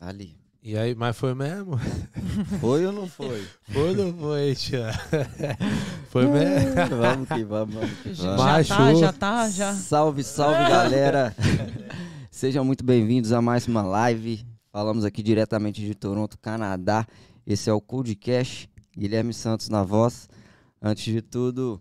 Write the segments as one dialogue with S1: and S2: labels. S1: Ali.
S2: E aí, mas foi mesmo?
S1: Foi ou não foi?
S2: Foi ou não foi, tia? Foi mesmo?
S1: vamos que vamos, vamos que
S3: Já,
S1: vamos.
S3: já tá,
S2: Macho.
S3: já tá, já.
S1: Salve, salve, galera! Sejam muito bem-vindos a mais uma live. Falamos aqui diretamente de Toronto, Canadá. Esse é o Codecast, Guilherme Santos na voz. Antes de tudo,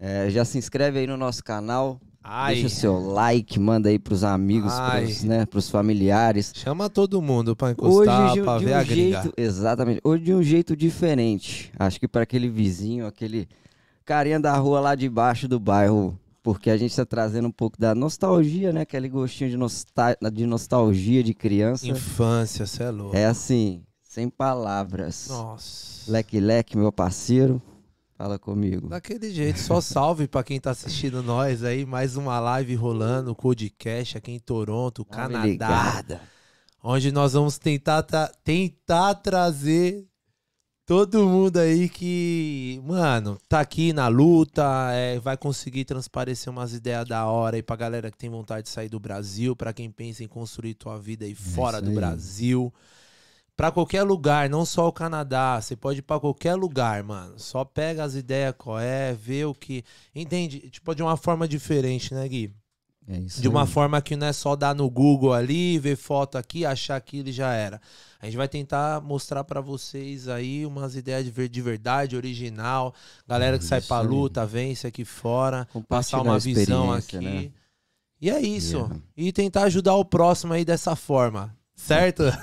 S1: eh, já se inscreve aí no nosso canal,
S2: Ai.
S1: deixa o seu like, manda aí pros amigos,
S2: Ai.
S1: pros, né, pros familiares.
S2: Chama todo mundo pra encostar,
S1: de-
S2: pra
S1: de
S2: ver
S1: um
S2: a gringa.
S1: jeito, exatamente. Hoje de um jeito diferente. Acho que para aquele vizinho, aquele carinha da rua lá de baixo do bairro, porque a gente tá trazendo um pouco da nostalgia, né? Aquele gostinho de, nosta- de nostalgia de criança.
S2: Infância, cê é louco.
S1: É assim, sem palavras.
S2: Nossa.
S1: Leque leque, meu parceiro, fala comigo.
S2: Daquele jeito, só salve pra quem tá assistindo nós aí. Mais uma live rolando, Codecast aqui em Toronto,
S1: Dá uma
S2: Canadá.
S1: ligada.
S2: onde nós vamos tentar, tra- tentar trazer todo mundo aí que, mano, tá aqui na luta, é, vai conseguir transparecer umas ideias da hora aí pra galera que tem vontade de sair do Brasil, pra quem pensa em construir tua vida aí fora
S1: É isso
S2: do
S1: aí.
S2: Brasil. Pra qualquer lugar, não só o Canadá, você pode ir pra qualquer lugar, mano. Só pega as ideias, qual é, vê o que. Entende? Tipo, de uma forma diferente, né, Gui?
S1: É isso
S2: De uma
S1: aí.
S2: forma que não é só dar no Google ali, ver foto aqui, achar aquilo e já era. A gente vai tentar mostrar pra vocês aí umas ideias de, ver- de verdade, original. Galera que sai
S1: Uhum, Isso
S2: pra
S1: aí.
S2: luta, vence aqui fora. Passar
S1: Compartilhar
S2: uma
S1: a
S2: visão aqui.
S1: experiência, né?
S2: E é isso.
S1: Yeah.
S2: E tentar ajudar o próximo aí dessa forma. Certo?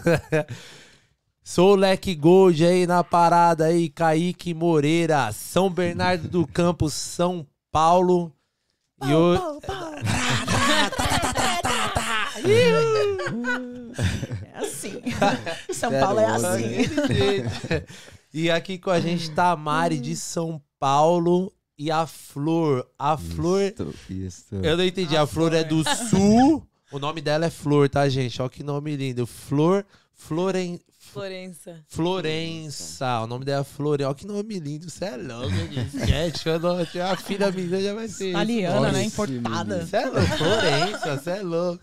S2: Sou o Leque Gold aí na parada aí, Kaique Moreira, São Bernardo do Campo, São Paulo. E o...
S3: É assim. São
S1: Sério,
S3: Paulo é
S1: hoje,
S3: assim.
S2: E aqui com a gente tá a Mari de São Paulo e a Flor. A Flor.
S1: Isso, isso.
S2: Eu não entendi.
S3: A
S2: A Flor é do Sul. O nome dela é Flor, tá, gente? Olha que nome lindo. Flor. Floren.
S3: Florença.
S2: Florença, o nome dela é Flore. Olha que nome lindo, você é louco, gente. Gente, eu não- a filha minha já vai ser.
S3: Italiana,
S1: Olha
S3: né?
S1: esse
S3: Importada.
S1: menino.
S2: Você é louco, Florença, você é louco.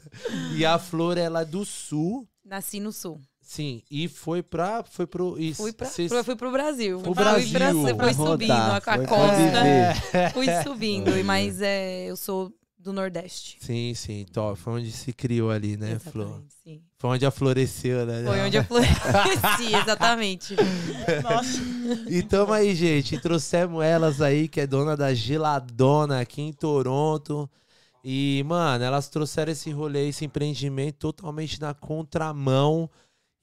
S2: E a Flor, ela é do Sul,
S4: Nasci no sul.
S2: sim, e foi pra. Foi pro. e
S4: Fui, pra,
S2: cês-
S4: fui- fui pro Brasil.
S2: Pro
S4: Fui pra- fui pra-
S2: Brasil.
S4: Fui subindo
S1: Rodar,
S4: a, a
S1: foi pra
S4: costa.
S1: viver.
S4: Fui subindo.
S1: Olha.
S4: e mas é, eu sou do Nordeste.
S2: Sim, sim, top. Foi onde se criou ali, né, Flor?
S4: Exatamente, sim.
S2: Foi onde afloreceu, né?
S4: Foi onde eu floresci, exatamente.
S3: Nossa.
S2: E tamo aí, Então, gente. Trouxemos elas aí, que é dona da Geladona aqui em Toronto. E, mano, elas trouxeram esse rolê, esse empreendimento totalmente na contramão.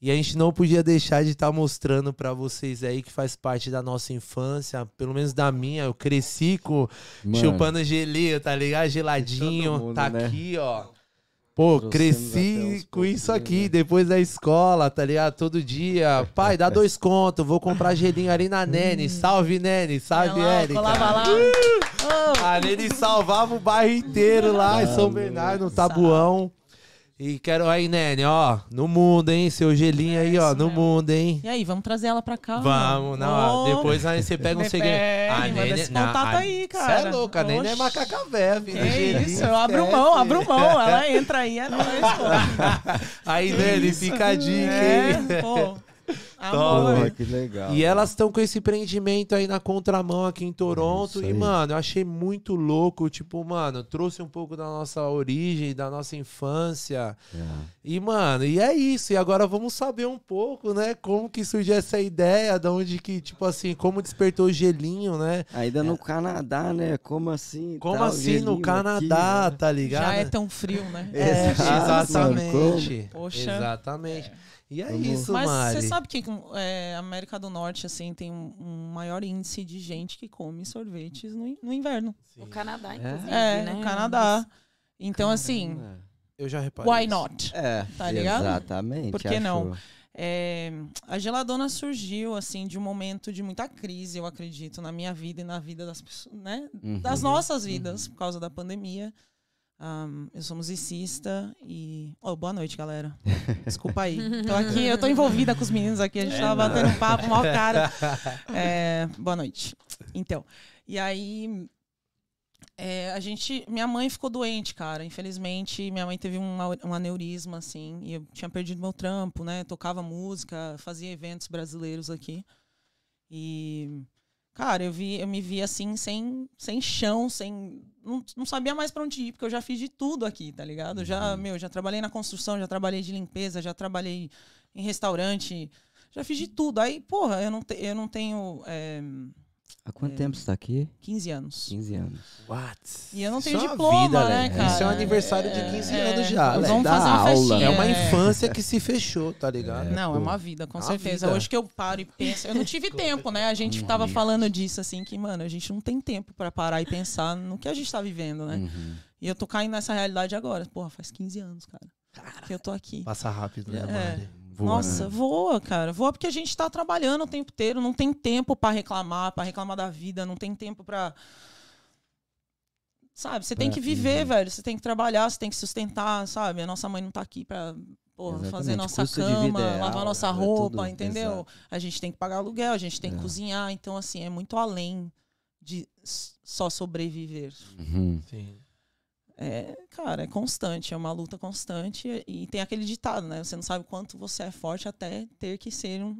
S2: E a gente não podia deixar de estar mostrando pra vocês aí que faz parte da nossa infância, pelo menos da minha. Eu cresci com,
S1: Mano,
S2: chupando gelinho, tá ligado?
S1: De
S2: Geladinho,
S1: todo mundo,
S2: tá
S1: né?
S2: aqui, ó. Pô,
S1: Trouxemos até uns
S2: cresci com isso
S1: pouquinhos,
S2: aqui,
S1: né?
S2: depois da escola, tá ligado? Todo dia. Pai, dá dois contos, vou comprar gelinho ali na Nene. Salve, Nene. Salve,
S3: Olha lá,
S2: Érica.
S3: Colava lá.
S2: A Nene salvava o bairro inteiro lá em São Bernardo, no Tabuão. E quero aí, Nene, ó, no mundo, hein? Seu gelinho aí, ó,
S3: isso
S2: no
S3: mesmo.
S2: mundo, hein?
S3: E aí, vamos trazer ela pra cá?
S2: Vamos, não, ó,
S3: Ô,
S2: depois aí você pega um
S3: Pepe,
S2: segredo.
S3: manda esse contato aí,
S2: Você é
S3: cara.
S2: louca, a Nene é né?
S3: Oxi.
S2: macaca véia, filho.
S3: Que
S2: Gelinho,
S3: isso, eu abro
S2: esquece.
S3: mão, abro mão. Ela entra aí, é nóis, pô.
S2: Aí, Nene, Ah, fica a dica, hein?
S3: É, pô.
S2: Toma.
S3: Amor.
S1: Porra, que
S3: É.
S1: legal.
S2: E é elas estão com esse empreendimento aí na contramão aqui em Toronto.
S1: Isso
S2: E,
S1: aí.
S2: mano, eu achei muito louco. Tipo, mano, trouxe um pouco da nossa origem, da nossa infância.
S1: É.
S2: E, mano, e é isso. E agora vamos saber um pouco, né? Como que surgiu essa ideia, da onde que, tipo assim, como despertou o gelinho, né?
S1: Ainda no Canadá, né? Como assim?
S2: Como
S1: Tá o
S2: assim no
S1: gelinho
S2: Canadá,
S1: aqui, né?
S2: tá ligado?
S3: Já é tão frio, né?
S2: É,
S1: Exato, mano,
S2: exatamente.
S3: como? Poxa.
S2: Exatamente. E é
S1: Vamos-
S2: isso,
S3: Mas
S2: Mari.
S3: você sabe que com- é, a América do Norte assim tem um, um maior índice de gente que come sorvetes no, in- no inverno.
S4: O Canadá,
S1: inclusive,
S4: inclusive,
S3: É,
S4: né?
S3: no Canadá. Então, assim,
S2: Eu já reparei.
S3: why
S2: isso.
S3: not?
S1: É,
S3: Tá ligado?
S1: Exatamente.
S3: Por que não?
S1: achou.
S3: É, a geladona surgiu assim de um momento de muita crise, eu acredito, na minha vida e na vida das pessoas, né?
S1: Uhum.
S3: Das nossas vidas, por causa da pandemia. Ahn, eu sou musicista e. Oh, boa noite, galera. Desculpa aí. Tô aqui, eu tô envolvida com os meninos aqui, a gente tava batendo um papo, mal cara. É, boa noite. Então, e aí É, a gente. Minha mãe ficou doente, cara. Infelizmente, minha mãe teve um, au- um aneurisma, assim. E eu tinha perdido meu trampo, né? Tocava música, fazia eventos brasileiros aqui. E. Cara, eu, vi, eu me vi assim, sem, sem chão, sem. Não, não sabia mais pra onde ir, porque eu já fiz de tudo aqui, tá ligado? Eu
S2: Uhum.
S3: Já, meu, já trabalhei na construção, já trabalhei de limpeza, já trabalhei em restaurante, já fiz de tudo. Aí, porra, eu não, te- eu não tenho é,
S1: Há quanto tempo você tá aqui?
S3: 15 anos.
S1: 15 anos.
S2: What?
S3: E eu não tenho
S2: Isso é uma
S3: diploma,
S2: vida,
S3: né,
S2: Leque?
S3: cara?
S2: Isso é um aniversário de 15
S3: É,
S2: anos já,
S3: Vamos
S2: Leque.
S1: Dá
S3: fazer uma
S1: aula.
S3: festinha. né?
S2: É uma infância que se fechou, tá ligado?
S3: Não,
S1: pô.
S3: é uma vida, com
S2: Uma
S3: certeza.
S2: vida.
S3: Hoje que eu paro e penso. Eu não tive tempo, né? A gente tava falando disso, assim, que, mano, a gente não tem tempo pra parar e pensar no que a gente tá vivendo, né?
S1: Uhum.
S3: E eu tô caindo nessa realidade agora. Porra, faz 15 anos, cara. Que eu tô aqui.
S2: Passa rápido, né,
S1: É.
S2: Mari?
S1: Voa,
S3: Nossa,
S1: né?
S3: voa, cara. Voa porque a gente tá trabalhando o tempo inteiro, não tem tempo pra reclamar, pra reclamar da vida, não tem tempo pra sabe, você tem
S1: Pra-
S3: que viver,
S1: Uhum.
S3: velho, você tem que trabalhar, você tem que sustentar, sabe? A nossa mãe não tá aqui pra porra, fazer
S1: Exatamente.
S3: nossa
S1: Custo de vida
S3: cama,
S1: é
S3: lavar
S1: aula,
S3: nossa
S1: é
S3: roupa,
S1: tudo.
S3: entendeu?
S1: Exato.
S3: A gente tem que pagar aluguel, a gente tem que
S1: É.
S3: cozinhar, então assim, é muito além de s- só sobreviver.
S1: Uhum.
S2: Sim.
S3: É, cara, é constante, é uma luta constante. E e tem aquele ditado, né? Você não sabe quanto você é forte até ter que ser um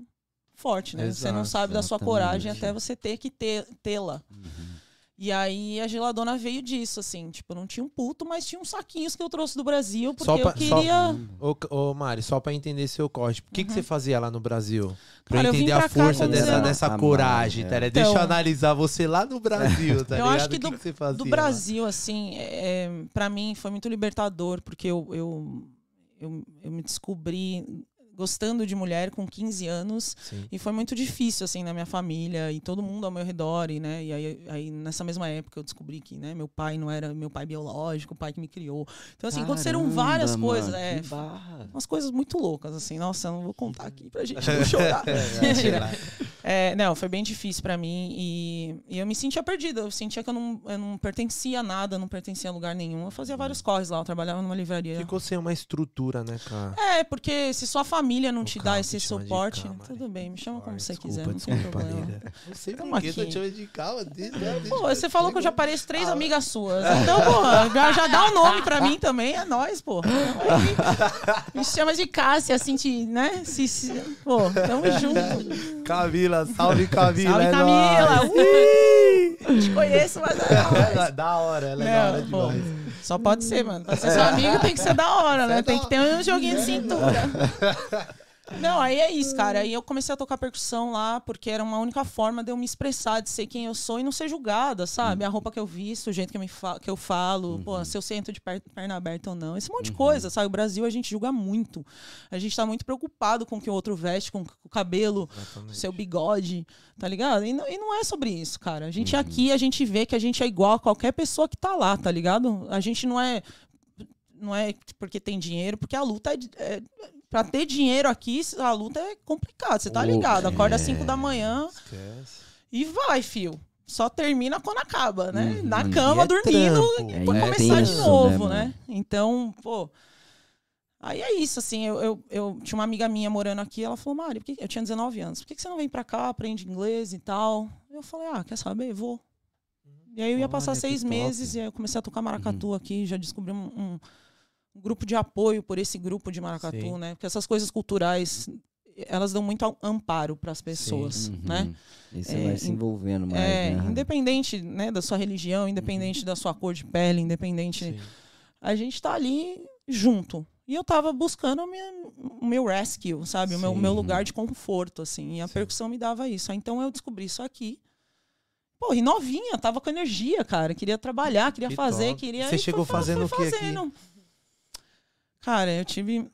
S3: forte, né? você não
S2: Exato,
S3: sabe da sua
S1: exatamente.
S3: coragem até você ter que ter- tê-la.
S2: Uhum.
S3: E aí a geladona veio disso, assim, tipo, eu não tinha um puto, mas tinha uns saquinhos que eu trouxe do Brasil, porque
S2: Só pra-
S3: eu queria.
S2: Ô, C- ô, Mari, só pra entender seu corte, o que, que você fazia lá no Brasil? Pra
S3: Uhum. Cara,
S2: eu
S3: eu vim
S2: entender
S3: pra
S2: a
S3: cá
S2: força
S3: com
S2: dessa,
S3: 19.
S2: dessa
S1: Amado,
S2: coragem,
S1: é.
S2: tá ligado?
S3: Então-
S2: Deixa eu analisar você lá no Brasil, tá
S3: Eu
S2: ligado?
S3: acho que
S2: o que,
S3: do-
S2: que você fazia?
S3: do
S2: lá?
S3: Brasil, assim, é, é, para mim foi muito libertador, porque eu, eu, eu, eu me descobri gostando de mulher com 15 anos.
S2: Sim.
S3: E foi muito difícil, assim, na minha família e todo mundo ao meu redor, e, né? E aí, aí, nessa mesma época, eu descobri que, né, meu pai não era meu pai biológico, o pai que me criou. Então, assim, aconteceram
S1: Caramba,
S3: várias
S1: mano,
S3: coisas.
S1: que
S3: É,
S1: barra.
S3: umas coisas muito loucas, assim. Nossa, eu não vou contar aqui pra gente não chorar. Mentira. É, não, foi bem difícil pra mim e, e eu me sentia perdida. Eu sentia que eu não, eu não pertencia a nada, não pertencia a lugar nenhum. Eu fazia vários corres lá, eu trabalhava numa livraria.
S2: Ficou sem uma estrutura, né, cara?
S3: É, porque se sua família não
S2: Ô,
S3: te
S2: Cal,
S3: dá
S2: vou
S3: esse
S2: te chamar de
S3: suporte,
S2: Cal, Mari.
S3: tudo bem, me chama como você
S2: Desculpa,
S3: quiser, não tem
S2: desculpa,
S3: problema.
S2: nega. Não sei
S3: Tamo
S2: por que eu
S3: aqui.
S2: te chamando de calma. desde- desde-
S3: Pô, você falou que eu já
S2: desde-
S3: pareço três amigas suas. Então, porra, já, já dá o nome pra mim também, é nós, pô. Me chama de Cássia, assim, de, né? Se, se, pô, tamo junto.
S2: Camila, salve Camila.
S3: Salve,
S2: é
S3: Camila!
S2: nóis.
S3: Ui! Te conheço, mas é nóis.
S2: Ela- da hora, ela é da hora
S3: Não, pô,
S2: demais.
S3: só pode ser, mano. Pra ser seu amigo tem que ser É. da hora, né? Tem que ter um joguinho de cintura. Não, aí é isso, cara. Aí eu comecei a tocar percussão lá, porque era uma única forma de eu me expressar, de ser quem eu sou e não ser julgada, sabe?
S2: Uhum.
S3: A roupa que eu visto, o jeito que eu, me fa- que eu falo, pô, se eu sento de per- perna aberta ou não. Esse monte de
S2: Uhum.
S3: coisa, sabe? O Brasil a gente julga muito. A gente tá muito preocupado com o que o outro veste, com o cabelo,
S2: Exatamente.
S3: seu bigode, tá ligado? E não, e não é sobre isso, cara. A
S1: Uhum.
S3: gente aqui, a gente vê que a gente é igual a qualquer pessoa que tá lá, tá ligado? A gente não é. Não é porque tem dinheiro, porque a luta é. de- é pra ter dinheiro aqui, a luta é complicada, você tá
S1: Oh,
S3: ligado? Acorda às
S1: é.
S3: 5 da manhã
S2: Esquece.
S3: e vai, fio. Só termina quando acaba, né?
S1: Uhum.
S3: Na
S1: E
S3: cama,
S2: é
S3: dormindo,
S2: trampo.
S1: É
S3: pra
S1: intenso,
S3: começar de novo,
S1: mano?
S3: né? Então, pô. Aí é isso, assim, eu, eu, eu tinha uma amiga minha morando aqui, ela falou, Mari, por que- eu tinha 19 anos, por que, que você não vem pra cá, aprende inglês e tal? Eu falei, ah, quer saber? Vou. E aí eu ia passar
S1: Olha, que
S3: seis
S1: top. Uhum.
S3: meses e aí eu comecei a tocar maracatu aqui, já descobri um, um- um grupo de apoio por esse grupo de maracatu,
S2: Sim.
S3: né? Porque essas coisas culturais, elas dão muito am- amparo pras pessoas, né?
S1: Uhum. E você
S3: É,
S1: vai se
S3: in-
S1: envolvendo mais,
S3: É,
S1: né?
S3: independente né, da sua religião, independente
S1: Uhum.
S3: da sua cor de pele, independente.
S2: Sim.
S3: A gente tá ali junto. E eu tava buscando a minha- o meu rescue, sabe? O meu,
S2: Sim.
S3: meu lugar de conforto, assim. E a
S2: Sim.
S3: percussão me dava isso. Aí, Então eu descobri isso aqui. Pô, e novinha, tava com energia, cara. Queria trabalhar, queria
S2: Que
S3: fazer,
S2: top.
S3: queria.
S2: Você
S3: e
S2: chegou
S3: fui fa-
S2: fazendo
S3: fui
S2: o quê aqui?
S3: fazendo. Cara, eu tive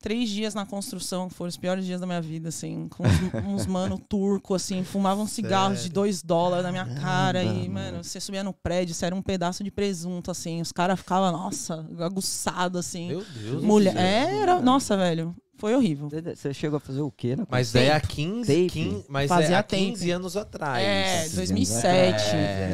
S3: três dias na construção, que foram os piores dias da minha vida, assim, com uns, uns mano turco, assim, fumavam cigarros de
S2: Sério?
S3: dois dólares na minha cara e,
S1: mano.
S3: mano, você subia no prédio, isso era um pedaço de presunto, assim, os caras ficavam, nossa, aguçado, assim.
S2: Meu Deus. do
S3: Mulher, é,
S2: céu.
S3: era, nossa, velho, Foi horrível.
S1: Você chegou a fazer o quê? Na
S2: Mas
S1: Copa?
S2: é há 15,
S1: Tape.
S2: 15 mas é
S3: Fazia
S2: há 15
S3: tape.
S2: anos atrás.
S3: É,
S1: 2007,
S3: 2007.
S1: É,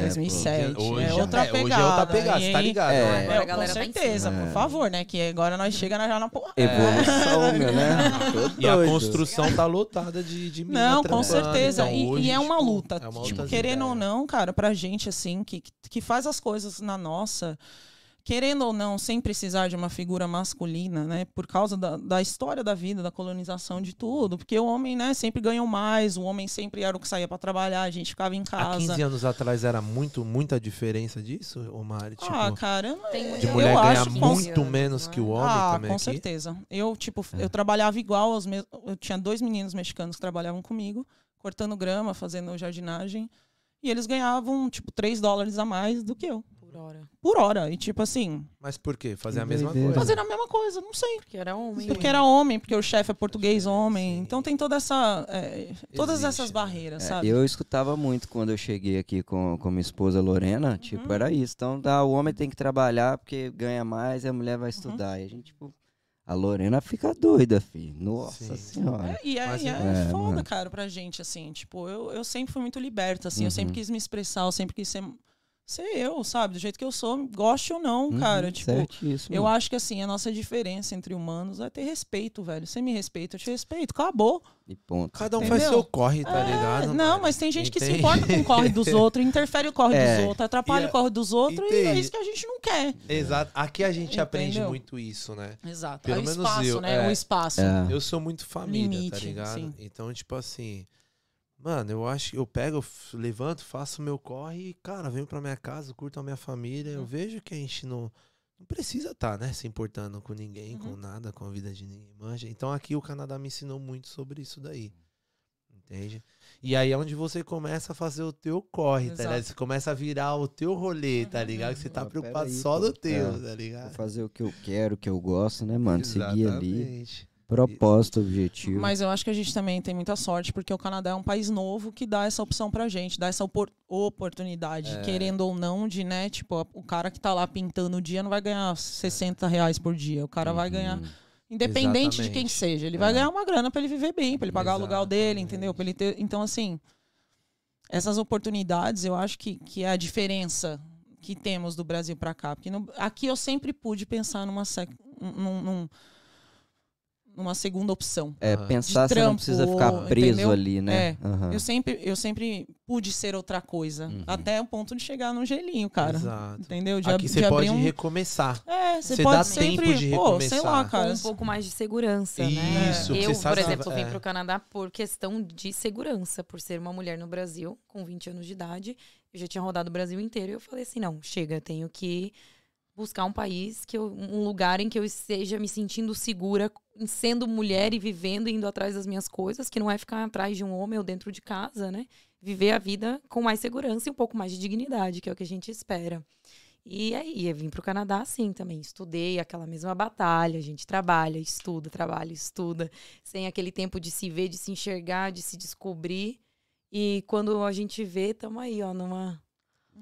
S3: 2007.
S2: Hoje
S3: é outra
S2: é,
S3: pegada.
S2: hoje é outra pegada,
S3: E
S2: você tá
S3: aí-
S2: ligado? É.
S1: É.
S3: É,
S4: Agora a
S3: com
S4: galera tá em
S3: certeza,
S1: cima.
S3: por favor, né? Que agora nós chega nós já na porra.
S1: é Evolução, meu, né? Tô
S2: E a
S1: doido.
S2: construção tá lotada de, de mina
S3: Não, com
S2: trampando.
S3: certeza.
S2: Então,
S3: e,
S2: hoje,
S3: e é uma
S2: tipo,
S3: luta.
S2: é uma
S3: tipo,
S2: outra
S3: querendo
S2: ideia.
S3: ou não, cara, pra gente, assim, que, que faz as coisas na nossa, querendo ou não, sem precisar de uma figura masculina, né? Por causa da, da história da vida, da colonização, de tudo. Porque o homem, né, sempre ganhou mais, o homem sempre era o que saía pra trabalhar, a gente ficava em
S2: Há 15
S3: casa.
S2: anos atrás era muito, muita diferença disso, Omar? Tipo,
S3: Ah, cara,
S4: Tem muita
S2: de
S3: eu
S2: mulher
S3: acho
S2: ganhar
S3: que-
S2: muito menos
S4: né,
S2: que o homem
S3: ah,
S2: também
S3: com
S2: aqui?
S3: certeza. Eu, tipo,
S1: É.
S3: eu trabalhava igual aos meus. Eu tinha dois meninos mexicanos que trabalhavam comigo, cortando grama, fazendo jardinagem. E eles ganhavam, tipo, 3 dólares a mais do que eu,
S4: Por hora.
S3: por hora. E, tipo, assim,
S2: Mas por quê? Fazer
S1: Que
S2: a mesma
S1: doideira.
S2: coisa.
S3: fazendo a mesma coisa, não sei.
S4: Porque era homem. né?
S3: Porque era homem, porque o chefe é português homem.
S2: Sim.
S3: Então tem toda essa. é, todas
S2: Existe,
S3: essas
S2: né?
S3: barreiras,
S1: É,
S3: sabe?
S1: eu escutava muito quando eu cheguei aqui com, com minha esposa Lorena,
S3: Uhum.
S1: tipo, era isso. Então, tá, o homem tem que trabalhar porque ganha mais e a mulher
S3: Uhum.
S1: vai estudar. E a gente, tipo, a Lorena fica doida, filho. Nossa
S2: Sim.
S1: senhora.
S3: É, e é,
S2: Mas
S3: e é
S1: é,
S3: foda,
S1: mano.
S3: cara, pra gente, assim. Tipo, eu, eu sempre fui muito liberta, assim.
S1: Uhum.
S3: Eu sempre quis me expressar, eu sempre quis ser, ser eu, sabe? Do jeito que eu sou, goste ou não, cara.
S1: Uhum,
S3: Tipo,
S1: certíssimo.
S3: eu acho que, assim, a nossa diferença entre humanos é ter respeito, velho. Você me respeita, eu te respeito. Acabou.
S1: E ponto.
S2: Cada um faz
S3: Entendeu?
S2: seu corre, tá ligado?
S3: É,
S2: mano?
S3: não, mas tem gente que se
S2: Entende?
S3: importa com o corre dos outros, interfere o corre
S1: É.
S3: dos outros, atrapalha
S2: E a-
S3: o corre dos outros e é
S2: Entendi.
S3: isso que a gente não quer.
S2: Exato. Aqui a gente aprende
S3: Entendeu?
S2: muito isso, né?
S3: Exato.
S2: Pelo
S3: é o
S2: menos
S3: espaço,
S2: eu,
S3: né?
S2: é.
S3: O espaço.
S1: É.
S2: Eu sou muito família, tá
S3: Limite,
S2: ligado?
S3: sim.
S2: Então, tipo assim. Mano, eu acho que eu pego, eu f- levanto, faço meu corre e, cara, venho pra minha casa, curto a minha família.
S3: Uhum.
S2: Eu vejo que a gente não, não precisa estar, né, se importando com ninguém,
S3: Uhum.
S2: com nada, com a vida de ninguém. Manja. Então aqui o Canadá me ensinou muito sobre isso daí. Entende? E aí é onde você começa a fazer o teu corre, tá
S3: Exato. Uhum.
S2: ligado? Você começa a virar o teu rolê, tá ligado? Que você tá
S1: Ah,
S2: preocupado
S1: peraí,
S2: só
S1: pô.
S2: no teu,
S1: É.
S2: tá
S1: Vou
S2: ligado?
S1: fazer o que eu quero, o que eu gosto, né, mano? Seguir ali.
S2: Exatamente.
S1: Propósito, objetivo.
S3: Mas eu acho que a gente também tem muita sorte, porque o Canadá é um país novo que dá essa opção pra gente, dá essa opor- oportunidade,
S2: É.
S3: querendo ou não, de, né, tipo, a- o cara que tá lá pintando o dia não vai ganhar 60 reais por dia. O cara vai ganhar,
S1: Uhum.
S3: independente de quem
S2: Exatamente. É.
S3: seja, ele vai ganhar uma grana pra ele viver bem, pra ele pagar o aluguel dele, entendeu? Pra ele ter. Então, assim, essas oportunidades eu acho que, que é a diferença que temos do Brasil pra cá. Porque no- aqui eu sempre pude pensar numa, sec- num- num- numa segunda opção.
S1: É,
S2: Aham.
S1: pensar
S3: De
S1: você não
S3: trampo,
S1: precisa ficar preso
S3: entendeu? É.
S1: ali, né?
S2: Ah.
S1: Aham.
S3: Eu sempre, eu sempre pude ser outra coisa.
S1: Uhum.
S3: Até o ponto de chegar num gelinho, cara.
S2: Exato.
S3: Entendeu? De, ab-
S2: Aqui
S3: de
S2: você
S3: abrir
S2: pode
S3: um...
S2: recomeçar.
S3: É, você
S2: Você
S3: pode
S2: dá tempo
S3: sempre...
S2: de
S3: pô, sei lá,
S2: recomeçar.
S3: cara.
S4: um pouco mais de segurança, né?
S2: Isso,
S4: Eu,
S2: você sabe-
S4: por exemplo, vim
S2: é.
S4: para o Canadá por questão de segurança, por ser uma mulher no Brasil, com 20 anos de idade. Eu já tinha rodado o Brasil inteiro e eu falei assim: não, chega, eu tenho que buscar um país, que eu- um lugar em que eu esteja me sentindo segura, em sendo mulher e vivendo, e indo atrás das minhas coisas, que não é ficar atrás de um homem ou dentro de casa, né? Viver a vida com mais segurança e um pouco mais de dignidade, que é o que a gente espera. E é aí, eu vim para o Canadá assim também. Estudei aquela mesma batalha. A gente trabalha, estuda, trabalha, estuda. Sem aquele tempo de se ver, de se enxergar, de se descobrir. E quando a gente vê, estamos aí, ó, numa.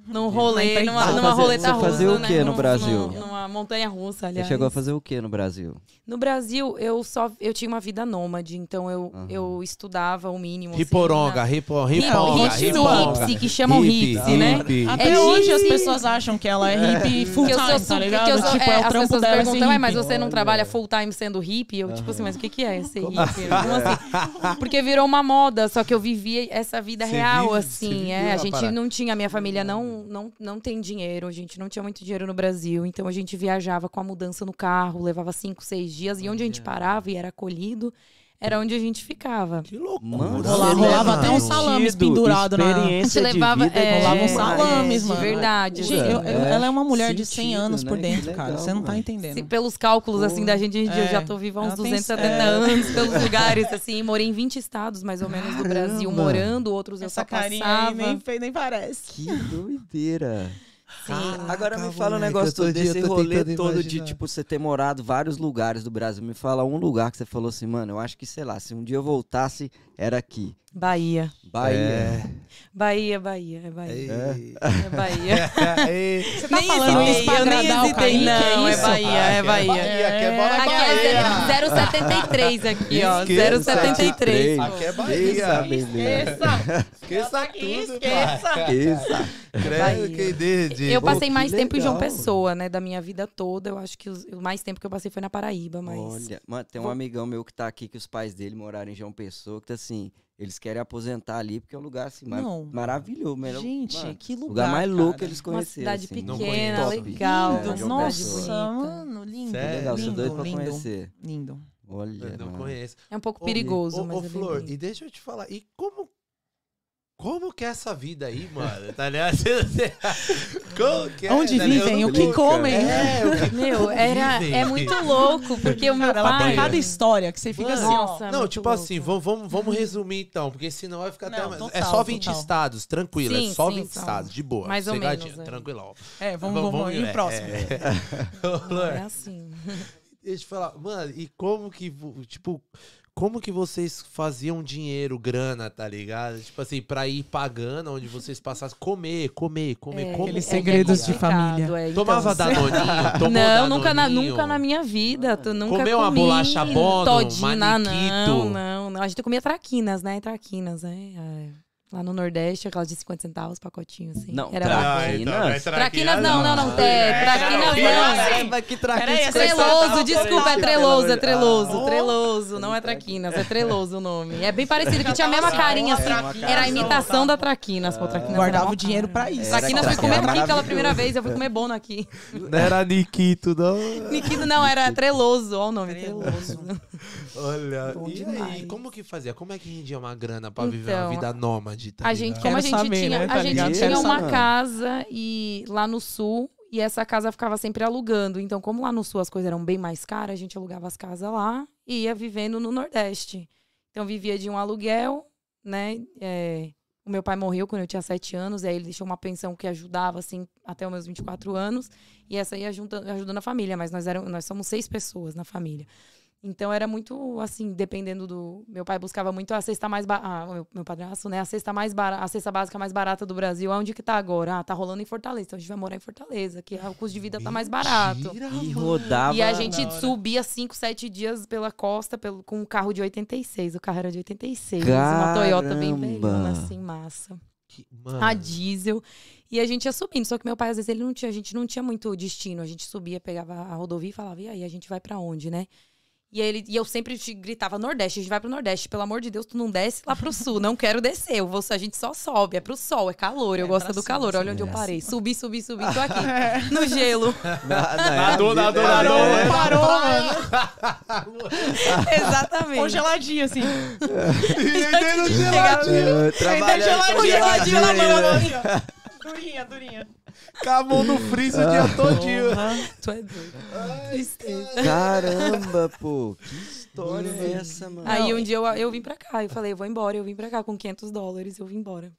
S4: Num rolê,
S3: empreitado.
S4: numa,
S3: Você
S4: numa
S1: fazer-
S4: roleta
S1: Uhum. você
S4: russa.
S1: fazia o quê
S4: né?
S1: no
S4: Num-
S1: Brasil?
S4: num- Numa montanha russa,
S1: Você
S4: aliás.
S1: chegou a fazer o que no Brasil?
S4: No Brasil, eu só eu tinha uma vida nômade, então eu,
S1: Aham.
S4: eu estudava o mínimo. assim,
S2: Riporonga, ripo-
S4: na- Hip-
S2: riponga,
S4: hipsy,
S2: riponga.
S4: hipsy, que chamam
S2: Hippie,
S4: hipsy, né?
S2: hippie.
S3: Até
S4: É
S3: hoje as
S4: hippie.
S3: pessoas acham que ela é hippie full
S4: Que eu sou
S3: time, tá
S4: super-
S3: ligado?
S4: que eu sou-
S3: tipo,
S4: é,
S3: é, o
S4: as
S3: trampo
S4: pessoas
S3: dela é ser
S4: perguntam, "Ué, mas
S3: hippie."
S4: você não
S2: Olha.
S4: trabalha full time sendo hippie? Eu, tipo assim, mas o que, que é ser hippie?
S1: Como
S4: Como assim? Porque virou uma moda, só que eu vivia essa vida
S2: Você
S4: real,
S2: vive- você
S4: assim.
S2: viveu
S4: É, a
S2: a
S4: gente
S2: parada.
S4: não tinha, minha família não, não, não tem dinheiro, a gente não tinha muito dinheiro no Brasil, então a gente viajava com a mudança no carro, levava cinco, seis dias, e onde a gente
S2: Olha.
S4: parava e era acolhido, era onde a gente ficava.
S2: Ah, Que loucura.
S1: Mano,
S3: Rola-
S1: você
S3: rolava
S1: leva
S3: até um
S1: um
S3: sal- salames
S1: sentido,
S3: pendurado na-
S1: experiência
S4: A gente
S1: de
S4: levava-
S1: vida
S4: é,
S1: demais.
S3: rolava uns salames,
S1: De
S3: mano.
S4: verdade. assim,
S3: Gente, eu- eu-
S1: É.
S3: ela é uma mulher de 100
S1: Sentido,
S3: anos por
S1: né?
S3: dentro,
S1: Que
S3: cara.
S1: legal,
S3: Você não tá
S1: mano.
S4: Se
S3: entendendo.
S4: pelos cálculos, assim, da gente, eu
S3: É.
S4: já tô viva há uns
S3: Ela tem-
S4: 270
S3: é.
S4: anos, pelos lugares, assim, morei em 20 estados, mais ou menos, do Brasil,
S1: Caramba.
S4: morando, outros eu só passava.
S3: nem, nem parece.
S1: Que doideira.
S4: Sim.
S1: Agora me
S2: Caraca,
S1: fala um
S2: moleque,
S1: negócio
S2: outro
S1: todo
S2: dia
S1: desse
S2: eu tô
S1: rolê
S2: tentando
S1: todo de,
S2: imaginar.
S1: tipo, você ter morado em vários lugares do Brasil. Me fala um lugar que você falou assim, mano, eu acho que, sei lá, se um dia eu voltasse, era aqui.
S4: Bahia.
S1: Bahia.
S4: Bahia, Bahia, é Bahia.
S2: Ei.
S4: É Bahia.
S2: Ei.
S4: Você
S3: tá falando
S4: hesitei,
S3: isso pra
S4: eu nem
S3: agradar o
S4: hesitei,
S3: Kaique,
S4: Não,
S3: é
S4: é
S3: isso?
S4: Bahia, é Bahia.
S2: Aqui é bola
S4: Aqui
S2: Bahia.
S4: é 073 aqui, ó.
S2: Esqueça.
S4: 073. pô.
S2: Aqui é
S1: Eita,
S2: Bahia.
S1: beleza.
S2: Esqueça
S3: Aqui,
S2: tudo,
S3: esqueça.
S2: pai.
S1: Eita.
S2: Creio
S4: Bahia.
S2: que desde.
S4: Eu
S1: Pô,
S4: passei
S1: que
S4: mais tempo em João
S1: legal.
S4: Pessoa, né? Da minha vida toda. Eu acho que os- o mais tempo que eu passei foi na Paraíba, mas.
S1: Olha, mano, tem um
S4: Vou-
S1: amigão meu que tá aqui, que os pais dele moraram em João Pessoa, que tá assim, eles querem aposentar ali, porque é um lugar assim, mar-
S3: Não.
S1: maravilhoso. Melhor,
S3: Gente,
S1: mano,
S3: que lugar.
S1: lugar mais louco que
S3: cara.
S1: eles
S4: uma
S1: conheceram.
S4: cidade
S1: assim.
S2: Não
S4: pequena,
S2: conheço.
S4: legal.
S1: Lindo,
S4: uma
S1: João
S4: cidade
S3: Nossa,
S1: Pessoa.
S4: bonita.
S3: mano, lindo.
S2: Sério?
S1: Legal, você é
S3: lindo,
S1: doido pra
S3: lindo,
S1: conhecer.
S3: lindo.
S1: Olha,
S2: Eu Não
S1: mano.
S2: conheço.
S4: É um pouco
S2: Ô,
S4: perigoso,
S2: Ô,
S4: mas.
S2: ô,
S4: é
S2: Flor,
S4: lindo.
S2: e deixa eu te falar, e como. Como que é essa vida aí, mano? Tá ligado? Você- você- como que é,
S3: Onde
S2: tá ligado?
S3: vivem,
S2: Eu
S3: o que
S2: não-
S3: comem.
S2: É, o que
S4: Meu, era, é
S2: Horrível.
S4: muito louco, porque o meu
S3: Cara, ela tem
S4: pai.
S3: cada história que você fica
S2: Mano,
S3: assim, ó.
S4: Nossa,
S2: Não,
S4: muito
S2: tipo
S4: louco.
S2: assim, vamos, vamos, vamos resumir então, porque senão vai ficar até.
S3: Não,
S2: mais- é
S3: total,
S2: só 20
S3: total.
S2: estados, tranquilo, é
S4: Sim,
S2: só
S4: sim,
S2: 20
S4: são.
S2: estados, de boa.
S4: Mais ou
S2: sossegadinho,
S4: menos, é.
S2: tranquilão.
S3: É, vamos, vamos, E
S2: é,
S3: o próximo?
S2: é. Ô, Flor,
S4: É assim.
S2: Deixa eu falar, mano, e como que, vo- tipo, como que vocês faziam dinheiro, grana, tá ligado? Tipo assim, pra ir pagando onde vocês passassem, comer, comer, comer, comer.
S3: Aqueles
S2: comer,
S3: É, segredos
S2: tá
S3: de
S2: ligado?
S3: família.
S4: um complicado, é, então,
S2: Tomava
S4: assim.
S2: danoninho, tomou
S4: Não, nunca na,
S2: Danoninho?
S4: nunca na minha vida. Tu nunca
S2: Comeu uma
S4: comi
S2: bolacha Bono,
S4: todinha,
S2: Maniquito?
S4: não, não, não. A gente comia traquinas, né? Traquinas, né? É, Lá no Nordeste, aquelas de 50 centavos, pacotinho, assim.
S1: Não,
S4: Era
S1: tra-
S4: lá.
S1: Ah, então, vai
S4: Traquinas não, não, não. É, traquinas não. É
S1: Caramba, que traquete
S3: Peraí, essa
S1: sensacional.
S4: Treloso, desculpa, é
S1: Pelo
S4: treloso, é
S1: amor de-
S4: treloso,
S2: Ah.
S4: treloso. Não é traquinas, é treloso o nome. É bem parecido, que tinha a mesma carinha,
S3: é
S4: assim.
S1: Traquinas,
S4: Era a imitação da traquinas, pô, traquinas. era
S3: Guardava
S4: mó
S3: o dinheiro
S4: cara.
S3: pra isso.
S1: Era
S4: Traquinas foi
S1: Traquinas
S4: comer
S1: era
S4: tá aqui É pela
S1: maravilhoso.
S4: primeira vez, eu fui comer bono aqui.
S2: Não era Nikito, não.
S4: Nikito não, era Treloso, olha o nome,
S3: Treloso.
S4: Treloso.
S2: Olha,
S4: Bom
S2: e aí,
S4: demais.
S2: como que fazia? Como é que rendia uma grana pra viver
S4: Então,
S2: uma vida nômade, tá
S4: A
S2: ligado?
S4: gente, como a
S3: Quero
S4: gente
S3: saber,
S4: tinha,
S3: né, tá
S4: a gente
S1: ligado?
S4: tinha
S1: Quero
S4: uma
S1: saber.
S4: casa e lá no sul e essa casa ficava sempre alugando. Então, como lá no sul as coisas eram bem mais caras, a gente alugava as casas lá e ia vivendo no Nordeste. Então, vivia de um aluguel, né? É, o meu pai morreu quando eu tinha sete anos, e aí ele deixou uma pensão que ajudava, assim, até os meus 24 anos. E essa ia juntando, ajudando a família, mas nós, eram, nós somos seis pessoas na família. Então era muito assim, dependendo do. Meu pai buscava muito a cesta mais ba... ah, meu, meu padrasto, né? A cesta mais bara... a cesta básica mais barata do Brasil. Onde que tá agora? Ah, tá rolando em Fortaleza. Então a gente vai morar em Fortaleza, que ah, o custo de vida tá mais barato.
S2: Mentira,
S1: E
S2: mano.
S1: rodava.
S4: E a gente
S2: hora.
S4: subia cinco, sete dias pela costa pelo... com um carro de 86. O carro era de 86. Uma
S1: Caramba!
S4: Toyota bem velhona, assim, massa
S2: Que- mano,
S4: a diesel. E a gente ia subindo. Só que meu pai, às vezes, ele não tinha, a gente não tinha muito destino. A gente subia, pegava a rodovia e falava, e aí, a gente vai pra onde, né? E, aí ele, e eu sempre te gritava, Nordeste, a gente vai pro Nordeste. Pelo amor de Deus, tu não desce lá pro sul. Não quero descer. Eu vou, a gente só sobe. É pro sol, é calor. Eu
S3: É assim.
S4: gosto
S3: pra
S4: do
S3: cima,
S4: calor. Olha
S1: sim.
S4: onde eu
S1: É.
S4: parei. Subi, subi, subi. Tô aqui. No gelo.
S1: Nadou,
S2: nadou,
S3: Parou,
S2: nadou. É.
S3: parou, mano.
S4: Exatamente.
S3: Congeladinho, assim.
S2: Entendeu?
S3: Ainda geladinho na mão, assim, ó. Durinha, durinha.
S2: Com a mão no freezer o dia todinho.
S4: Tu é doido. Tristeza.
S1: Caramba, pô. Que história é essa, mano?
S4: Aí um dia eu, eu vim pra cá. Eu falei, eu vou embora. Eu vim pra cá com 500 dólares. Eu vim embora.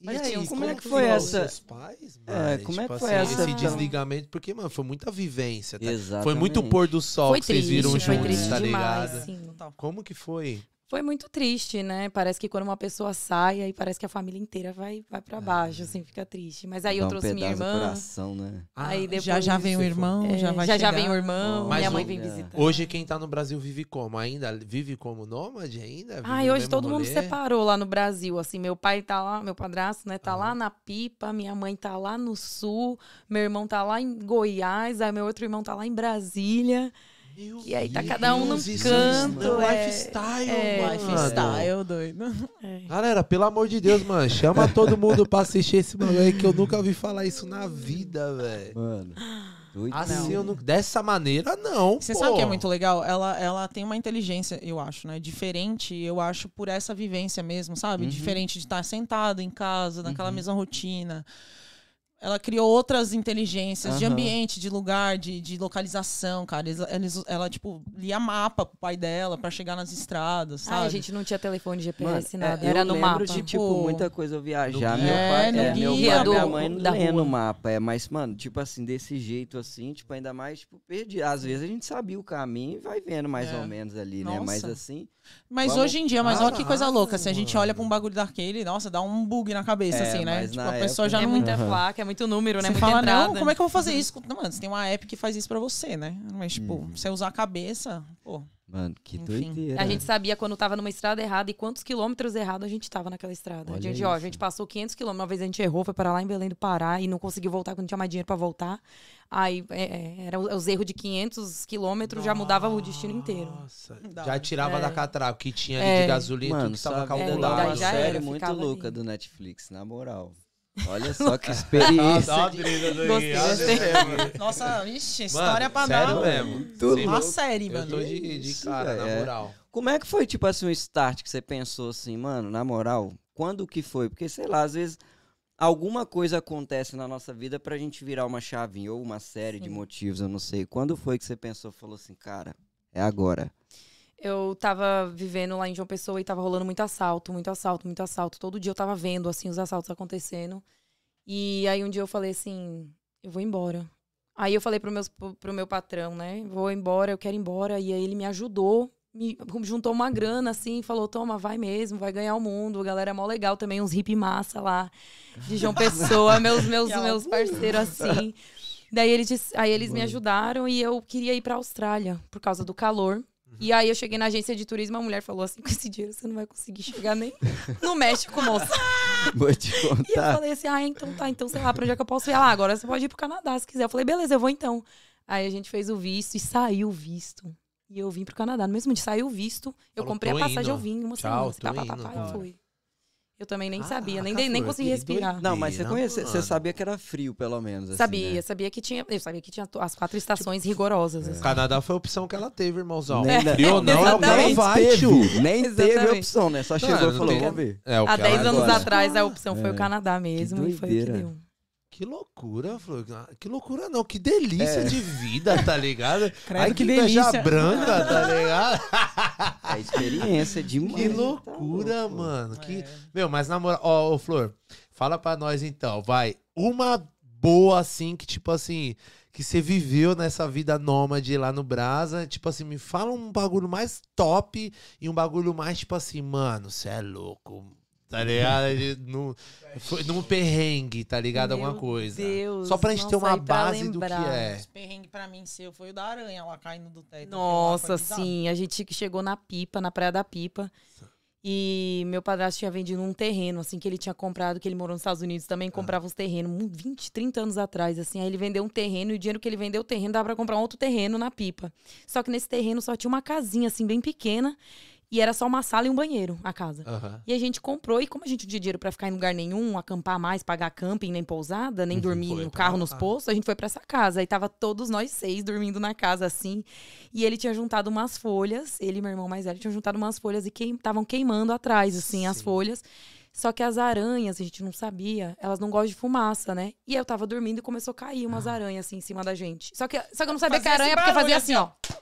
S2: E
S1: Mas,
S2: aí,
S1: tio,
S2: como, é que
S1: foi
S2: ficou
S1: essa-
S2: os seus pais, mano?
S1: como é
S2: Tipo
S1: que foi
S2: assim,
S1: essa,
S2: Esse
S1: então?
S2: desligamento, porque, mano, foi muita vivência, tá?
S1: Exatamente.
S2: Foi muito pôr do sol
S4: Foi
S2: que vocês
S4: triste,
S2: viram
S4: foi
S2: juntos,
S4: triste
S2: tá
S4: demais,
S2: ligado?
S4: sim.
S3: Total.
S2: Como que foi?
S4: Foi muito triste, né? Parece que quando uma pessoa sai, aí parece que a família inteira vai, vai para baixo, assim, fica triste. Mas aí
S1: É. Dá
S4: eu
S1: um
S4: trouxe minha
S1: pedaço no
S4: irmã.
S1: coração, né?
S2: Ah,
S4: Aí depois.
S3: Já já vem o
S2: Isso,
S3: irmão,
S4: é,
S3: já vai
S4: já, já
S3: chegar.
S4: vem o irmão,
S2: Mas
S4: minha mãe
S2: o-
S4: vem
S1: é.
S4: visitar.
S2: Hoje quem tá no Brasil vive como? Ainda vive como nômade ainda?
S3: é
S2: Vive
S4: Ai,
S2: no
S4: hoje
S2: mesmo
S4: todo mundo
S2: rolê?
S4: separou lá no Brasil, assim, meu pai tá lá, meu padrasto, né,
S1: Ah.
S4: tá lá na Pipa, minha mãe tá lá no Sul, meu irmão tá lá em Goiás, aí meu outro irmão tá lá em Brasília.
S2: Meu
S4: E aí tá
S2: Deus,
S4: cada um num
S2: isso
S4: canto,
S2: não
S4: é-
S2: lifestyle,
S4: é,
S2: mano.
S3: Lifestyle, doido. É.
S2: Galera, pelo amor de Deus, mano, chama todo mundo pra assistir esse bagulho aí que eu nunca ouvi falar isso na vida, velho.
S1: Mano. doido.
S2: Assim, eu não... Dessa maneira, não,
S3: Você
S2: pô.
S3: sabe o que é muito legal? Ela, ela tem uma inteligência, eu acho, né? Diferente, eu acho, por essa vivência mesmo, sabe?
S1: Uhum.
S3: Diferente de estar sentado em casa, naquela mesma rotina. Ela criou outras inteligências de
S1: Aham.
S3: ambiente, de lugar, de, de localização, cara. Eles, eles- ela, tipo, lia mapa pro pai dela pra chegar nas estradas, sabe?
S4: Ah, a gente não tinha telefone GPS,
S1: Mano, é,
S4: nada.
S1: eu
S4: Era no
S1: lembro
S4: mapa.
S1: de, tipo,
S3: Tipo,
S1: muita coisa eu viajar.
S2: no
S1: Meu
S3: guia.
S1: pai,
S3: É, no
S1: é, meu
S3: guia
S1: pai,
S3: do-
S1: minha mãe não
S4: da
S1: lê
S4: rua.
S1: no mapa. É, mas, mano, tipo assim, desse jeito assim, tipo, ainda mais, tipo, perdi. Às vezes a gente sabia o caminho e vai vendo mais
S3: É.
S1: ou menos ali, né? Mas
S3: Nossa.
S1: assim,
S3: Mas
S1: Vamos-
S3: hoje em dia, mas olha que coisa
S2: Caralho,
S3: louca. Se a gente
S2: mano.
S3: olha pra um bagulho daquele, nossa, dá um bug na cabeça,
S1: É,
S3: assim, né?
S1: mas
S3: Tipo,
S1: na
S3: a pessoa
S1: época-
S3: já
S4: É
S3: não.
S4: muita
S1: Aham.
S4: placa, é muito número, né?
S3: Você
S4: Muita
S3: fala,
S4: entrada. Uhum.
S3: não, como é que eu vou fazer isso? Mano, você tem uma app que faz isso pra você, né? Mas, tipo,
S2: Uhum.
S3: você usar a cabeça, pô.
S1: mano, que
S3: Enfim.
S1: doideira.
S4: A gente sabia quando tava numa estrada errada e quantos quilômetros errado a gente tava naquela estrada.
S1: Olha
S4: a gente, ó, a
S1: isso.
S4: gente passou 500 quilômetros, uma vez a gente errou, foi para lá em Belém do Pará e não conseguiu voltar quando tinha mais dinheiro pra voltar. Aí é, é, era o- os erros de 500 quilômetros, já mudava o destino inteiro.
S2: Nossa.
S3: Da
S2: Já
S3: hora.
S2: tirava da catraca o que tinha ali de
S4: É.
S2: gasolina,
S1: Mano,
S2: tudo que tava
S1: sabe, é,
S4: daí
S1: uma
S2: calculado.
S4: já
S1: série
S4: era,
S1: muito
S4: ficava
S1: louca
S4: ali.
S1: do Netflix, na moral. Olha só que experiência.
S2: Nossa, ó a brisa do
S4: Gostei,
S2: Gui, ó a
S4: gostei.
S2: brisa do Gui.
S3: Nossa, vixe, história
S2: Mano,
S3: pra
S2: sério
S3: dar um
S2: mesmo.
S1: Tudo.
S2: Sim,
S3: uma
S2: eu-
S3: série,
S2: Eu
S3: mano.
S2: tô de, de
S1: Isso,
S2: cara, na
S1: é.
S2: moral.
S1: Como é que foi, tipo assim, um start que você pensou assim, mano, na moral, quando que foi? Porque, sei lá, às vezes alguma coisa acontece na nossa vida pra gente virar uma chavinha ou uma série de
S4: Sim.
S1: motivos, eu não sei. Quando foi que você pensou, falou assim, cara, é agora.
S4: Eu tava vivendo lá em João Pessoa e tava rolando muito assalto, muito assalto, muito assalto. Todo dia eu tava vendo, assim, os assaltos acontecendo. E aí um dia eu falei assim, eu vou embora. Aí eu falei pro, meus, pro, pro meu patrão, né? Vou embora, eu quero ir embora. E aí ele me ajudou, me juntou uma grana, assim, falou, toma, vai mesmo, vai ganhar o mundo. A galera é mó legal também, uns hippie massa lá de João Pessoa, meus, meus,
S3: Que
S4: meus parceiros, assim. Daí eles, dis- aí eles me ajudaram e eu queria ir pra Austrália por causa do calor. E aí eu cheguei na agência de turismo, a mulher falou assim: com esse dinheiro você não vai conseguir chegar nem no México, moça.
S1: Vou te
S4: E eu
S1: contar.
S4: falei assim: ah, então tá, então sei lá pra onde é que eu posso ir. Ela, ah, agora você pode ir pro Canadá se quiser. Eu falei: beleza, eu vou então. Aí a gente fez o visto e saiu o visto. E eu vim pro Canadá. No mesmo dia saiu o visto, eu
S2: Falou,
S4: comprei a
S2: "Tô
S4: passagem,
S2: indo,
S4: eu vim em uma
S2: tchau,
S4: semana. Tá,
S2: tô
S4: pá, pá,
S2: indo, Ah,
S4: pá,
S2: bora."
S4: e fui. Eu também nem sabia, nem,
S2: Caraca,
S4: dei- nem
S2: Flor,
S4: consegui
S2: que
S4: respirar.
S2: doido.
S1: Não, mas você
S2: Não,
S1: conhecia, você
S2: mano.
S1: sabia que era frio, pelo menos. assim,
S4: Sabia,
S1: né?
S4: sabia que tinha. Eu sabia que tinha to- as quatro estações
S2: Tipo,
S4: rigorosas.
S2: O
S4: assim.
S2: Canadá foi a opção que ela teve, irmãozão.
S1: Nem-
S2: Frio ou não, é o que ela
S4: Exatamente.
S2: vai, tio.
S1: teve, nem teve
S4: Exatamente.
S1: opção, né? Só chegou
S2: Mano,
S1: e falou,
S2: não tem-
S1: vamos ver.
S2: É, o que
S4: Há
S2: ela
S4: 10 anos
S1: agora.
S4: atrás a opção foi o Canadá mesmo e foi o que
S1: doideira.
S4: deu.
S2: Que loucura, Flor. Que loucura não, que delícia de vida, tá ligado?
S3: Credo,
S2: Ai, que,
S3: que
S2: inveja
S3: delícia.
S2: branca, tá ligado?
S1: É experiência demais.
S2: Que
S1: tá
S2: loucura,
S1: louco.
S2: mano. Que...
S3: É.
S2: Meu, mas na moral, ó, ô, Flor, fala pra nós então, vai. Uma boa, assim, que tipo assim, que você viveu nessa vida nômade lá no Brasa, tipo assim, me fala um bagulho mais top e um bagulho mais tipo assim, mano, você é louco. Tá ligado? De- num, foi num perrengue, tá ligado? Alguma
S4: Meu
S2: coisa.
S4: Deus,
S2: Só pra gente ter
S4: nossa,
S2: uma
S4: aí pra
S2: base do que
S4: lembrar.
S2: é.
S3: Esse perrengue pra mim seu foi o da aranha lá caindo do teto.
S4: Nossa,
S3: Aquilo lá foi bizarro.
S4: sim. A gente que chegou na pipa, na Praia da Pipa. E meu padrasto tinha vendido um terreno, assim, que ele tinha comprado, que ele morou nos Estados Unidos também, comprava uns terrenos, um 20, 30 anos atrás, assim. Aí ele vendeu um terreno e o dinheiro que ele vendeu o terreno dava pra comprar um outro terreno na pipa. Só que nesse terreno só tinha uma casinha, assim, bem pequena. E era só uma sala e um banheiro, a casa.
S2: Aham.
S4: E a gente comprou, e como a gente não tinha dinheiro pra ficar em lugar nenhum, acampar mais, pagar camping, nem pousada, nem dormir
S2: foi
S4: no
S2: pra
S4: carro,
S2: lá. tá.
S4: nos postos, a gente foi pra essa casa. Aí tava todos nós seis dormindo na casa, assim. E ele tinha juntado umas folhas, ele e meu irmão mais velho tinham juntado umas folhas e estavam queimando atrás, assim, as
S2: Sim.
S4: folhas. Só que as aranhas, a gente não sabia, elas não gostam de fumaça, né? E eu tava dormindo e começou a cair umas
S2: Ah.
S4: aranhas, assim, em cima da gente. Só que, só que eu não sabia que
S3: Fazia
S4: era aranha,
S3: esse
S4: porque
S3: barulho,
S4: fazia assim, ó.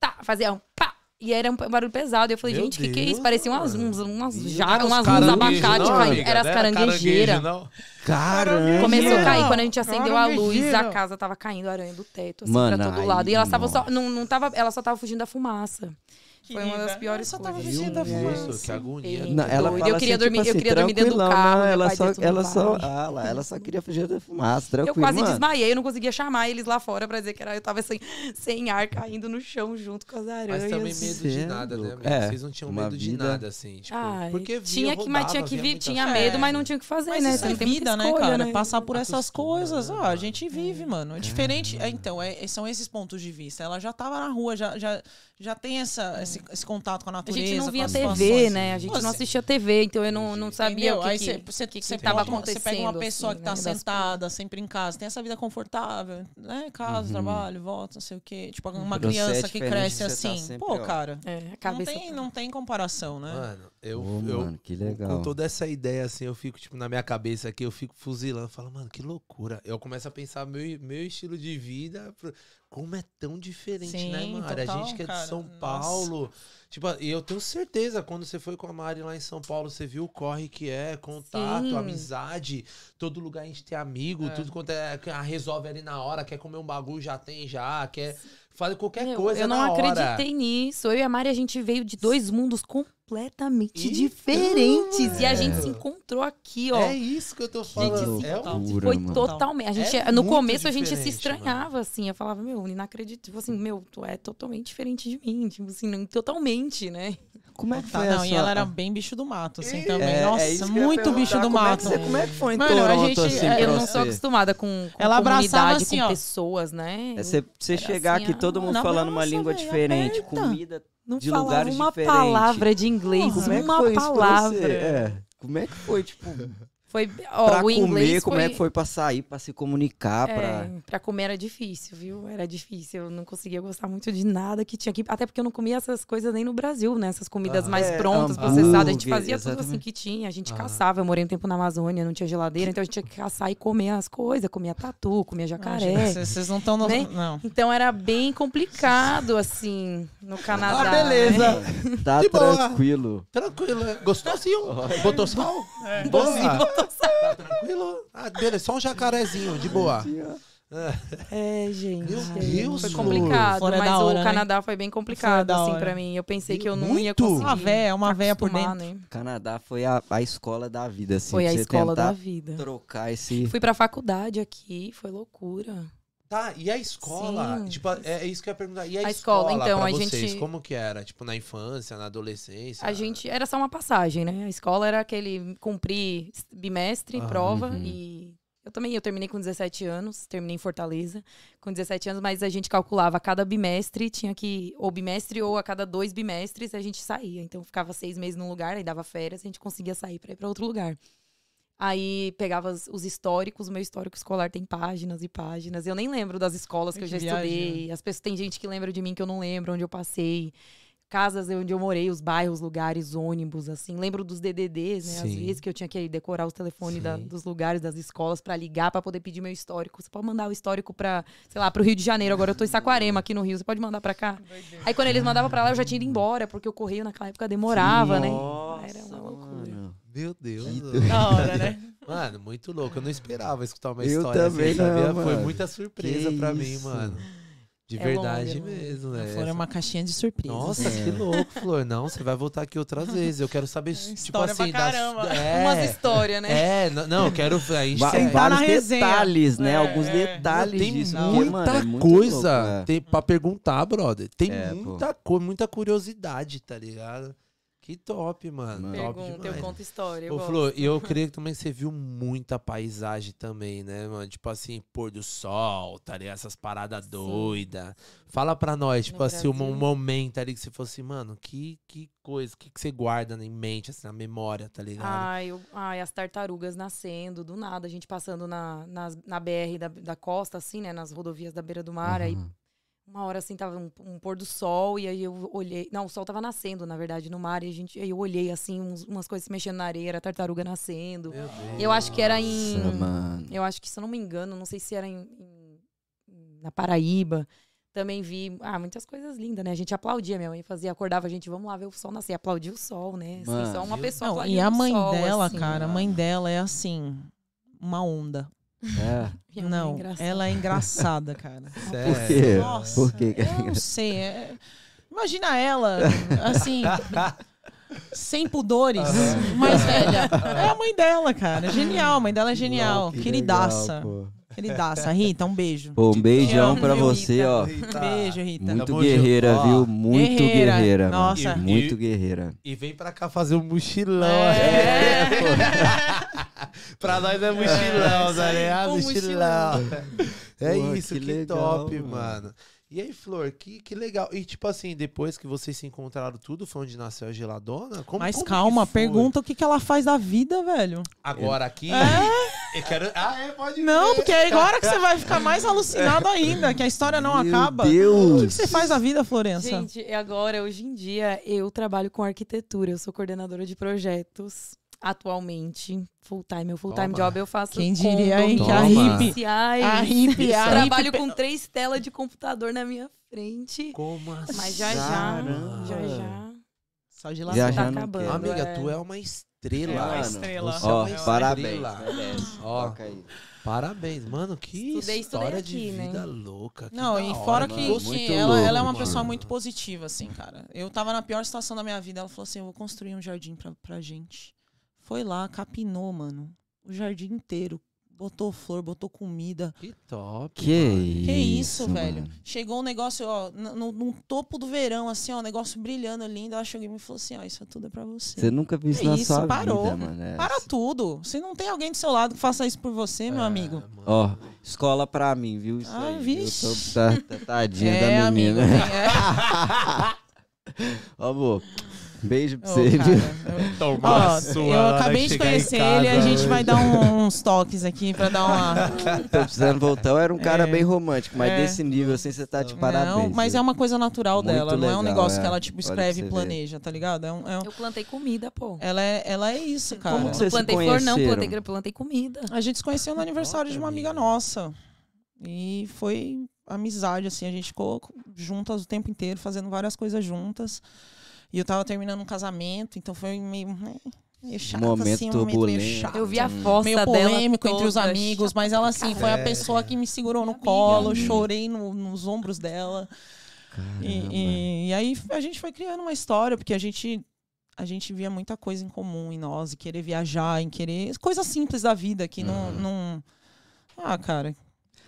S4: Tá, fazia um pá. E era um barulho pesado. E eu falei,
S2: Meu
S4: gente, o que, que é
S2: Deus,
S4: isso? Parecia umas,
S2: mano.
S4: uns, umas
S1: Ih,
S4: jarras,
S2: Não
S4: umas,
S2: era os
S4: uns
S2: caranguejos,
S4: abacates
S2: não,
S4: caindo.
S2: amiga?
S4: né? Era as
S2: Não era caranguejo,
S4: caranguejeiras.
S2: não?
S1: Caramba.
S4: Começou a cair.
S3: Não,
S4: Quando a gente acendeu a luz,
S2: caranguejeira.
S4: a casa tava caindo aranha do teto, assim,
S1: Mano,
S4: pra todo
S1: aí,
S4: lado. E elas estavam só.
S1: nossa.
S4: Não, não tava, ela só tava fugindo da fumaça. Foi uma das
S3: Querida,
S4: piores
S3: Eu só tava
S4: coisas.
S3: vestindo a
S4: Meu
S3: fumaça.
S2: Isso, que agonia.
S4: Ei.
S1: Não, ela
S4: doido.
S1: fala
S4: Eu queria
S1: assim, tipo
S4: dormir- eu
S1: assim,
S4: queria dormir dentro do
S1: tranquilão,
S4: carro,
S1: não,
S4: meu
S1: ela
S4: pai
S1: só,
S4: dentro do
S1: ela só,
S4: carro.
S1: ah, lá, ela só queria fugir da fumaça,
S4: Eu
S1: tranquilo,
S4: quase
S1: mano.
S4: desmaiei, eu não conseguia chamar eles lá fora pra dizer que era. Eu tava sem, sem ar caindo no chão junto com as aranhas. assim.
S2: Mas também medo de
S1: Sendo,
S2: nada, né? amigo?
S1: é,
S2: Vocês não tinham
S1: uma
S2: medo de
S1: vida-
S2: nada, assim. Tipo,
S4: Ah,
S2: porque via,
S4: tinha que, mas tinha
S2: rodava,
S4: que
S2: via
S4: vir,
S2: muita
S4: tinha
S2: coisa.
S4: medo, mas não tinha o que fazer,
S3: É. Mas
S4: né?
S3: isso
S4: Você
S3: é
S4: não tem muita
S3: vida, né,
S4: escolha,
S3: cara?
S4: né?
S3: Passar por essas
S2: Acostuma,
S3: coisas.
S2: né?
S3: ó, a gente vive, mano. É diferente. é, então, é- são esses pontos de vista. Ela já tava na rua, já, já, já tem essa, esse, esse contato com a
S4: A
S3: natureza.
S4: gente não via
S3: com as
S4: TV,
S3: situações.
S4: né? A gente
S3: Você-
S4: não assistia TV, então eu não, não sabia
S3: Entendeu?
S4: o que,
S3: Aí
S4: que,
S3: você- você-
S4: que, que
S3: você
S4: tava
S3: pega uma-
S4: acontecendo.
S3: Você pega uma pessoa
S4: assim,
S3: que tá
S4: né, das
S3: sentada, sempre em casa, tem essa vida confortável, né? Casa,
S1: Uhum.
S3: trabalho, volta, não sei o quê. Tipo, uma
S1: Pra você é
S3: criança que
S1: diferente,
S3: cresce
S1: você tá
S3: assim.
S1: sempre,
S3: Pô,
S1: ó.
S3: cara,
S4: É, a
S3: não
S4: cabeça.
S3: tem, não tem comparação, né?
S2: Mano, eu,
S1: Ô,
S2: eu
S1: mano, que legal.
S2: com toda essa ideia, assim, eu fico, tipo, na minha cabeça aqui, eu fico fuzilando, falo, mano, que loucura. Eu começo a pensar meu, meu estilo de vida, pro- como é tão diferente,
S3: Sim,
S2: né, mano? a
S3: total,
S2: gente que é de
S3: cara.
S2: São
S3: Nossa.
S2: Paulo. Tipo, e eu tenho certeza, quando você foi com a Mari lá em São Paulo, você viu o corre que é, contato,
S4: Sim.
S2: amizade, todo lugar a gente tem amigo,
S3: É.
S2: tudo quanto é, ah, resolve ali na hora, quer comer um bagulho, já tem, já, quer fazer qualquer
S4: Meu,
S2: coisa
S4: eu não
S2: na hora.
S4: acreditei nisso. Eu e a Mari, a gente veio de dois mundos completamente
S2: Então,
S4: diferentes. E a
S1: é.
S4: gente se encontrou aqui, ó.
S2: É isso que eu tô falando.
S4: se
S2: é um
S1: Loucura,
S4: Foi
S1: mano.
S4: totalmente. A gente,
S2: É
S4: no
S2: muito
S4: começo a gente se
S2: diferente,
S4: estranhava, assim. Eu falava, meu, inacreditável. Assim, meu, tu é totalmente diferente de mim. Tipo assim, não- totalmente, né?
S1: Como é que
S3: Tá,
S1: foi
S3: não,
S1: a
S3: e
S1: sua-
S3: ela era bem bicho do mato, assim,
S2: É,
S3: também.
S1: é
S3: Nossa,
S1: isso que eu ia
S3: muito bicho
S1: perguntar,
S3: do
S1: como é que
S3: mato.
S1: você- como é que foi em
S3: Mano, a
S1: Toronto,
S3: gente-
S1: assim,
S3: é,
S1: pra
S4: eu não
S1: você?
S4: sou acostumada com, com
S3: Ela abraçava
S4: comunidade,
S3: assim,
S4: com
S3: ó.
S4: pessoas, né?
S1: É você você
S4: Era
S1: chegar
S4: assim,
S1: aqui,
S4: ah,
S1: todo mundo
S3: não,
S1: falando uma
S3: nossa,
S1: língua
S3: velho,
S1: diferente,
S3: aperta.
S1: comida.
S4: não
S1: de
S4: falava
S1: lugares
S4: uma
S1: diferentes.
S4: palavra de inglês,
S1: Como é que
S4: uma
S1: foi isso pra
S4: palavra.
S1: você? É. Como é que foi, tipo,
S4: Foi, ó,
S1: pra
S4: o
S1: comer,
S4: inglês
S1: como
S4: foi,
S1: é que foi pra sair, pra se comunicar,
S4: É,
S1: pra...
S4: pra comer era difícil, viu? Era difícil. Eu não conseguia gostar muito de nada que tinha aqui. Até porque eu não comia essas coisas nem no Brasil, né? Essas comidas
S2: Ah,
S4: mais
S1: é,
S4: prontas,
S1: hambúrguer,
S4: processadas. A gente fazia tudo assim
S1: exatamente.
S4: que tinha. A gente
S2: Ah.
S4: caçava. Eu morei um tempo na Amazônia, não tinha geladeira. Então a gente tinha que caçar e comer as coisas. Comia tatu, comia
S3: Ah,
S4: jacaré.
S1: é.
S3: gente, Vocês vocês não estão no.
S4: Né?
S3: Não.
S4: Então era bem complicado, assim, no Canadá.
S2: Ah, beleza.
S4: né?
S1: Tá
S2: De boa.
S1: tranquilo.
S2: Tranquilo, né? gostosinho. Botou sal?
S4: É. né?
S2: Boa. Tá tranquilo? Ah, dele, só um jacarezinho, de boa.
S4: É, gente.
S2: Meu
S4: é,
S2: Deus,
S4: Foi
S2: Flor.
S4: complicado,
S3: Flor é
S4: mas
S3: da hora,
S4: o
S3: né?
S4: Canadá foi bem
S3: Flor é
S4: complicado,
S3: da
S4: assim,
S3: hora.
S4: pra mim. Eu pensei que eu não ia
S2: Muito?
S4: conseguir.
S3: Uma véia, uma véia por
S4: acostumar,
S3: dentro.
S4: Né?
S1: Canadá foi a, a escola da vida, assim.
S4: Foi
S1: pra
S4: a
S1: você
S4: escola
S1: tentar
S4: da vida.
S1: trocar esse...
S4: Fui pra faculdade aqui, foi loucura.
S2: Tá, e a escola?
S4: Sim.
S2: Tipo, é é isso que eu ia perguntar. E a,
S4: A escola, então,
S2: pra
S4: a
S2: vocês,
S4: gente-
S2: como que era? Tipo, na infância, na adolescência?
S4: A gente era só uma passagem, né? A escola era aquele cumprir bimestre,
S2: Ah,
S4: prova
S1: uhum.
S4: e eu também, eu terminei com 17 anos, terminei em Fortaleza com 17 anos, mas a gente calculava a cada bimestre, tinha que ou bimestre ou a cada dois bimestres a gente saía. Então ficava seis meses num lugar, aí dava férias, a gente conseguia sair pra ir pra outro lugar. Aí pegava as- os históricos, o meu histórico escolar tem páginas e páginas. Eu nem lembro das escolas que eu
S3: Ai,
S4: já
S3: que viagem,
S4: estudei. As pessoas tem gente que lembra de mim que eu não lembro onde eu passei. Casas onde eu morei, os bairros, lugares, ônibus, assim. Lembro dos DDDs, né? Às
S2: Sim.
S4: vezes que eu tinha que decorar os telefones da-
S2: Sim.
S4: dos lugares, das escolas pra ligar, pra poder pedir meu histórico. Você pode mandar o histórico pra, sei lá, pro Rio de Janeiro. Agora eu tô em Saquarema, aqui no Rio. Você pode mandar pra cá? Aí quando eles mandavam pra lá, eu já tinha ido embora, porque o correio naquela época demorava, né? Era uma loucura.
S1: mano.
S2: Meu Deus.
S3: Da hora, né?
S2: Mano, muito louco. Eu não esperava escutar uma
S1: Eu
S2: história
S1: também
S2: assim,
S1: não,
S2: sabia? Foi
S1: mano.
S2: muita surpresa
S1: Que
S2: pra mim,
S1: isso.
S2: mano. De
S4: É
S2: verdade
S4: longa, né?
S2: mesmo, né?
S3: Foram é uma caixinha de surpresa.
S2: Nossa,
S1: É.
S2: que louco, Flor. Não, você vai voltar aqui outras vezes. Eu quero saber, tipo
S3: História pra
S2: assim,
S3: caramba.
S2: das...
S4: Umas
S2: É,
S4: histórias, né?
S2: é, n- não, eu quero... A gente
S1: Va-
S2: quer-
S3: tá na
S1: vários
S3: resenha.
S1: detalhes, né?
S3: É,
S1: Alguns
S3: é.
S1: detalhes
S2: Tem
S1: disso. porque,
S2: muita
S1: mano, é muito
S2: coisa
S1: louco, é.
S2: tem pra perguntar, brother. Tem
S1: É, pô.
S2: muita coisa, muita curiosidade, tá ligado? Que top, mano.
S1: Mano.
S2: Top
S4: Pergunta, eu
S2: demais.
S4: conto história. eu
S2: Ô,
S4: gosto.
S2: Flor, e eu creio que também você viu muita paisagem também, né, mano? Tipo assim, pôr do sol, tá ligado? Essas paradas doidas. Fala pra nós, tipo assim, um,
S4: Brasil.
S2: momento ali que você fosse, mano, que, que coisa, que, que você guarda em mente, assim, na memória, tá ligado?
S4: Ai, eu- ai, as tartarugas nascendo, do nada, a gente passando na, nas- na BR da, da costa, assim, né? Nas rodovias da beira do
S2: Uhum.
S4: mar. Aí
S1: Aham.
S4: uma hora assim tava um, um pôr do sol, e aí eu olhei. Não, o sol tava nascendo, na verdade, no mar, e a gente, aí eu olhei assim, uns- umas coisas se mexendo na areia, era tartaruga nascendo.
S2: Meu Deus.
S4: Eu acho que era em.
S1: Nossa, mano.
S4: Eu acho que, se eu não me engano, não sei se era em- em- na Paraíba. Também vi, ah, muitas coisas lindas, né? A gente aplaudia, minha mãe fazia, acordava a gente, vamos lá ver o sol nascer, aplaudia o sol, né? Assim,
S1: Mano.
S4: só uma pessoa
S3: Não, e
S4: aplaudindo
S3: a
S4: o
S3: mãe
S4: sol,
S3: dela,
S4: assim.
S3: cara, a mãe dela é assim, uma onda.
S1: É.
S4: Minha mãe é
S3: não,
S4: engraçada.
S3: ela é engraçada, cara.
S2: Sério?
S1: Por quê?
S3: Nossa,
S1: Por quê? que é
S3: eu não sei. é- Imagina ela, assim, sem pudores,
S1: Ah,
S3: mais velha. É a mãe dela, cara. É Genial, a mãe dela é genial.
S1: Não, que
S3: queridaça.
S1: legal, pô.
S3: Queridaça. Rita, um beijo.
S1: Pô, um beijão
S3: amo,
S1: pra
S3: viu,
S1: você,
S4: Rita?
S1: ó.
S3: Beijo, Rita.
S1: Muito
S2: Tamo
S1: guerreira,
S2: junto, ó.
S1: viu? Muito
S3: Guerreira.
S1: guerreira. mano.
S3: Nossa.
S1: Muito
S2: E-
S1: guerreira.
S2: E vem pra cá fazer um mochilão.
S3: É.
S4: É.
S2: pra nós é mochilão, tá ligado?
S4: um
S2: Mochilão. É
S1: Pô,
S2: isso, que,
S1: que legal,
S2: top,
S1: mano.
S2: mano. E aí, Flor, que, que legal. E tipo assim, depois que vocês se encontraram tudo, foi onde nasceu a geladona? Como,
S3: Mas
S2: como que
S3: calma,
S2: foi?
S3: pergunta o que, que ela faz da vida, velho.
S2: Agora aqui. Eu quero. Ah, é, pode
S3: Não,
S2: crer.
S3: porque é agora que você vai ficar mais alucinado ainda, que a história não
S1: Meu
S3: acaba.
S1: Deus.
S3: O que, que você faz da vida, Florença?
S4: Gente, e agora, hoje em dia, eu trabalho com arquitetura, eu sou coordenadora de projetos atualmente, full time. Meu full time
S2: Toma.
S4: job eu faço
S3: Quem diria, hein, que
S1: a
S4: condomínios
S1: hippie-
S4: sociais.
S3: a hippie, a
S4: trabalho
S3: hippie-
S4: com três telas de computador na minha frente.
S2: Como assim?
S4: Mas já
S3: é.
S4: já,
S1: Caramba.
S4: já já.
S3: Só de
S1: Já,
S3: lá.
S1: já
S4: tá
S1: não
S4: acabando.
S1: quero.
S2: Amiga,
S4: é.
S2: tu é uma estrela.
S1: É uma
S2: mano.
S3: estrela.
S2: Você é
S1: Ó,
S2: uma estrela.
S1: parabéns. merece.
S2: Ó.
S1: Toca aí.
S2: Parabéns, mano. Que
S4: Estudei, estudei
S2: história de
S4: aqui, né?
S2: vida louca. que
S3: Não,
S2: da
S3: e
S2: hora,
S3: fora
S1: mano.
S3: que,
S2: Gosto-
S1: Muito
S3: que ela, ela é uma
S2: louco,
S3: pessoa
S2: mano.
S3: muito positiva, assim, cara. Eu tava na pior situação da minha vida. Ela falou assim: eu vou construir um jardim pra, pra gente. Foi lá, capinou, mano. O jardim inteiro. Botou flor, botou comida.
S2: Que top.
S1: Que
S2: mano.
S1: isso,
S3: Que isso, velho.
S1: mano.
S3: Chegou um negócio, ó, no, no- no topo do verão, assim, ó, um negócio brilhando, lindo. Ela chegou e me falou assim: ó, isso tudo é pra você.
S1: Você nunca viu isso
S3: Que
S1: na
S3: É isso,
S1: sua
S3: parou.
S1: vida, mano. É.
S3: Para tudo. Se não tem alguém do seu lado que faça isso por você, meu
S2: É,
S3: amigo.
S2: mano.
S1: Ó, escola pra mim, viu? Isso
S3: Ah,
S1: aí, viu?
S3: vixe.
S1: Tô- tá- tá- tadinha
S3: É,
S1: da
S3: amigo,
S1: menina.
S3: tem- é.
S1: Ó, amor, beijo pra
S3: Ô,
S1: você,
S3: cara,
S1: viu?
S3: eu-
S2: Tomar
S3: Ó,
S2: sua
S3: eu
S2: na hora
S3: acabei de
S2: chegar em
S3: conhecer
S2: casa né?
S3: ele, a gente
S2: hoje.
S3: vai dar um- uns toques aqui pra dar uma.
S1: Tô precisando voltar. Eu era um cara bem romântico, mas
S3: É.
S1: desse nível assim você tá de
S3: não,
S1: parabéns.
S3: mas é
S1: viu?
S3: uma coisa natural
S1: Muito
S3: dela, não é
S1: legal,
S3: um negócio
S1: é.
S3: que ela tipo
S1: Olha pra
S3: escreve
S1: você
S3: e
S1: ver.
S3: planeja, tá ligado? É um- é um-
S4: Eu plantei comida, pô.
S3: ela, é, ela é isso, cara.
S1: Como que vocês se
S4: plantei flor, não,
S1: conheceram?
S4: plantei, plantei comida.
S3: A gente se conheceu no aniversário
S2: Nossa,
S3: de uma amiga
S2: amiga.
S3: nossa. E foi amizade, assim. A gente ficou juntas o tempo inteiro, fazendo várias coisas juntas. E eu tava terminando um casamento, então foi meio. né, meio chato,
S1: Momento
S3: assim, um momento meio
S1: turbulento.
S3: chato.
S4: Eu vi a fossa
S3: meio
S4: dela
S3: polêmico entre os
S4: toda,
S3: amigos, mas ela assim foi a
S2: É.
S3: pessoa que me segurou no
S4: Minha
S3: colo,
S1: amiga.
S3: chorei no- nos ombros dela.
S1: Caramba.
S3: E, e- e aí a gente foi criando uma história, porque a gente a gente via muita coisa em comum em nós, em querer viajar, em querer. Coisas simples da vida que não. não- Ah, cara.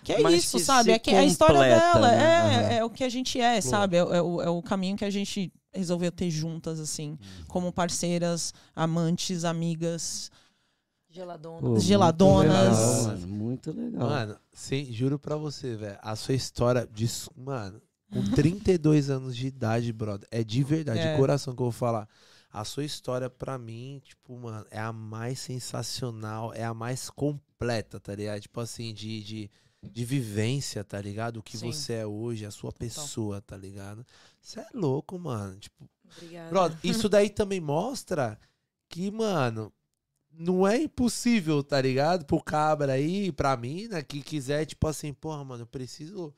S3: Que é
S1: Mas
S3: isso,
S1: Uhum. que
S3: sabe?
S1: se
S3: É que é a história
S1: completa,
S3: dela.
S1: né?
S3: É,
S1: Aham.
S3: é o que a gente é,
S2: Boa.
S3: sabe? É, é o, é o caminho que a gente resolveu ter juntas, assim.
S1: Uhum.
S3: Como parceiras, amantes, amigas,
S4: Geladona.
S1: Pô, muito
S3: um geladonas.
S1: legal, mano, Muito legal.
S2: Mano, sim, juro pra você, velho. A sua história de. s- Mano, com 32 anos de idade, brother. É de verdade, de
S3: É.
S2: coração que eu vou falar. A sua história, pra mim, tipo, mano, é a mais sensacional, é a mais completa, tá ligado? Tipo assim, de, de, de vivência, tá ligado? O que
S3: Sim.
S2: você é hoje, a sua pessoa, tá ligado? Você é louco, mano. Tipo,
S4: Obrigada.
S2: Brother, isso daí também mostra que, mano, não é impossível, tá ligado? Pro cabra aí, pra mina, que quiser, tipo assim, porra, mano, eu preciso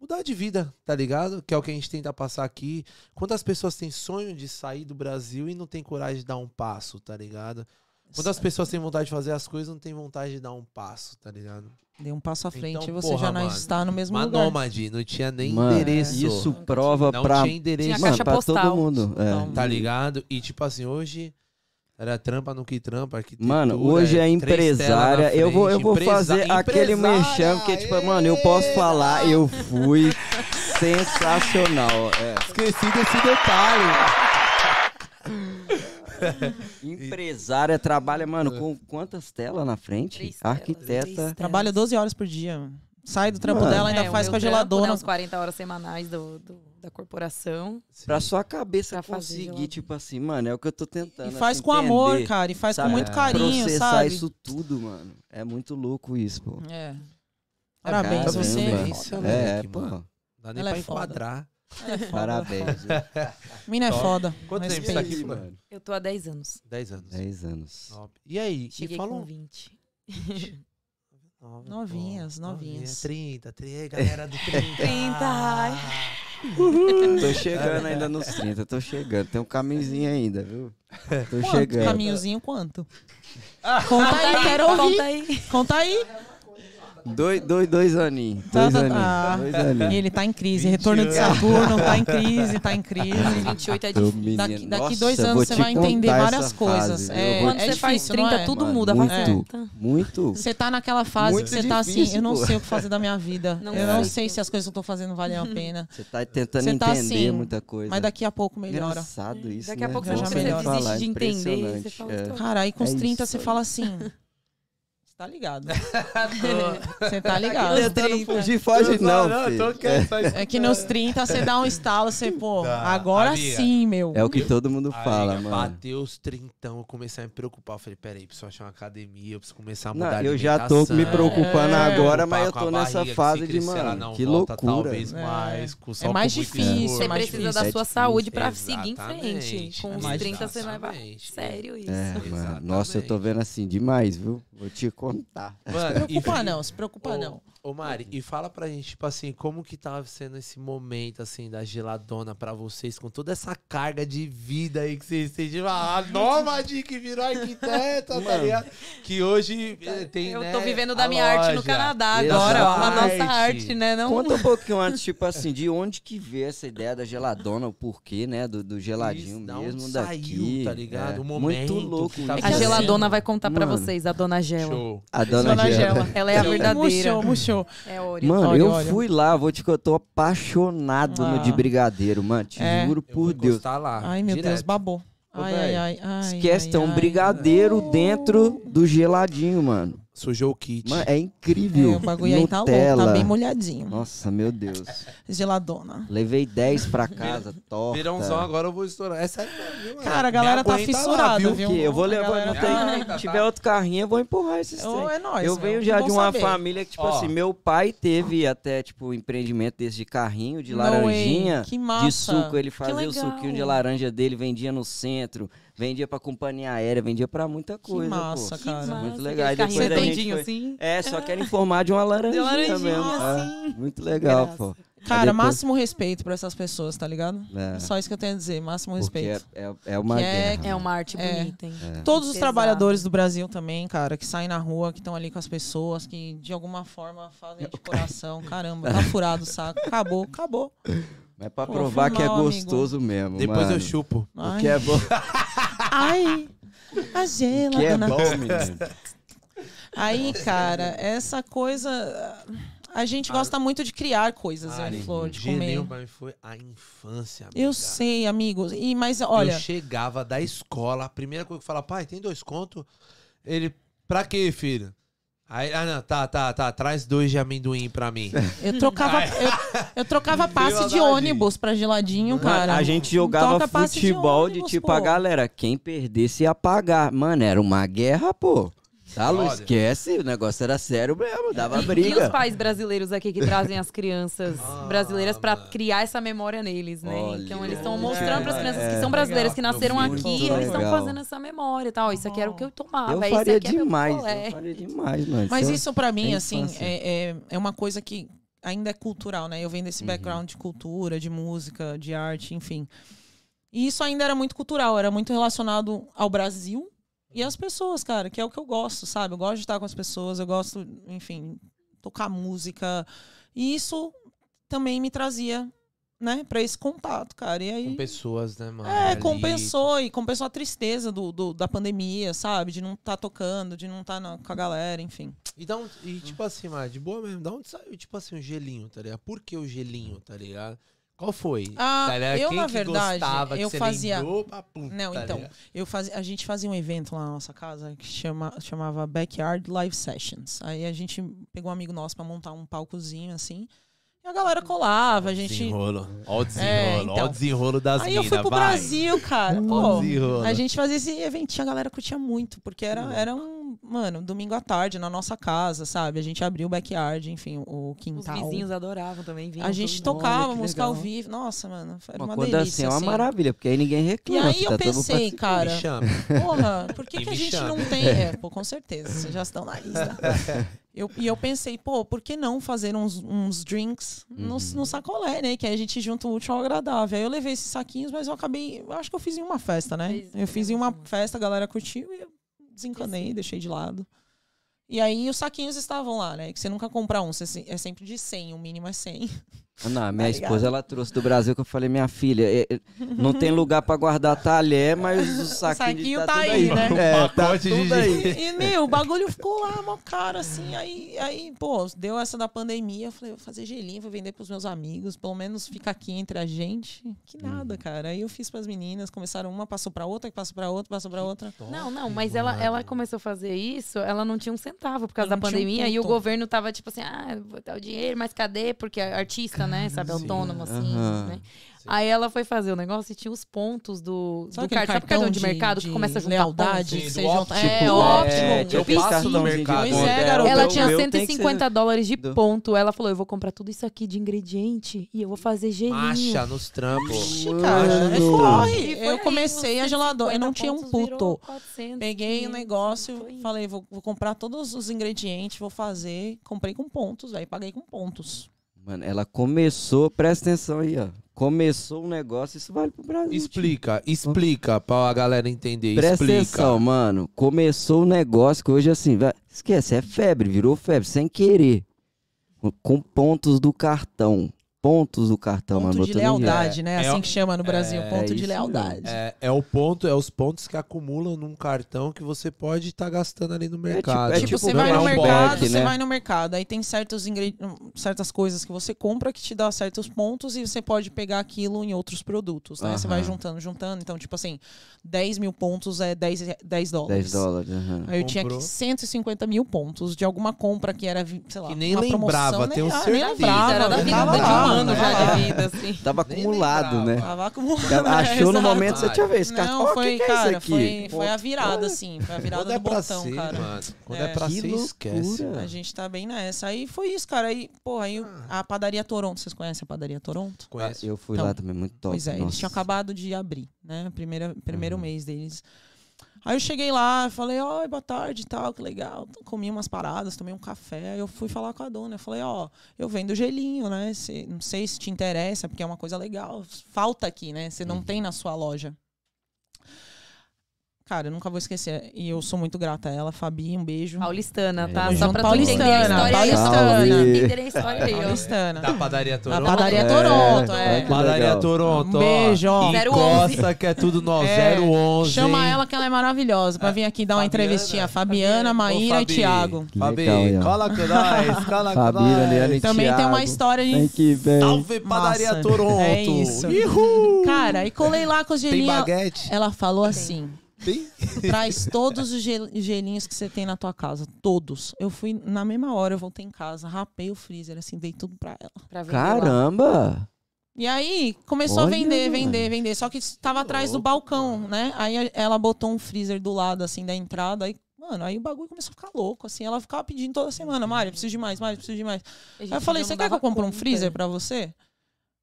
S2: mudar de vida, tá ligado? Que é o que a gente tenta passar aqui. Quantas pessoas têm sonho de sair do Brasil e não tem coragem de dar um passo, tá ligado? Quantas pessoas têm vontade de fazer as coisas e não tem vontade de dar um passo, tá ligado?
S3: Dê um passo à
S2: Então,
S3: frente e você
S2: porra,
S3: já não
S2: mano.
S3: está no mesmo
S2: Uma
S3: lugar.
S2: nômade, não tinha nem
S1: Mano,
S2: endereço.
S1: Isso prova
S2: não
S1: pra,
S2: tinha endereço.
S4: Tinha
S1: mano,
S4: caixa
S1: pra todo
S4: postal.
S1: mundo. é.
S3: Então,
S2: Tá ligado? E tipo assim, hoje era trampa no que trampa, arquitetura.
S1: Mano, hoje é
S2: três telas na
S1: empresária. Eu vou, eu
S2: frente,
S1: vou
S2: empresa-
S1: fazer aquele
S2: empresária,
S1: merchan, porque, tipo,
S2: ê!
S1: mano, eu posso falar, eu fui sensacional. É.
S2: Esqueci desse detalhe.
S1: Empresária trabalha, é
S3: É.
S1: mano, com quantas telas na frente?
S4: Três telas, três telas.
S1: Arquiteta.
S3: Trabalha 12 horas por dia. Sai do trampo
S1: Mano.
S3: dela, ainda
S4: É, o
S3: faz
S4: meu
S3: com a
S4: trampo,
S3: geladona.
S4: Né, uns 40 horas semanais do, do- da corporação.
S1: Pra sua cabeça
S4: Pra fazer
S1: conseguir,
S4: geladeira.
S1: tipo assim, mano, é o que eu tô
S3: E
S1: tentando.
S4: né,
S3: faz
S1: assim,
S3: com amor,
S1: entender,
S3: cara. E faz com
S1: sabe?
S3: muito
S2: É.
S3: carinho,
S1: Processar
S3: sabe?
S1: isso tudo, mano. É muito louco isso, pô.
S3: É. Parabéns,
S1: Caramba,
S3: você.
S1: velho.
S3: é
S1: É,
S3: foda.
S2: moleque,
S1: pô.
S2: mano. Não dá nem
S3: Ela é
S2: pra
S3: foda.
S2: enquadrar.
S1: Parabéns.
S3: Mina é
S2: Top.
S3: foda.
S2: Quanto tempo
S3: Respeito.
S2: você tá aqui,
S1: Isso,
S2: mano?
S1: mano.
S4: Eu tô há 10 anos.
S2: 10 anos.
S1: 10 anos.
S2: Top. E aí?
S4: Cheguei
S2: e fala
S4: com
S2: um-
S4: 20.
S2: Nove,
S3: Novinhas,
S2: pô.
S3: novinhas.
S2: 30, 30, galera do 30.
S4: 30, ai.
S1: Tô chegando ainda nos 30, tô chegando. Tem um caminhozinho ainda, viu? Tô
S3: Quanto?
S1: chegando.
S3: Caminhozinho quanto? Conta aí, Ah, quero
S4: Conta
S3: ouvir.
S4: Tá aí.
S3: Conta aí.
S1: Dois, dois, dois aninhos.
S3: Tá,
S1: Dois
S3: tá,
S1: aninhos.
S3: tá.
S1: Dois
S3: E
S1: aninhos.
S3: ele tá em crise.
S2: 20
S3: Retorno de
S2: anos.
S3: Saturno, tá em crise, tá em crise.
S4: 28 é
S1: Ô,
S4: difícil.
S1: menina,
S3: Daqui, daqui
S1: nossa,
S3: dois
S1: vou
S3: anos você
S1: te
S3: vai entender
S1: contar
S3: várias
S1: essa
S3: coisas.
S1: fase,
S3: é,
S1: viu? Eu vou
S4: Quando
S3: é
S4: você faz
S3: difícil, não
S4: 30,
S3: é?
S4: tudo
S1: Mano,
S4: muda.
S1: muito.
S4: Faceta.
S1: Muito.
S3: Você tá naquela fase
S1: Muito
S3: que você tá assim,
S1: difícil,
S3: eu não
S1: pô.
S3: sei o que fazer da minha vida.
S4: Não
S3: eu não
S1: sei.
S3: sei se as coisas que eu tô fazendo valem a pena.
S1: Você tá tentando
S3: Você
S1: entender
S3: tá assim,
S1: muita coisa.
S3: mas daqui a pouco melhora.
S1: Engraçado isso,
S4: Daqui a
S1: né?
S4: pouco
S3: você
S1: Bom
S3: já melhora.
S1: falar,
S4: desiste de entender, você
S1: impressionante.
S4: fala
S1: É.
S4: outra coisa.
S3: Cara, aí com os
S1: É
S3: 30
S1: isso
S3: você
S1: aí.
S3: fala assim. Você tá ligado.
S2: Tô-
S3: Você tá ligado.
S1: Tentando fugir, foge
S2: Eu tô-
S1: não.
S2: não, eu
S1: filho.
S2: tô quieto, só
S3: É que nos 30 você dá um estalo, você, pô,
S2: Dá,
S3: agora
S2: amiga.
S3: sim, meu.
S1: É o que todo mundo
S2: Aí,
S1: fala,
S2: eu
S1: mano.
S2: Bateu os trintão, eu comecei a me preocupar. Eu falei, peraí, preciso achar uma academia, eu preciso começar a
S1: Não,
S2: mudar a
S1: eu já tô me
S2: alimentação,
S1: preocupando
S3: É.
S1: agora,
S2: preocupar
S1: mas eu
S2: com
S1: tô
S2: a
S1: nessa
S2: barriga, que
S1: fase
S2: se
S1: de,
S2: crescer, ela
S1: mano,
S2: não
S1: que
S2: volta,
S1: loucura.
S2: Talvez
S3: É.
S2: mais, com só
S3: mais
S2: com muito
S3: difícil,
S2: esforço.
S4: Você
S3: mais
S4: precisa
S1: difícil.
S4: da sua
S1: É
S4: saúde
S1: difícil.
S4: pra seguir em frente.
S2: Exatamente,
S4: Com
S3: é
S4: os
S3: mais
S4: 30 você vai vai.
S2: exatamente.
S4: Sério isso.
S1: É, mano.
S2: Exatamente.
S1: Nossa, eu tô vendo assim demais, viu? Vou te contar.
S2: Mano,
S3: Se preocupar
S2: e-
S4: né?"
S3: não, se preocupar
S2: Ô,
S3: não.
S2: Ô, Mari, e fala pra gente, tipo assim, como que tava sendo esse momento, assim, da geladona pra vocês, com toda essa carga de vida aí que vocês têm de uma a nômade que virou arquiteta, tá ligado? Que hoje eh, tem,
S4: Eu
S2: né,
S4: tô vivendo
S2: a
S4: da minha arte no
S2: loja.
S4: Canadá
S1: Exato.
S4: agora, ó. A
S2: Arte.
S4: nossa arte, né?
S3: Então,
S4: Não
S1: Conta um pouquinho antes, tipo assim, de onde que veio essa ideia da geladona, o porquê, né? Do, do geladinho
S2: Isso, da onde
S1: mesmo daqui.
S2: saiu, tá ligado?
S1: É,
S2: O momento
S1: Muito louco.
S2: que tá
S1: isso.
S4: é A
S3: Assim,
S4: geladona vai contar pra
S1: mano.
S4: vocês, a dona Gela.
S2: Show.
S1: A dona
S3: Dona
S1: Gela.
S3: Gela.
S4: Ela é a
S2: Show.
S4: verdadeira.
S3: Murchou, murchou.
S4: É Ori.
S1: Mano,
S3: Olha,
S1: eu
S3: olha.
S1: fui lá, vou te que eu tô apaixonado no
S3: Ah.
S1: de brigadeiro, mano. Te
S3: É.
S1: juro
S2: Eu vou
S1: por Deus.
S2: encostar lá,
S3: Ai, meu Deus,
S2: direto.
S3: babou. Ai, ai,
S1: velho,
S3: ai, ai.
S1: Esquece,
S3: ai,
S1: tem um
S3: ai.
S1: brigadeiro dentro do geladinho, mano.
S2: Sujou o kit.
S1: Mano, é incrível.
S3: É, o bagulho aí tá louco,
S1: Nutella.
S3: tá bem molhadinho.
S1: Nossa, meu Deus.
S3: Geladona.
S1: Levei 10 pra casa, torta.
S2: Verãozão, agora eu vou estourar. Essa é sério, viu, mano?
S3: Cara, a
S2: Me
S3: galera tá
S2: aguenta lá,
S3: fissurada,
S2: viu?
S3: viu?
S1: Que eu vou
S3: A
S1: levar,
S3: galera
S1: não
S3: tá-
S1: tem. Se tiver outro carrinho, eu vou empurrar esses
S3: Ô,
S1: trem.
S3: é nóis.
S1: Eu
S3: meu,
S1: venho já
S3: bom
S1: de uma
S3: saber.
S1: família que, tipo
S2: Ó.
S1: assim, meu pai teve até, tipo, um empreendimento desse de carrinho, de
S3: No
S1: laranjinha.
S3: way, que massa.
S1: De suco, ele fazia o
S4: legal.
S1: suquinho de laranja dele, vendia no centro, vendia pra companhia aérea, vendia pra muita coisa. pô.
S3: massa,
S4: Que
S3: cara.
S4: massa,
S1: Muito
S4: aquele
S1: legal. E depois
S4: carrinho
S1: a gente
S4: redondinho
S1: foi-
S4: assim.
S1: É, só quero informar de uma laranjinha,
S4: laranjinha,
S1: mesmo. É,
S4: assim.
S1: muito legal,
S4: Graça.
S1: pô.
S3: Cara,
S1: depois-
S3: máximo respeito pra essas pessoas, tá ligado?
S1: É.
S3: É só isso que eu tenho a dizer, máximo
S1: Porque é,
S3: respeito.
S1: é, é uma
S3: Que é-
S1: guerra.
S4: É uma arte
S3: É.
S4: bonita, hein?
S3: Todos os
S4: Exato.
S3: trabalhadores do Brasil também, cara, que saem na rua, que estão ali com as pessoas, que de alguma forma fazem de coração. Caramba, tá furado o saco. Acabou, acabou.
S1: Mas pra
S3: Pô,
S1: provar
S3: foi
S1: que é
S3: mal, amigo.
S1: gostoso mesmo,
S2: Depois
S1: mano.
S2: eu chupo.
S1: O
S3: Ai,
S1: que é bom,
S3: ai a
S1: o que é
S3: geladona.
S1: bom menino.
S3: Aí, cara, essa coisa. A gente gosta muito de criar coisas,
S2: Ah,
S3: né, Flor, de
S2: Genil
S3: comer.
S2: pra mim foi a infância.
S3: Eu
S2: amiga.
S3: sei, amigos. E, mas, olha.
S2: Eu chegava da escola, a primeira coisa que eu falava, pai, tem dois contos? Ele, pra quê, filho? Aí, ah, não, tá, tá, tá, traz dois de amendoim pra mim.
S3: Eu trocava,
S2: Ai.
S3: eu, eu trocava passe de
S2: Verdade.
S3: ônibus pra geladinho, cara.
S1: Mano, a gente jogava
S3: Toca passe de
S1: futebol de,
S3: ônibus,
S1: tipo,
S3: pô.
S1: a galera, quem perdesse ia pagar. Mano, era uma guerra, pô. Tá, Lu,
S2: Olha.
S1: esquece, o negócio era sério mesmo, dava
S4: E os
S1: briga.
S4: pais brasileiros aqui que trazem as crianças
S2: Ah,
S4: brasileiras pra
S2: mano.
S4: criar essa memória neles, né?
S1: Olha.
S4: então eles estão
S3: É,
S4: mostrando pras crianças que
S1: é.
S4: são brasileiras, que
S2: Legal.
S4: nasceram
S2: Muito
S4: aqui,
S1: legal.
S4: eles estão fazendo essa memória, tá? Ó, isso aqui era o que eu tomava,
S1: Eu
S4: isso
S1: faria
S4: aqui
S1: demais,
S4: é meu
S1: eu
S4: colé.
S1: faria demais, mano.
S3: Mas
S1: Se eu-
S3: isso pra mim,
S1: é
S3: assim,
S1: infância.
S3: é, é, é uma coisa que ainda é cultural, né? Eu venho
S1: Uhum.
S3: desse background de cultura, de música, de arte, enfim. E isso ainda era muito cultural, era muito relacionado ao Brasil e às pessoas, cara, que é o que eu gosto, sabe? Eu gosto de estar com as pessoas, eu gosto, enfim, tocar música. E isso também me trazia, né, pra esse contato, cara. E aí.
S2: Com pessoas, né, mano?
S3: É,
S2: Ali.
S3: compensou e compensou a tristeza do, do- da pandemia, sabe? De não estar tocando, de não estar com a galera, enfim.
S2: E, dá um, e tipo assim, mano, de boa mesmo, da onde saiu, tipo assim, o gelinho, tá ligado? Por que o gelinho, tá ligado? Qual foi?
S3: Ah,
S2: tá ligado?
S3: eu,
S2: Quem
S3: na
S2: que
S3: verdade,
S2: gostava, que
S3: eu
S2: você
S3: fazia-
S2: lembrou? Pá, pum,
S3: Não,
S2: tá
S3: então,
S2: ligado?
S3: eu fazia, a gente fazia um evento lá na nossa casa que chama, chamava Backyard Live Sessions. Aí a gente pegou um amigo nosso pra montar um palcozinho assim. E a galera
S2: Hum.
S3: colava, a gente.
S2: Desenrolo. Ó o desenrolo,
S3: É,
S2: ó
S3: então.
S2: o desenrolo das
S3: Aí eu
S2: minas,
S3: fui pro
S2: vai.
S3: Brasil,
S2: Ó
S3: cara. Pô,
S2: o desenrolo.
S3: A gente fazia esse eventinho, a galera curtia muito, porque era, era um, mano, domingo à tarde na nossa casa, sabe? A gente abriu o backyard, enfim, o
S4: Os
S3: quintal.
S4: vizinhos adoravam também, vinham
S3: A gente
S4: todo mundo.
S3: tocava
S1: que
S3: música ao
S1: legal.
S3: vivo. Nossa, mano, era
S1: Uma
S3: uma
S1: quando assim,
S3: delícia.
S1: é uma
S3: assim.
S1: maravilha, porque aí ninguém
S3: E
S1: reclama.
S3: aí
S1: tá
S3: eu
S1: todo mundo
S3: pensei,
S2: Me
S3: cara, né?
S2: chama.
S3: porra, por que,
S2: E
S3: que a
S2: me
S3: gente
S2: chama.
S3: não tem. É, pô, com certeza, vocês já estão na lista. Eu, e eu pensei, pô, por que não fazer uns, uns drinks no, no sacolé, né? Que aí a gente junta o útil ao agradável. Aí eu levei esses saquinhos, mas eu acabei. Eu acho que eu fiz em uma festa, né?
S4: Fez-
S3: Eu fiz em uma
S4: fez uma.
S3: festa, a galera curtiu e eu desencanei, deixei de lado. E aí os saquinhos estavam lá, né? Que você nunca compra um, você se- é sempre de 100, o mínimo é 100.
S1: Não, minha
S3: Tá
S1: esposa ela trouxe do Brasil que eu falei, minha filha, é, é, não tem lugar pra guardar talher, mas o saquinho,
S3: saquinho
S1: tá,
S3: tá
S1: tudo
S3: aí,
S1: aí,
S3: né?
S1: É, tá
S2: Pacote de
S1: tudo aí.
S3: E, meu, o bagulho ficou lá, mó caro, assim. Aí, aí, pô, deu essa da pandemia. Eu falei, vou fazer gelinho, vou vender pros meus amigos. Pelo menos fica aqui entre a gente. Que
S1: Uhum.
S3: nada, cara. Aí eu fiz pras meninas. Começaram uma, passou pra outra, que passou pra outra, passou pra outra.
S4: Não, não, mas ela, ela começou a fazer isso, ela não tinha um centavo por causa
S3: Não
S4: da
S3: tinha um
S4: pandemia. e o
S3: ponto.
S4: governo tava tipo assim, ah, vou dar o dinheiro, mas cadê? Porque é artista, né? Sabe,
S2: sim.
S4: autônomo, assim,
S1: Aham.
S4: né? Aí ela foi fazer o negócio e tinha os pontos do, do
S3: Sabe
S4: cartão.
S3: aquele
S4: Sabe o cartão de, mercado que começa a juntar
S3: lealdade?
S2: pontos?
S3: Que
S2: Sim,
S3: você
S2: do
S3: junta...
S2: óptico.
S3: É,
S4: É,
S3: ótimo.
S1: É, tinha
S4: eu
S1: o
S4: fiz
S1: cartão
S4: isso.
S1: de mercado.
S3: Pois é,
S2: né?
S3: garoto.
S1: o
S4: Ela
S1: meu-
S4: tinha
S1: meu tem que ser-
S4: 150 dólares de
S1: do-
S4: ponto. Ela falou: eu vou comprar tudo isso aqui de ingrediente e eu vou fazer gelinho.
S2: Macha nos trampos.
S3: Ixi, cara, é
S1: Mano.
S3: corre.
S4: E foi
S3: Eu
S4: aí,
S3: comecei a
S4: 150
S3: geladora. Eu não tinha um
S4: pontos virou
S3: puto.
S4: 400,
S3: Peguei o
S4: 500,
S3: negócio,
S4: foi indo.
S3: falei, vou, vou comprar todos os ingredientes, vou fazer. Comprei com pontos, aí paguei com pontos.
S1: Mano, ela começou, presta atenção aí, ó. Começou um negócio, isso vale pro Brasil. tio.
S2: Explica, explica pra galera entender.
S1: Presta
S2: explica.
S1: atenção, mano. Começou o negócio que hoje assim, vai- esquece, é febre, virou febre, sem querer. Com pontos do cartão. Pontos do cartão, mano.
S3: ponto de
S1: Então, botou nem jeito.
S3: lealdade, né?
S2: É,
S3: Assim que chama no Brasil,
S2: é
S3: ponto de
S1: isso
S3: lealdade.
S2: É, é o ponto, é os pontos que acumulam num cartão que você pode estar gastando ali no
S1: é
S2: mercado.
S3: Tipo,
S1: tipo,
S3: você
S1: não
S3: vai
S1: é
S3: no
S1: um
S3: mercado,
S1: box,
S3: você
S1: né?
S3: vai no mercado, aí tem certos ingre- certas coisas que você compra que te dá certos pontos e você pode pegar aquilo em outros produtos, né? Você vai
S1: Aham.
S3: juntando, juntando. Então, tipo assim, 10 mil pontos é 10, re- 10
S1: 10
S3: dólares.
S1: dólares. aham.
S3: Aí eu tinha
S2: Comprou.
S3: aqui 150 mil pontos de alguma compra que era, vi- sei lá,
S2: Que nem
S3: uma
S2: lembrava,
S3: promoção,
S2: tenho
S3: nem, ah,
S2: certeza.
S3: nem lembrava,
S4: Era da
S3: eu
S4: vida
S3: tava
S4: de
S3: lá,
S4: um ano
S3: né?
S4: já
S3: Tava-
S4: de vida, assim.
S1: Tava
S2: Nem
S1: acumulado, né?
S2: lembrava.
S3: Tava acumulado.
S1: Ela achou no
S3: É, exato.
S1: momento, você tinha ver esse cartão.
S3: Não,
S1: ó,
S3: foi,
S1: que que é
S3: cara,
S1: isso aqui?
S3: foi,
S1: Pô,
S3: foi a virada, assim. Foi a virada
S2: Quando
S3: do
S2: é pra
S3: botão,
S2: ser,
S3: cara.
S2: mano. Quando é,
S3: É.
S2: pra
S1: Que
S2: ser, esquece.
S1: loucura.
S3: A gente tá bem nessa. Aí foi isso, cara. Aí, porra, aí o-
S1: Ah.
S3: a padaria Toronto, vocês conhecem a padaria Toronto?
S2: Conhece.
S1: Eu fui
S3: Então,
S1: lá também, muito top.
S3: pois é, eles
S1: nossa. Uhum.
S3: tinham acabado de abrir, né? Primeira, primeiro mês deles. Aí eu cheguei lá, falei, ó, boa tarde e tal, que legal. Então, Comi umas paradas, tomei um café. Aí eu fui falar com a dona. Eu falei, ó, eu vendo gelinho, né? Se- não sei se te interessa, porque é uma coisa legal. Falta aqui, né? Você
S1: Uhum.
S3: não tem na sua loja. Cara, eu nunca vou esquecer. E eu sou muito grata a ela. Fabi, um beijo.
S4: Paulistana, tá?
S1: É.
S4: Só pra tu
S3: Paulistana,
S4: entender a história
S1: paulistana.
S4: aí, ó. Entender a história aí, ó.
S3: Paulistana.
S2: Da padaria
S3: Na
S2: Toronto.
S3: padaria
S1: É,
S3: Toronto, é.
S1: é.
S2: Padaria
S1: Legal.
S2: Toronto.
S3: Um beijo, ó.
S2: ó.
S4: 011.
S2: Encosta que é tudo nós.
S3: É.
S2: 011.
S3: Chama ela que ela é maravilhosa pra vir aqui dar uma
S2: Fabiana. é.
S3: entrevistinha. Fabiana,
S2: Ô,
S3: Maíra e
S2: Fabi.
S3: Tiago.
S2: Fabi,
S1: Legal, Ian.
S2: cola com nós. Cola com
S1: Fabi, Eliane e
S2: nós.
S3: Também tem uma
S1: Thiago.
S3: história
S1: Tem
S3: de.
S1: que ver.
S2: Salve padaria
S3: Massa.
S2: Toronto.
S3: É isso.
S2: Ihu!
S3: Cara, e colei lá com os
S2: Tem
S3: gelinhos.
S2: baguete?
S3: Ela falou assim:
S2: Tem?
S3: traz todos os gel- gelinhos que você tem na tua casa. Todos. Eu fui na mesma hora, eu voltei em casa, rapei o freezer, assim, dei tudo pra ela.
S4: Pra vender lá.
S1: Caramba!
S3: E aí, começou
S1: Olha,
S3: a vender,
S1: mano.
S3: vender, vender. Só que tava atrás do balcão, né? Aí a- ela botou um freezer do lado, assim, da entrada. Aí, mano, aí o bagulho começou a ficar louco, assim. Ela ficava pedindo toda semana, Mari, eu preciso de mais, Mari, eu preciso de mais.
S4: A gente
S3: Aí eu falei,
S4: é. não
S3: você quer que
S4: dava
S3: eu compre um
S4: conta.
S3: freezer pra você?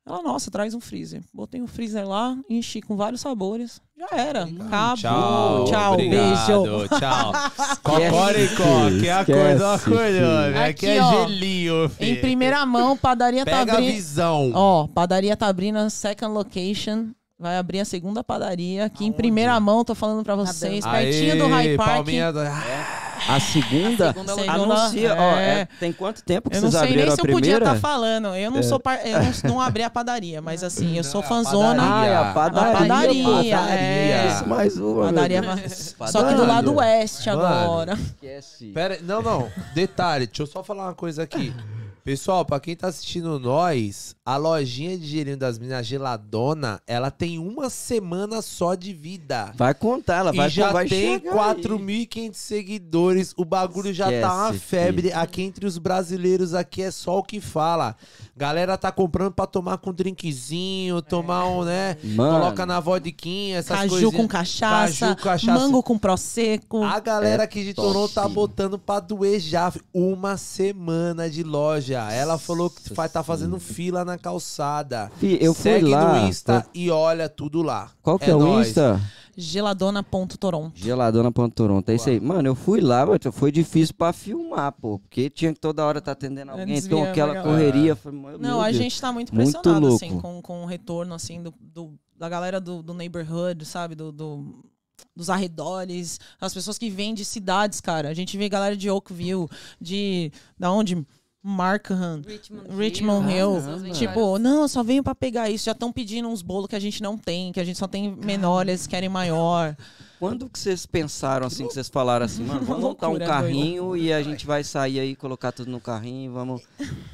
S3: Ela, nossa, traz um freezer. Botei um freezer lá, enchi com vários sabores. Já era. Acabou.
S2: Tchau,
S3: beijo.
S2: obrigado, Tchau. Cocoricó, que é a
S1: Esquece,
S2: coisa acolhou.
S3: filho.
S2: Aqui é
S3: Aqui, ó.
S2: gelinho, filho.
S3: Em primeira mão, padaria tá
S2: Pega a
S3: abrindo.
S2: visão.
S3: Ó, padaria tá abrindo a second location. Vai abrir a segunda padaria aqui em primeira mão, tô falando
S4: Tá
S3: pra vocês,
S2: Aê,
S3: pertinho do High Park.
S2: Palminha do...
S1: A segunda,
S4: segunda
S3: loja.
S1: anuncia, ó,
S3: É.
S1: é- tem quanto tempo que
S3: Eu não
S1: vocês
S3: sei
S1: abriram
S3: nem
S1: a
S3: se eu podia tá
S1: primeira?
S3: estar falando. Eu não
S2: É.
S3: sou par... eu não, não abri a padaria, mas assim, eu sou
S2: Não, a
S3: fanzona.
S1: Ah, é a padaria.
S3: padaria,
S1: pô.
S3: é.
S1: Isso, mais uma. né?
S3: Padaria,
S1: meu
S3: mas-
S1: Deus.
S3: só que do lado
S2: Mano,
S3: oeste
S2: mano.
S3: agora.
S1: Esquece.
S2: Pera, não, não. Detalhe, deixa eu só falar uma coisa aqui. Pessoal, pra quem tá assistindo nós, a lojinha de gelinho das minas Geladona, ela tem uma semana só de vida.
S1: Vai contar, ela vai
S2: e já
S1: vai
S2: tem
S1: chegar aí.
S2: 4.500 seguidores. O bagulho já tá uma
S1: Esquece,
S2: febre. Aqui entre os brasileiros, aqui é só o que fala. Galera tá comprando pra tomar com drinkzinho, tomar um, né?
S1: Mano.
S2: Coloca na vodquinha, essas
S3: Caju
S2: coisinhas.
S3: com cachaça,
S2: Caju, cachaça. Ah.
S3: mango com prosecco.
S2: A galera
S1: É
S2: aqui de
S1: top.
S2: Toronto tá botando pra doer já. fi. Uma semana de loja. Ela falou que fa- tá fazendo fila na calçada.
S1: Fih, eu fui
S2: Segue
S1: lá.
S2: no Insta
S1: tá-
S2: e olha tudo lá.
S1: Qual que é, o
S2: nóis.
S1: Insta?
S3: Geladona.toronto.
S1: Geladona.toronto. É isso aí. Mano, eu fui lá, mas foi difícil pra filmar, pô. Porque tinha que toda hora tá atendendo alguém. então
S3: desviando a
S1: aquela
S3: galera.
S2: É.
S1: correria. Foi, meu
S3: né? Não,
S1: Deus.
S3: a gente tá muito
S1: Muito
S3: pressionado,
S1: louco.
S3: assim, com, com o retorno, assim, do, do- da galera do, do neighborhood, sabe? Do, do- dos arredores, as pessoas que vêm de cidades, cara. A gente vê galera de Oakville, de... Da onde... Markham,
S4: Richmond,
S3: Richmond Hill.
S4: essas
S1: Caramba.
S3: Tipo, não, eu só venho pra pegar isso. Já estão pedindo uns bolos que a gente não tem, que a gente só tem menores, querem maior.
S1: Quando que vocês pensaram assim, que vocês falaram assim, mano, vamos montar um
S3: Loucura, né, doido.
S1: carrinho e a gente vai sair aí, colocar tudo no carrinho, vamos.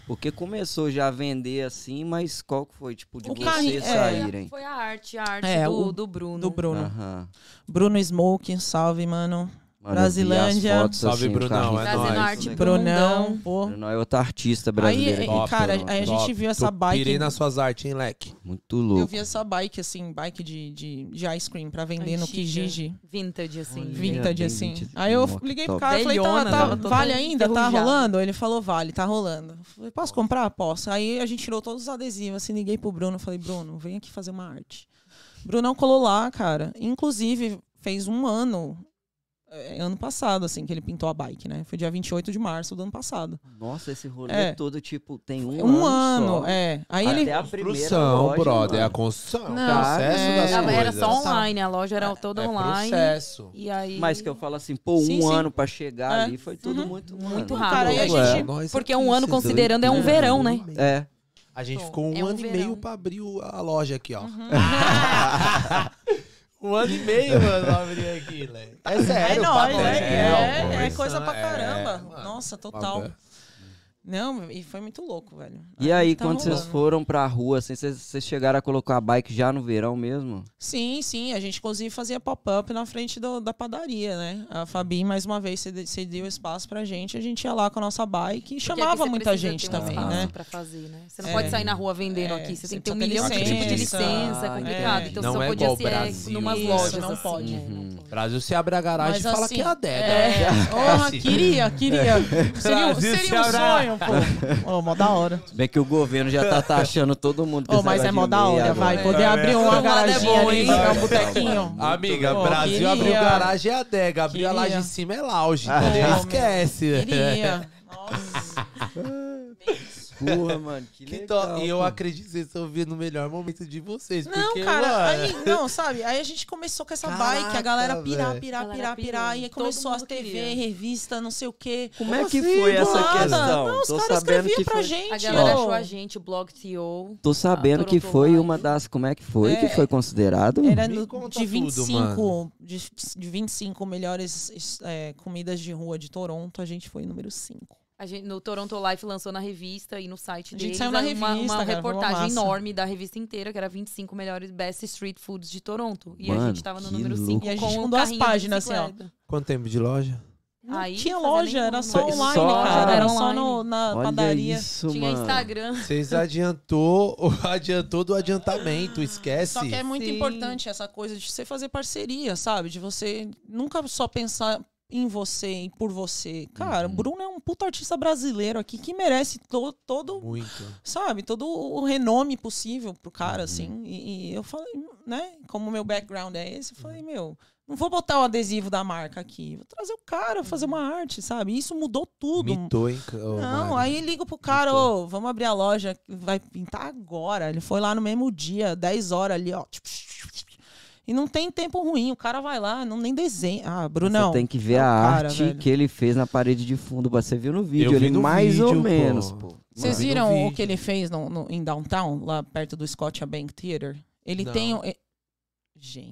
S1: Porque começou já a vender assim, mas qual que foi, tipo, de
S3: O
S1: vocês
S3: carrinho- é.
S1: saírem?
S4: Foi a arte, a arte
S3: É,
S4: do,
S3: o-
S4: do Bruno.
S3: Do Bruno.
S1: Aham.
S3: Bruno Smoke, salve, mano.
S1: Mano, eu vi as
S3: Brasilândia.
S1: fotos,
S2: Salve,
S1: assim, o
S2: Brunão,
S1: carrinho
S2: é
S1: todo
S4: Trazendo
S2: nóis.
S4: arte
S1: legal.
S4: pro
S3: Brunão,
S4: mundão.
S3: pô.
S1: Brunão é outro artista
S3: Aí, é,
S1: brasileiro.
S3: e-
S1: aqui de
S3: cara,
S1: Toronto.
S3: aí a gente viu essa
S2: Tu
S3: bike.
S2: Pirei nas suas artes, hein, Leque?
S1: Muito
S3: Eu
S1: louco.
S3: vi essa bike, assim, bike de, de, de ice cream pra vender no
S4: Antiga.
S3: Kijiji.
S4: Vintage, assim.
S1: Olha.
S4: Vintage.
S3: Vintage,
S1: é bem
S3: assim.
S1: vintage,
S3: Aí eu
S1: ó, que
S3: liguei pro
S1: top.
S3: cara e falei, tá,
S4: Velhona, né?
S3: tá-
S4: tava toda
S3: vale ainda? Tá
S4: enferrujada.
S3: rolando? Ele falou, vale, tá rolando. Eu Falei, posso comprar? Posso. Aí a gente tirou todos os adesivos, assim, liguei pro Bruno, falei, Bruno, vem aqui fazer uma arte. Brunão colou lá, cara. Inclusive, fez um ano, é, ano passado, assim, que ele pintou a bike, né? Foi dia 28 de março do ano passado.
S1: Nossa, esse rolê
S3: É.
S1: todo, tipo, tem um,
S3: Um, ano,
S1: só.
S3: é. Aí
S1: Até
S3: ele...
S1: a primeira
S2: Construção,
S1: loja,
S2: brother. É a
S1: mano.
S2: construção.
S3: Não,
S2: o processo
S3: é-
S2: das
S4: Tava-
S2: coisas.
S4: Era só online, a loja era toda
S2: é
S4: online.
S2: processo.
S4: E aí...
S1: Mas que eu falo assim, pô, um
S3: Sim, sim.
S1: ano pra chegar
S3: É.
S1: ali foi tudo
S3: Uhum.
S1: muito
S4: Muito
S1: mano.
S4: rápido. Cara,
S3: aí a
S1: Ué.
S3: gente-
S2: Nós
S4: Porque
S2: aqui,
S4: um ano
S2: esses dois.
S4: considerando é um
S2: É.
S4: verão, né?
S1: É.
S2: A gente
S4: Pô,
S2: ficou um
S4: é um
S2: ano e
S4: verão.
S2: meio pra abrir o- a loja aqui, ó.
S3: Uhum.
S2: um ano e meio, mano, pra abrir aqui, Leque. É
S3: É,
S2: sério,
S3: nóis,
S2: papo
S3: é,
S2: real,
S3: é, é
S2: conversa,
S3: coisa pra
S2: é,
S3: caramba.
S2: mano.
S3: Nossa,
S2: Papo é.
S3: total.
S2: real.
S3: Não, e foi muito louco, velho.
S1: E aí,
S3: tá
S1: quando vocês
S3: rolando.
S1: foram pra rua, assim, vocês vocês chegaram a colocar a bike já no verão mesmo?
S3: Sim, sim. A gente, inclusive, fazia pop-up na frente do- da padaria, né? A Fabi, mais uma vez, cede- cedia o espaço pra gente. A gente ia lá com a nossa bike e
S4: Porque
S3: chamava
S4: aqui você
S3: muita
S4: precisa
S3: gente
S4: ter um
S3: também,
S4: espaço
S3: né?
S4: Pra fazer, né? Você não
S3: É.
S4: pode sair na rua vendendo
S3: É,
S4: aqui. Você
S3: você
S4: tem que ter um
S3: precisa
S4: milhão
S3: ter
S4: de tipo de
S1: licença,
S4: licença, é complicado.
S3: é.
S4: Então
S2: Não
S4: você só
S2: é
S4: podia
S2: igual
S4: ser
S2: Brasil,
S4: numas
S2: isso,
S4: lojas.
S3: não
S4: assim,
S3: pode.
S4: né? Não
S1: Uhum.
S4: pode.
S2: Brasil, se abre a garagem e fala que é adega.
S3: assim, é, Porra,
S2: Assim. É.
S3: queria, queria. Seria, um-
S2: Brasil
S3: seria um
S2: se abra-
S3: sonho, pô. Ô, mó da hora.
S1: Se bem que o governo já tá taxando todo mundo. com
S3: Ô,
S1: esse
S3: mas é
S1: negócio
S3: mó
S1: de
S3: da
S1: lei
S3: hora,
S1: agora.
S3: vai. Poder abrir
S2: Por um
S3: uma
S2: lado é
S3: garaginha
S2: bom,
S3: ali,
S2: hein?
S3: dar um botequinho.
S2: Amiga,
S3: Pô,
S2: Brasil
S3: né? queria.
S2: abriu garagem e adega. Abriu a
S3: Queria.
S2: laje em cima é lounge. entendeu?
S3: meu.
S2: Esquece.
S3: Queria. Nossa.
S1: Porra, mano, que,
S2: Que
S1: legal.
S2: to- E eu
S1: pô.
S2: acredito que vocês estão vendo o melhor momento de vocês.
S3: Não,
S2: porque,
S3: cara,
S2: mano,
S3: aí, não, sabe? Aí a gente começou com essa
S2: Caraca,
S3: bike, a galera pirar,
S2: velho.
S3: pirar,
S4: Galera
S3: pirar, pirar.
S4: pirou.
S3: E aí
S4: Todo
S3: começou as
S4: mundo
S3: TV,
S4: queria.
S3: revista, não sei o quê.
S1: Como é que
S2: assim,
S1: foi essa
S2: mano?
S1: questão?
S3: Não, os
S1: Tô
S3: caras
S1: sabendo
S3: escreviam
S1: que
S3: pra
S1: foi...
S3: gente.
S4: A galera
S3: ó.
S4: achou a gente, o blog TO.
S1: Tô sabendo que
S4: Toronto
S1: foi
S4: Live.
S1: uma das. Como é que foi que
S3: É.
S1: foi considerado?
S3: Era
S2: Me
S3: no-
S2: conta
S3: de
S2: tudo,
S3: 25,
S2: mano.
S3: de, de 25 melhores es- é, comidas de rua de Toronto, a gente foi número 5.
S4: A gente, no Toronto Life lançou na revista e no site
S3: A gente
S4: deles
S3: saiu na
S4: uma,
S3: revista,
S4: uma
S3: cara, assim. foi uma
S4: reportagem
S3: massa.
S4: enorme da revista inteira, que era 25 melhores best street foods de Toronto. E a
S1: Mano,
S4: gente tava no
S1: que
S4: número
S1: louco.
S4: 5
S3: E a gente
S4: com,
S3: com
S4: o
S3: duas
S4: carrinho de
S3: páginas, assim, ó.
S4: bicicleta.
S2: Quanto tempo de loja?
S3: Não
S4: Aí,
S3: tinha
S4: fazia
S3: loja,
S4: nenhum,
S3: era
S4: não.
S3: só
S1: Só-
S3: online,
S1: só-
S3: cara. Era só
S4: online.
S3: no- na
S1: Olha
S3: padaria.
S1: isso,
S4: Tinha
S1: mano.
S4: Instagram.
S2: Vocês adiantou, o- adiantou do adiantamento, esquece.
S3: Só que é muito
S4: Sim.
S3: importante essa coisa de você fazer parceria, sabe? De você nunca só pensar em você e por você. Cara, o Bruno é um puto artista brasileiro aqui que merece to todo
S2: Muito.
S3: sabe, todo o renome possível pro cara, assim. E, e eu falei, né, como meu background é esse, eu falei, meu, não vou botar o adesivo da marca aqui, vou trazer o cara fazer uma arte, sabe? E isso mudou tudo.
S2: Mitou, hein? ô,
S3: não,
S2: Mari?
S3: aí ligo pro cara, ô, vamos abrir a loja, vai pintar agora. Ele foi lá no mesmo dia, 10 horas ali, ó. E não tem tempo ruim, o cara vai lá, não nem desenha. Ah, Brunão.
S1: Você tem que ver
S3: é
S1: a
S3: o cara,
S1: arte
S3: velho.
S1: que ele fez na parede de fundo. Você viu no vídeo
S2: vi
S1: ali,
S2: no
S1: mais ou
S2: vídeo, pô.
S1: menos, pô.
S3: Vocês
S2: Mano, eu
S3: viram
S2: vi.
S3: o que ele fez no- no- em downtown, lá perto do Scotia Bank Theater? Ele
S2: Não.
S3: tem. um- é-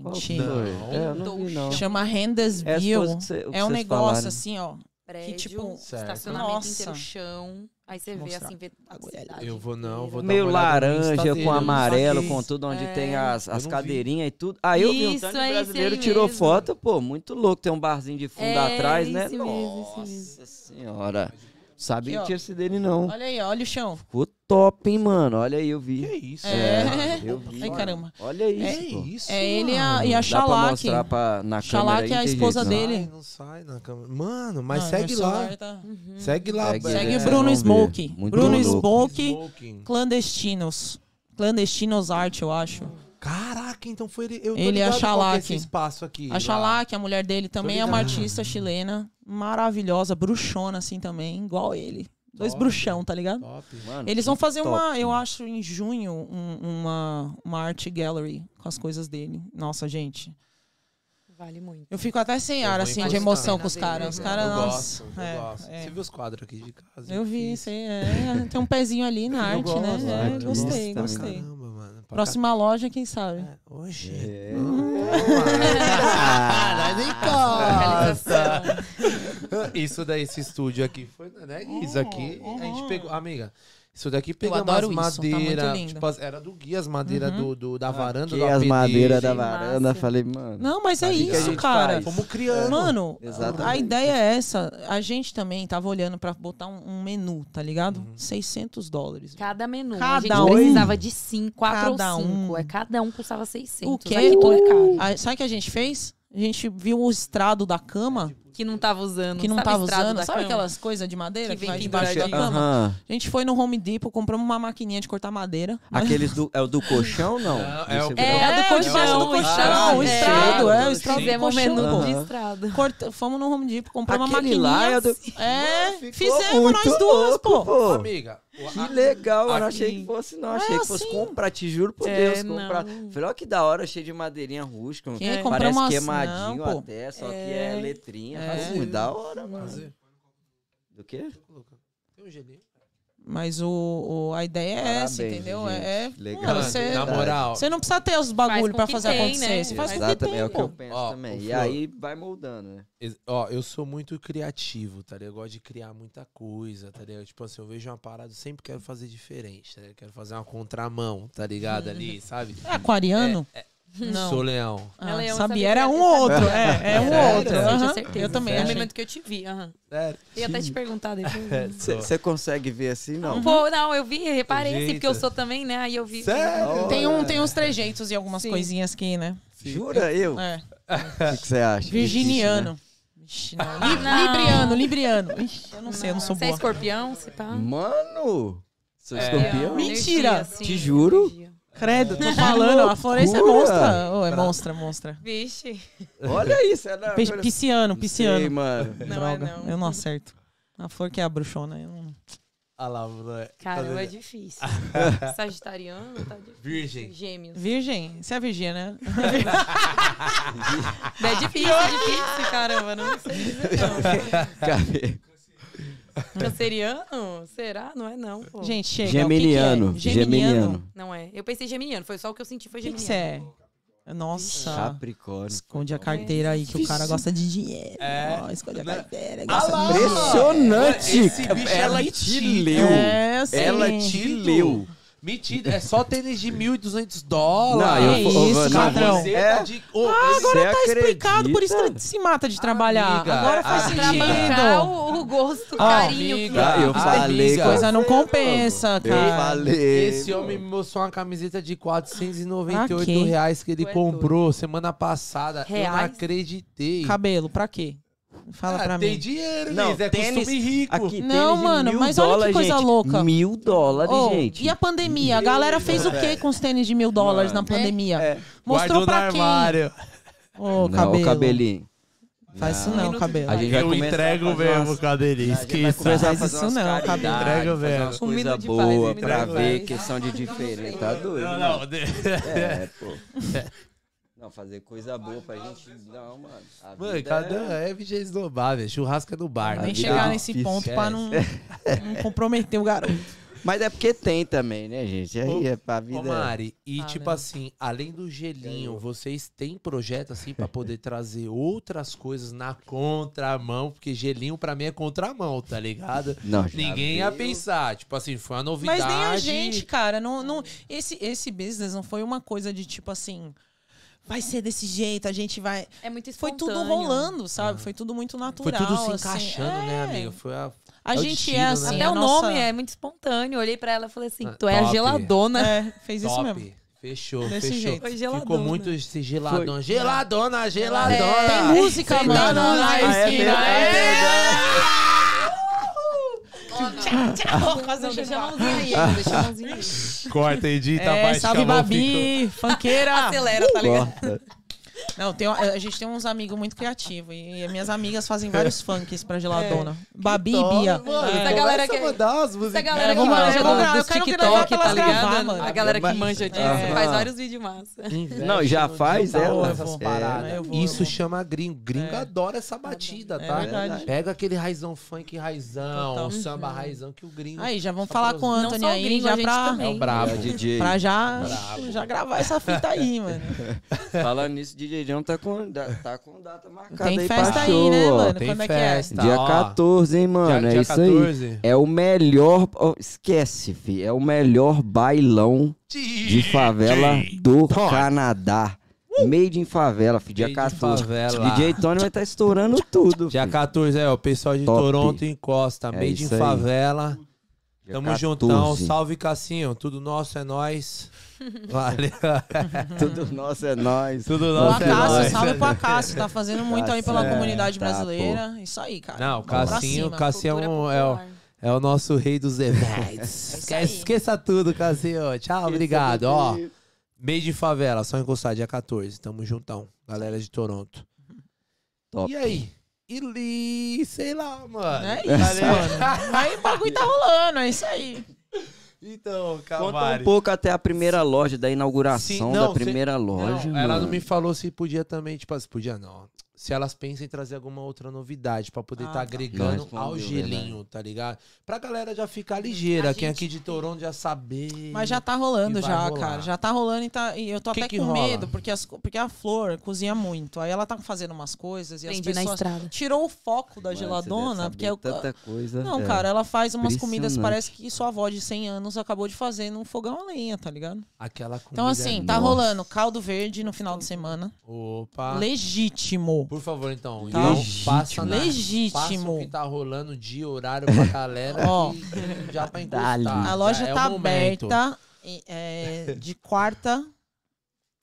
S1: Qual que
S3: Gente.
S2: Não.
S1: foi? É, eu não vi, não.
S3: Chama Rendas
S1: Essas
S3: View.
S1: coisas que cê- o que
S3: É um
S1: vocês
S3: negócio
S1: falaram.
S3: assim, ó.
S4: prédio,
S3: Que, tipo,
S2: Certo.
S4: estacionamento
S3: Nossa.
S4: inteiro chão. Aí você vê
S3: Mostrar.
S4: assim, vê a
S3: Agulha.
S4: cidade
S2: Eu vou não, eu vou dar
S4: inteira.
S1: Meio
S2: uma olhada no Insta
S1: laranja,
S2: dele,
S1: com amarelo,
S2: vocês.
S1: com tudo, onde
S4: É.
S1: tem as,
S2: Eu
S1: as
S2: não vi.
S1: cadeirinhas e tudo. Aí eu vi um
S4: Isso,
S1: tanto
S4: é
S1: de
S4: isso aí
S1: brasileiro tirou
S4: mesmo.
S1: foto, pô, muito louco. Tem um barzinho de fundo
S4: É,
S1: atrás, né?
S4: isso mesmo, isso
S1: Nossa
S4: mesmo.
S1: senhora. Sabia
S3: Aqui,
S1: que
S3: ó.
S1: tinha esse dele, não.
S3: Olha aí, olha o chão.
S1: Ficou top, hein, mano. Olha aí, eu
S2: Que
S1: vi.
S2: isso,
S3: É.
S2: mano?
S1: Eu vi.
S3: Ai,
S1: mano.
S3: caramba.
S1: Olha isso,
S2: Que
S1: pô.
S2: isso,
S3: É ele e
S2: mano?
S3: a, e
S1: Dá pra
S3: a Shalak.
S1: mostrar pra, na
S3: Shalak
S1: câmera aí,
S3: é a
S1: não tem
S3: esposa
S1: jeito, né? não.
S3: dele.
S2: Ai, não sai na câmera. Mano, mas
S3: Mano,
S2: segue
S3: meu
S2: lá. Uhum.
S3: celular tá-
S2: Segue lá,
S1: Segue,
S2: velho.
S3: Segue
S1: É,
S3: o Bruno
S1: vamos ver.
S3: Smoke.
S1: Muito
S3: Bruno
S1: louco.
S3: Smoke,
S2: Smoking.
S3: clandestinos. Clandestinos Art, eu acho.
S2: Caraca, então foi ele. Eu tô
S3: Ele é a
S2: ligado qual que
S3: Shalak.
S2: esse espaço aqui.
S3: A Shalak, a mulher dele, também é uma
S2: ligado.
S3: artista chilena. Maravilhosa, bruxona, assim também, igual ele. Dois
S2: Top.
S3: bruxão, tá ligado?
S2: Top.
S1: Mano,
S3: Eles
S1: que
S3: vão fazer
S1: top.
S3: uma, eu acho, em junho, um- uma, uma art gallery com as coisas dele. Nossa, gente.
S4: Vale muito.
S3: Eu fico até sem
S2: Eu
S3: ar,
S2: vou
S3: assim, de
S2: encostar.
S3: emoção com os
S4: Eu
S3: caras. Os
S4: gosto,
S3: caras,
S2: eu gosto,
S3: nossa.
S2: eu
S3: é,
S2: gosto.
S3: é.
S2: Você viu os quadros aqui de casa?
S3: Eu vi,
S2: Difícil.
S3: sim. É. Tem um pezinho ali na
S2: Eu
S3: arte,
S2: gosto,
S3: né?
S1: eu
S3: É,
S1: gosto
S3: gostei,
S1: também.
S3: gostei.
S2: Caramba, mano. Pra
S3: Próxima loja, quem sabe?
S2: cá- É, Oxe.
S1: É.
S4: Localização.
S2: Isso daí, esse estúdio aqui foi, né? Isso aqui, a gente pegou. Amiga, isso daqui pegou
S3: Uhum, Eu adoro
S2: umas
S3: isso, tá muito Uhum.
S2: madeiras.
S3: lindo.
S2: tipo, as- era do Gui, as madeiras do, do- da varanda
S1: Ah, Que
S2: do
S1: as
S2: APD,
S1: madeiras da
S4: gente,
S1: varanda,
S4: massa.
S1: falei, mano.
S3: Não, mas é
S1: Sabe o que a
S3: isso,
S1: gente
S3: cara.
S1: faz?
S2: Como criando.
S3: Mano,
S1: É. Exatamente.
S3: a ideia é essa. A gente também tava olhando pra botar um, um menu, tá ligado?
S1: Uhum.
S3: 600 dólares.
S4: Cada menu.
S3: Cada
S4: a gente
S3: um.
S4: precisava de cinco, quatro
S3: Cada
S4: ou cinco.
S3: um.
S4: É, cada um custava 600.
S3: O que
S4: Aqui tudo é caro.
S3: A- sabe o que a gente fez? A gente viu o estrado da cama,
S4: Que não tava usando.
S3: que não
S4: É, tipo, sabe
S3: tava
S4: estrado
S3: usando.
S4: da
S3: Sabe
S4: cama?
S3: aquelas coisas de
S4: Que
S3: madeira que,
S4: vem
S3: vai debaixo da
S4: penduradinho.
S3: cama?
S1: Aham.
S3: A gente foi no Home Depot, compramos uma maquininha de cortar madeira.
S1: Aqueles do. É o do colchão, não?
S2: Não, é o-
S1: Esse
S4: É,
S1: branco?
S4: é do colchão,
S3: debaixo do
S4: o
S3: colchão,
S2: Ah,
S4: estrado,
S3: o estrado, é, o estrado do
S4: Fizemos um
S3: colchão,
S4: menu
S1: pô.
S4: de estrado.
S3: Corta- fomos no Home Depot, compramos uma
S1: Aquele
S3: maquininha.
S1: lá é do-
S3: É,
S1: Ficou
S3: fizemos nós
S1: muito
S3: duas,
S1: louco,
S3: pô.
S2: Amiga, o-
S3: Ah,
S1: Que legal, eu não
S2: Aqui.
S1: achei que fosse, não. Achei que fosse
S3: assim.
S1: comprar, te juro por
S4: É,
S1: Deus,
S4: não.
S1: comprar. Falei, ó que da hora, cheio de madeirinha rústica.
S3: Que? Compramos
S1: Parece
S3: assim,
S1: queimadinho
S3: não, pô.
S1: até, só que é letrinha.
S3: É.
S1: Faz muito da hora, mano.
S2: Fazer.
S1: Do quê?
S2: Tem um gelinho.
S3: Mas o, o- a ideia é essa,
S1: Parabéns,
S3: entendeu?
S1: gente.
S3: É, é-
S1: Legal.
S3: mano, você,
S2: Ah, Na moral.
S3: você não precisa ter
S4: Faz
S3: os bagulho
S4: com
S3: pra
S4: que
S3: fazer
S4: tem,
S3: acontecer.
S4: né?
S3: Você faz com o que
S1: Exatamente,
S3: tem,
S1: é o que
S3: pô.
S1: eu penso
S2: Ó,
S1: também.
S2: o
S1: E
S2: Flor.
S1: aí vai moldando, né?
S2: Ex- Ó, eu sou muito criativo, tá ligado? Eu gosto de criar muita coisa, tá ligado? Tipo assim, eu vejo uma parada, eu sempre quero fazer diferente, tá ligado? Quero fazer uma contramão, tá ligado? Ali, sabe?
S4: Ah,
S3: É aquariano?
S1: é.
S3: Não.
S2: Sou leão.
S3: Ah,
S4: Ela é um
S3: sabia,
S4: sabia,
S3: era
S4: era
S3: um
S4: sabia.
S3: ou outro. É, é um
S2: Sério?
S3: ou outro.
S2: Sim,
S4: Eu
S3: aham.
S4: tinha certeza.
S3: Eu também
S4: No
S1: É.
S3: achei.
S4: momento que eu te vi. aham.
S2: Sério.
S4: Eu ia até te perguntar depois.
S2: É,
S4: Uhum.
S2: Sou.
S1: Você consegue ver assim, não?
S4: Pô, não, eu vi, reparei assim,
S2: Jeito.
S4: porque eu sou também, né? Aí eu vi.
S2: Sério?
S3: Tem, um, tem uns trejeitos e algumas coisinhas aqui, né?
S1: Jura eu? O
S3: É.
S1: que né? que você acha?
S3: Virginiano. Ixi, não. Li-
S4: Não.
S3: Libriano, libriano. Ixi, eu não sei, eu não sou
S4: Você tá? é
S3: boa.
S4: escorpião? Se pá?
S1: Difícil, né? Mano!
S3: É.
S1: Sou
S4: Não,
S1: escorpião?
S3: Me- Mentira!
S4: energia, assim,
S1: Te juro.
S4: energia.
S3: é Credo, tô falando. A Florença é
S1: loucura!
S3: monstra. Ô, é monstra, monstra.
S4: Vixe.
S1: Olha isso, é da...
S3: Pe- Pisciano,
S1: Sei,
S3: pisciano.
S1: mano.
S4: Não
S3: Droga,
S4: é não.
S3: eu não acerto. A flor que é a bruxona. Eu não...
S2: Olha lá, moleque.
S4: Caramba, é
S2: Tá vendo?
S4: difícil. Sagitariano tá difícil.
S2: Virgem.
S4: Gêmeos.
S3: Virgem, você é virgem, né?
S4: É difícil, é difícil, caramba. Não sei dizer
S3: Então,
S4: não.
S1: Cadê?
S4: Canceriano? Será? Não é não, pô.
S3: Gente, chega. O
S1: Geminiano.
S3: que que é? Geminiano.
S1: Geminiano.
S4: Não é. Eu pensei geminiano, foi só o que eu senti foi
S3: O que que
S4: geminiano.
S3: você é? Nossa.
S1: Capricórnio.
S3: Esconde a carteira aí, que o cara gosta de dinheiro. Ó, esconde a carteira. Gosta
S2: lá!
S1: Impressionante!
S2: Esse bicho é
S1: Ela te
S2: metido.
S1: leu.
S3: É, assim.
S1: Ela te leu.
S2: Metido. É só tênis de 1.200
S1: Não,
S2: dólares.
S1: eu
S3: Que
S1: vou-
S3: isso,
S1: vou- não,
S3: Cadrão.
S2: Camiseta
S1: É.
S2: de- Ô, esse-
S1: Você
S3: Agora tá explicado, por isso
S1: acredita?
S3: que se mata de trabalhar.
S2: Amiga,
S3: Agora faz
S4: Tá
S2: amiga.
S4: Pra
S3: sentido.
S4: o, o gosto, o carinho.
S2: amiga.
S4: que-
S1: Ah, eu
S2: Ai,
S1: falei.
S2: amiga.
S1: com
S3: Coisa não
S1: você, mano.
S3: compensa,
S1: Eu
S3: cara.
S1: falei.
S2: Esse homem me mostrou uma camiseta de 498
S3: Pra quê?
S2: reais que ele
S4: Tu é
S2: comprou semana passada. Eu não
S4: Reais?
S2: acreditei.
S3: Cabelo, pra quê? Fala
S2: Ah,
S3: pra
S2: tem
S3: mim.
S2: dinheiro,
S1: Não,
S2: Liz. É
S1: tênis-
S2: costume rico.
S1: Aqui,
S3: Não,
S1: tênis de
S3: mano,
S1: mil
S3: mas olha que
S1: dólares,
S3: coisa
S1: gente.
S3: louca.
S1: Mil dólares,
S3: Ô,
S1: gente.
S3: E a pandemia? A galera fez o que com os tênis de mil dólares na pandemia? Mostrou
S2: Guardou
S3: pra
S2: no
S3: quem?
S2: armário.
S3: Ô,
S1: Não,
S3: cabelo.
S1: o cabelinho.
S3: Faz
S1: Ah.
S3: isso não,
S4: Minuto de
S3: cabelo.
S1: A gente vai
S2: Eu
S1: começar
S2: entrego
S1: a fazer
S2: mesmo,
S1: umas-
S2: cadeirinha.
S1: A gente vai
S2: Esqueça.
S1: começar a
S3: Faz
S1: fazer
S3: isso
S1: umas
S3: não,
S1: caridades,
S3: cabelo.
S2: Entrega,
S1: fazer
S2: velho.
S1: umas
S4: Um minuto
S1: coisa
S4: de paz, um
S1: boa
S4: minuto
S1: pra
S4: de
S1: ver
S4: paz.
S1: questão de diferente. Tá doido?
S2: Não,
S1: mano?
S2: não.
S1: É, pô. Não, fazer coisa boa pra gente. Não, mano. A
S2: Mano,
S1: vida
S2: cada
S1: é-
S2: é VJ Esnobar, velho. Churrasco é no bar.
S1: A
S3: Nem
S1: vida
S3: chegar
S1: é
S3: nesse
S1: difícil,
S3: ponto pra não, não comprometer o garoto.
S1: Mas é porque tem também, né, gente? Aí é pra vida.
S2: Ô, Mari, e
S3: Ah,
S2: tipo
S3: né?
S2: assim, além do gelinho, vocês têm projeto assim pra poder trazer outras coisas na contramão? Porque gelinho pra mim é contramão, tá ligado?
S1: Não, já
S2: Ninguém ia pensar. Tipo assim, foi uma novidade.
S3: Mas nem a gente, cara. Não, não, esse, esse business não foi uma coisa de tipo assim. Vai ser desse jeito, a gente vai.
S4: É muito
S3: Foi
S4: espontâneo.
S3: tudo rolando, sabe? Foi tudo muito
S2: É. Foi
S3: natural.
S2: tudo se
S3: assim.
S2: encaixando, né,
S3: É.
S2: amiga? Foi a...
S3: A
S2: É o
S3: gente
S2: estilo,
S3: é
S2: né?
S3: assim.
S4: Até
S3: a
S4: o
S3: nossa-
S4: nome é muito espontâneo. Eu Olhei pra ela e falei assim,
S2: Ah,
S4: tu é a
S2: top.
S4: geladona.
S3: É, fez isso
S2: Top.
S3: mesmo.
S2: Fechou,
S3: Desse
S2: fechou.
S3: jeito.
S4: Foi
S2: Ficou
S4: geladona.
S2: muito esse geladona. Geladona, geladona.
S3: Tem música,
S2: Sei
S3: mano.
S2: lá,
S3: na
S2: lá,
S1: é
S3: esquina.
S1: verdade, é
S3: Tchau, tchau.
S4: Não, deixa a mãozinha aí, amiga, deixa a mãozinha aí.
S2: Corta, edita,
S3: É,
S2: abaixa,
S3: salve
S2: acabou,
S3: Babi, funkeira.
S4: Acelera, tá ligado?
S1: Corta.
S3: Não, tem, um, a gente tem uns amigos muito criativos. E, e minhas amigas fazem vários funks pra
S4: É.
S3: geladona. Babi e Bia.
S2: Mano,
S3: É.
S4: Essa galera que-
S2: mandar umas
S4: Essa
S2: musiquinhas.
S4: galera
S3: É,
S4: que
S3: vamos lá,
S4: manja
S3: vamos
S4: do-
S3: lá, eu
S4: dos
S3: quero que
S4: TikTok,
S3: gravar pra
S4: tá
S3: elas
S4: ligado?
S3: gravar, mano.
S4: A galera que
S1: Mas-
S4: manja disso,
S1: Aham.
S4: faz vários vídeos massa.
S2: Investe
S1: Não, já
S2: no
S1: faz
S2: digital,
S1: ela.
S2: essas
S1: É.
S2: paradas.
S3: Eu vou, eu
S2: Isso
S3: vou.
S2: chama gringo. Gringo adora essa batida,
S3: É
S2: tá?
S3: verdade.
S2: Pega aquele raizão funk raizão,
S3: Total.
S2: samba raizão que o gringo.
S3: Aí, já vamos
S2: Só
S3: falar
S2: pra-
S3: com o
S4: Não
S3: Anthony
S4: só o
S3: aí,
S4: gringo, a
S3: já
S4: gente
S3: pra,
S4: também.
S1: É o brabo.
S2: É o
S1: DJ.
S3: pra já,
S2: Bravo.
S3: já gravar essa fita aí, mano.
S1: Falando nisso, DJ João tá com, da- tá com data marcada
S3: Tem
S1: aí
S3: festa
S1: pra
S3: aí,
S1: show,
S3: né,
S1: ó.
S3: mano?
S2: Tem
S3: Quando é que é?
S2: festa.
S1: Dia
S2: ó.
S1: 14, hein, mano?
S2: Dia-
S1: é
S2: dia
S1: isso aí.
S2: 14.
S1: É o melhor. ó, esquece, fi. É o melhor bailão de favela do Canadá. Made in favela, fi. Dia
S2: Uh! Made in
S1: 14.
S2: favela.
S1: DJ Tony vai estar estourando tudo.
S2: Dia
S1: fi.
S2: 14, é, ó, o pessoal de
S1: Top. É
S2: Toronto encosta, made em
S1: isso aí.
S2: favela.
S1: Dia
S2: Tamo
S1: 14.
S2: juntão, salve Cassinho, tudo nosso é nós. Valeu.
S1: Tudo nosso é nóis.
S2: Tudo
S3: O
S2: nosso é
S3: Acácio,
S2: nós.
S3: salve pro Acácio, tá fazendo muito aí pela
S1: Acácio,
S3: comunidade
S1: tá,
S3: brasileira. Isso aí, cara.
S2: Não, o
S3: Vamos pra
S2: Cassinho,
S3: cima.
S2: Cassinho é um- é um- É o nosso rei dos
S3: É
S2: eventos.
S4: isso aí.
S2: Esqueça tudo, Cassinho. Tchau, obrigado. Ó, meio de favela, só encostar dia 14. Tamo juntão, galera de Toronto.
S1: Top.
S2: E aí? E li, sei lá, mano.
S3: Não É isso, mano. Aí o bagulho tá rolando, é isso aí.
S2: Então,
S1: Conta um
S2: Cavari.
S1: pouco até a primeira loja, da inauguração
S2: Sim, não,
S1: da primeira loja.
S2: Não, ela
S1: mano.
S2: não me falou se podia também, tipo, se podia não. Se elas pensam em trazer alguma outra novidade pra poder
S3: Ah,
S2: estar
S3: tá.
S1: Não
S2: agregando
S1: respondeu,
S2: ao gelinho, tá ligado? Pra galera já ficar ligeira,
S4: A
S2: quem
S4: gente
S2: aqui de Toronto já saber.
S3: Mas já tá
S2: E
S3: rolando
S2: vai
S3: já,
S2: rolar.
S3: cara. Já tá rolando e, tá, e eu tô
S2: Que
S3: até
S2: que
S3: com
S2: rola?
S3: medo, porque, as co- porque a Flor cozinha muito. Aí ela tá fazendo umas coisas e
S4: Aprendi
S3: as
S4: na
S3: pessoas...
S4: estrada.
S3: Tirou o foco da
S1: Mano, você deve
S3: geladona,
S1: saber
S3: porque... Eu,
S1: Tanta coisa.
S3: não,
S1: É.
S3: cara, ela faz umas comidas,
S1: Impressionante.
S3: parece que sua avó de 100 anos acabou de fazer num fogão a lenha, tá ligado?
S2: Aquela comida. é
S3: Então, assim, tá
S1: nossa.
S3: rolando caldo verde no final de semana.
S2: Opa.
S3: Legítimo.
S2: Por favor, então.
S1: Tá.
S2: Então,
S1: Legítimo.
S2: passa na...
S3: Legítimo.
S2: Passa o que tá rolando de horário pra galera.
S3: Ó.
S2: que já pra
S1: Dali.
S2: encostar.
S3: A loja
S2: Já é o
S3: tá
S2: momento.
S3: aberta e, é, de quarta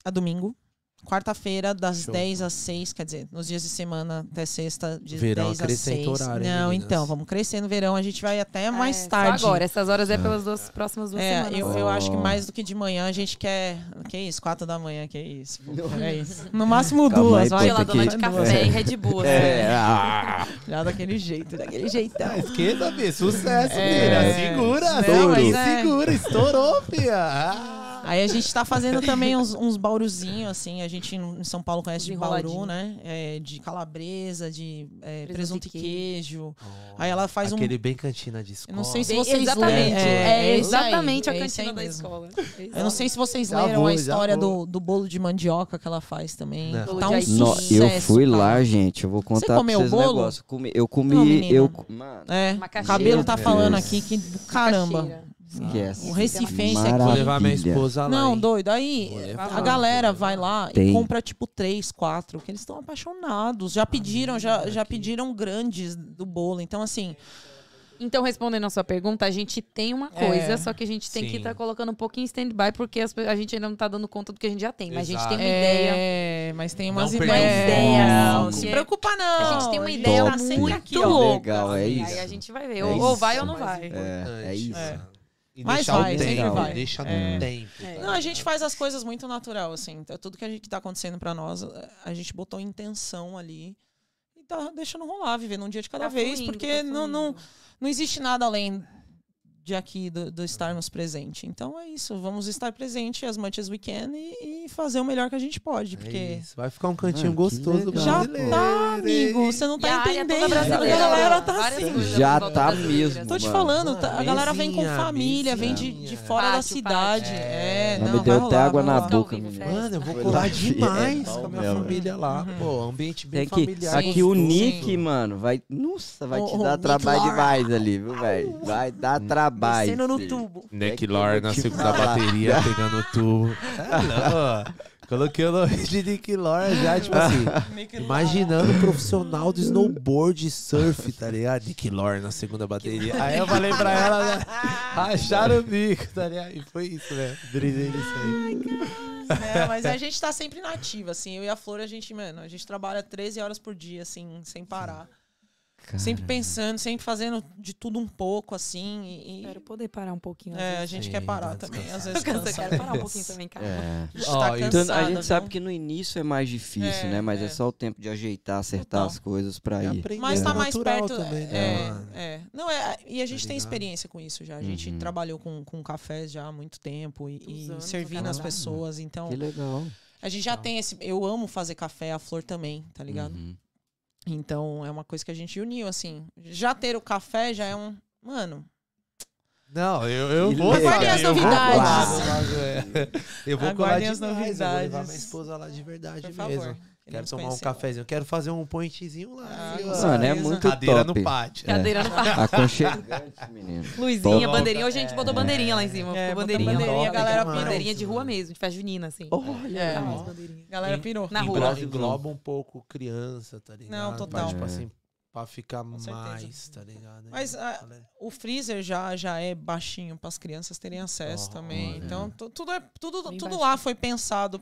S3: a domingo. Quarta-feira, das
S2: Show.
S3: 10 às 6, quer dizer, nos dias de semana até sexta, de
S2: Verão
S3: 10 às
S2: acrescenta
S3: 6.
S2: horário, hein,
S3: Não,
S2: meninas?
S3: então, vamos crescer no verão, a gente vai até mais
S4: É,
S3: tarde.
S4: Só agora, essas horas é pelas duas próximas duas
S3: É,
S4: semanas.
S3: eu, eu acho
S2: Oh.
S3: que mais do que de manhã a gente quer. Que isso? Quatro da manhã, que isso? pô, é isso. No máximo
S1: Calma
S3: duas,
S1: aí,
S3: vai.
S4: Geladona
S1: Puta
S4: de
S1: que-
S4: café e Red Bull. assim.
S1: É, ah,
S3: Já daquele jeito, daquele jeitão.
S2: Esquenta, Bia. Sucesso,
S3: É.
S2: filha. Segura,
S3: Não, mas
S2: segura,
S3: é.
S2: segura. Estourou, filha. Ah.
S3: Aí a gente tá fazendo também uns, uns bauruzinhos, assim. A gente no- em São Paulo conhece de bauru,
S4: Enroladinho.
S3: né? É, de calabresa, de é,
S4: Presunto
S3: presunto e
S4: e
S3: queijo. Aí ela faz um.
S2: Aquele bem cantina de escola.
S3: Eu não sei se
S4: Bem-
S3: vocês
S4: exatamente.
S3: leram.
S4: É,
S3: isso aí,
S4: exatamente
S3: é
S4: a
S3: isso aí
S4: cantina da
S3: mesmo.
S4: escola.
S3: Eu não sei se vocês
S2: Já
S3: leram
S2: vou,
S3: a
S2: já
S3: história
S2: vou.
S3: do, do bolo de mandioca que ela faz também.
S2: Não.
S4: Bolo
S3: Tá um
S4: de aipim.
S1: no-
S3: sucesso.
S1: Né. eu fui
S3: cara.
S1: lá, gente. Eu vou contar pra
S3: comeu o
S1: vocês um
S3: bolo?
S1: negócio. Eu comi. Eu comi
S3: Não, menina.
S1: eu, co- mano,
S3: É,
S4: Macaxeira.
S3: cabelo tá
S1: Meu
S3: falando
S1: Deus.
S3: aqui que do caramba.
S1: esquece.
S3: O recifense aqui.
S1: Maravilha.
S2: Vou levar minha esposa lá.
S3: Não,
S2: hein.
S3: doido. Aí
S2: Vou levar,
S3: a
S4: vou
S3: galera
S2: levar.
S3: vai lá e
S1: Tem.
S3: compra tipo três, quatro, que eles estão apaixonados. Já pediram, já, já pediram grandes do bolo. Então assim,
S4: Então, respondendo a sua pergunta, a gente tem uma
S3: É.
S4: coisa, só que a gente tem que
S2: Sim.
S4: estar colocando um pouquinho em stand-by, porque as pe- a gente ainda não tá dando conta do que a gente já tem. Mas a gente
S2: Exato.
S4: tem uma ideia.
S3: é, mas tem umas
S2: Não perdeu
S3: ideias.
S2: o foco.
S3: Não,
S4: Porque
S3: se preocupa não.
S4: A gente tem uma
S3: gente
S4: ideia
S3: tá sempre
S4: muito
S3: aqui, ó.
S4: louca.
S1: Legal, é
S4: Aí
S1: isso.
S4: a gente vai ver.
S1: É
S4: ou, ou
S1: isso.
S4: vai ou não
S2: Mais
S4: vai. Tá
S1: É, é isso.
S3: É.
S2: E
S3: Mas
S2: deixar
S3: vai,
S2: no
S1: sempre
S2: tempo.
S1: vai.
S2: Deixa no
S3: É.
S2: tempo. tá?
S4: É.
S3: Não, a gente faz as coisas muito natural, assim. Então, Tudo que, a gente, que tá acontecendo pra nós, a gente botou intenção ali. E tá deixando rolar, vivendo um dia de cada
S4: Tá
S3: vez,
S4: fluindo,
S3: porque
S4: tá
S3: não, não,
S4: fluindo.
S3: não existe nada além de aqui, do, do estarmos presente. Então é isso, vamos estar presente as much as we can e, e fazer o melhor que a gente pode,
S2: É
S3: porque
S2: isso. Vai ficar um cantinho
S1: Mano, Ah, que
S2: gostoso do
S1: legal.
S3: já
S2: brasileiro.
S3: tá, amigo, você não
S4: E a
S3: tá
S4: área toda
S3: entendendo. A
S4: brasileira.
S3: galera tá
S4: Várias
S3: assim.
S4: coisas
S1: Já
S4: toda
S1: tá
S4: brasileira.
S1: mesmo.
S3: Tô te
S1: Mano.
S3: falando, tá- a galera vem com
S2: Mesinha,
S3: família, vem de,
S2: mesinha.
S3: de fora da
S4: Pátio,
S3: cidade.
S2: pátio.
S3: É,
S1: Mas
S3: não,
S1: me
S3: vai
S1: deu até
S3: rolar,
S1: água
S3: vai
S1: na
S3: rolar.
S4: rolar.
S1: boca,
S4: Ao vivo,
S1: menina.
S4: festa.
S2: Mano, eu vou
S1: Foi
S2: colar
S1: lá.
S2: demais
S1: É bom
S2: com a minha
S1: mesmo.
S2: família lá.
S3: Uhum.
S2: Pô, ambiente bem
S1: Tem que,
S2: familiar.
S1: aqui o
S2: gostoso.
S1: Nick, mano, vai. Nossa, vai te
S3: O- o
S1: dar
S3: Nick
S1: trabalho
S3: Lauer.
S1: demais ali, viu, velho? Vai dar trabalho.
S3: Descendo no
S1: filho. É
S3: tubo.
S1: Nick Lore na segunda
S2: bateria, pegando o tubo. É, Coloquei o nome de Nick Lore já, tipo assim. Imaginando um profissional do snowboard e surf, tá ligado? Nick Lore na segunda bateria. Aí eu falei pra ela, né? Racharam o bico, tá ligado? E foi isso, né? Brisei nisso aí.
S3: É, mas a gente tá sempre nativa, assim. Eu e a Flor, a gente, mano, a gente trabalha 13 horas por dia, assim, sem parar. Sempre pensando, sempre fazendo de tudo um pouco, assim. E,
S4: Quero poder parar um pouquinho. às
S3: é, a
S4: vezes.
S3: gente
S2: Sim,
S3: quer parar
S2: dá
S3: também. Às
S4: Eu
S3: vezes
S4: canso, eu
S3: cansa.
S4: quero parar um pouquinho também, cara.
S1: É.
S3: A gente
S2: Ó,
S3: tá
S2: então a
S1: Então,
S3: cansada,
S1: a gente sabe
S3: viu?
S1: que no início é mais difícil,
S3: né? É,
S1: né? Mas é.
S3: é.
S1: só o tempo de ajeitar, acertar
S3: Total.
S1: as coisas pra ir.
S2: aprendendo.
S3: Mas tá
S2: É
S3: mais
S2: natural
S3: perto.
S2: também, né,
S3: é,
S2: mano?
S3: é. Não, é. E a gente
S2: Tá
S3: tem
S2: ligado?
S3: experiência com isso já. A gente
S1: Uhum.
S3: trabalhou com, com cafés já há muito tempo e,
S4: Muitos
S3: e
S4: anos,
S3: servindo
S4: né?
S3: as
S1: Caralho.
S3: pessoas. Então,
S1: Que legal.
S3: a gente já
S2: Legal.
S3: tem esse. Eu amo fazer café, a flor também, tá ligado?
S1: Uhum.
S3: Então, é uma coisa que a gente uniu, assim. Já ter o café já é um. Mano,
S2: Não, eu, eu
S1: E
S2: vou.
S1: legal.
S2: sabe,
S3: Aguardem as
S2: eu vou
S3: novidades.
S2: colar no bagulho, é. Eu vou colar
S3: Aguardem
S2: demais.
S3: as
S2: Eu vou levar minha
S3: novidades.
S2: esposa lá de verdade
S3: por
S2: É mesmo.
S3: favor.
S2: Quero
S3: queremos
S2: tomar um
S3: conhecer.
S2: cafezinho. Quero fazer um pointzinho lá.
S3: Ah,
S2: viu?
S3: com
S1: Mano, é
S3: certeza.
S1: muito
S2: Cadeira
S1: top.
S2: no pátio.
S1: É.
S4: Cadeira no ar.
S1: Aconchegante, menino.
S4: Luzinha,
S2: Top.
S4: bandeirinha. Hoje a gente botou bandeirinha lá em cima. ficou
S3: É, botou
S4: bandeirinha.
S3: bandeirinha,
S4: Top,
S3: a galera
S4: demais.
S2: pirou.
S4: Bandeirinha de rua mesmo, de festa junina, assim.
S1: Olha,
S3: É.
S4: Ah,
S2: ó.
S4: bandeirinha.
S3: Galera
S2: Em-
S3: pirou.
S4: na
S2: Englo-
S4: rua.
S2: Engloba, um pouco criança, tá ligado?
S3: Não,
S2: Pra,
S3: total.
S2: tipo
S1: É.
S2: assim, pra ficar
S3: certeza.
S2: mais, tá ligado?
S3: Mas, ah, O freezer já, já é baixinho para as crianças terem acesso
S2: Oh,
S3: também.
S1: olha.
S3: Então, tu- tudo, é, tudo,
S4: Bem
S3: tudo
S4: baixinho.
S3: lá foi pensado.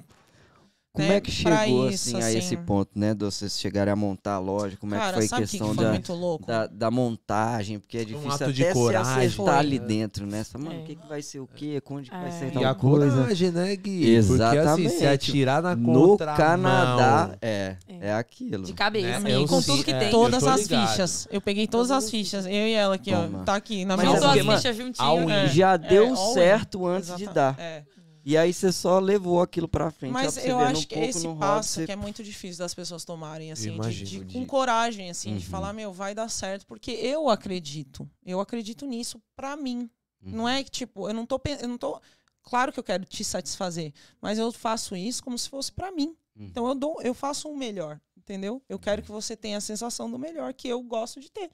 S1: Como
S3: né,
S1: é que
S3: pra
S1: chegou
S3: isso,
S1: assim, a esse
S3: assim.
S1: ponto, né? De vocês chegarem a montar a loja? Como é
S3: Cara,
S1: que foi a
S3: sabe o que,
S1: questão
S3: que foi
S1: da,
S3: muito louco?
S1: da, da montagem? Porque é difícil
S2: Um ato
S1: até
S2: de coragem.
S1: se acertar
S2: Foi.
S3: É.
S1: ali dentro, né? Você fala, mano, o
S4: É.
S1: que, que vai ser o quê? Onde que vai
S4: É.
S1: ser
S2: E a
S3: Então,
S1: tal coisa?
S2: coragem, né, Gui? Porque assim,
S1: Exatamente.
S2: se atirar na
S1: No
S2: contramão...
S1: Canadá, é,
S4: É.
S1: é aquilo.
S4: De cabeça,
S2: Né?
S4: e
S2: Eu
S4: com
S2: sim,
S4: tudo que
S2: é.
S4: tem.
S2: Eu
S3: Todas
S2: tô
S3: as
S2: ligado.
S3: fichas. Eu peguei todas as fichas. Eu e ela aqui,
S1: Toma.
S3: ó. Tá aqui na
S1: Mas
S3: minha
S1: é
S4: Juntou
S3: mão.
S1: porque,
S4: as
S1: mano,
S4: fichas
S2: ao
S4: juntinho.
S2: É.
S1: Já deu
S3: all in.
S1: certo antes de
S3: Exata-
S1: dar.
S3: é.
S1: E aí você só levou aquilo pra frente.
S3: Mas
S1: só pra você
S3: eu
S1: ver,
S3: acho
S1: num
S3: que
S1: pouco,
S3: esse
S1: num hobby,
S3: passo
S1: você-
S3: que é muito difícil das pessoas tomarem, assim, de- de,
S2: Imagino,
S1: de-
S3: com coragem, assim, de
S1: Uhum.
S3: falar, meu, vai dar certo, porque eu acredito. Eu acredito nisso pra mim.
S1: Hum. Uhum.
S3: Não é que, tipo, eu não tô. pen- Eu não tô claro que eu quero te satisfazer, mas eu faço isso como se fosse pra mim.
S1: Uhum.
S3: Então eu, dou, eu faço o melhor, entendeu? Eu quero que você tenha a sensação do melhor que eu gosto de ter.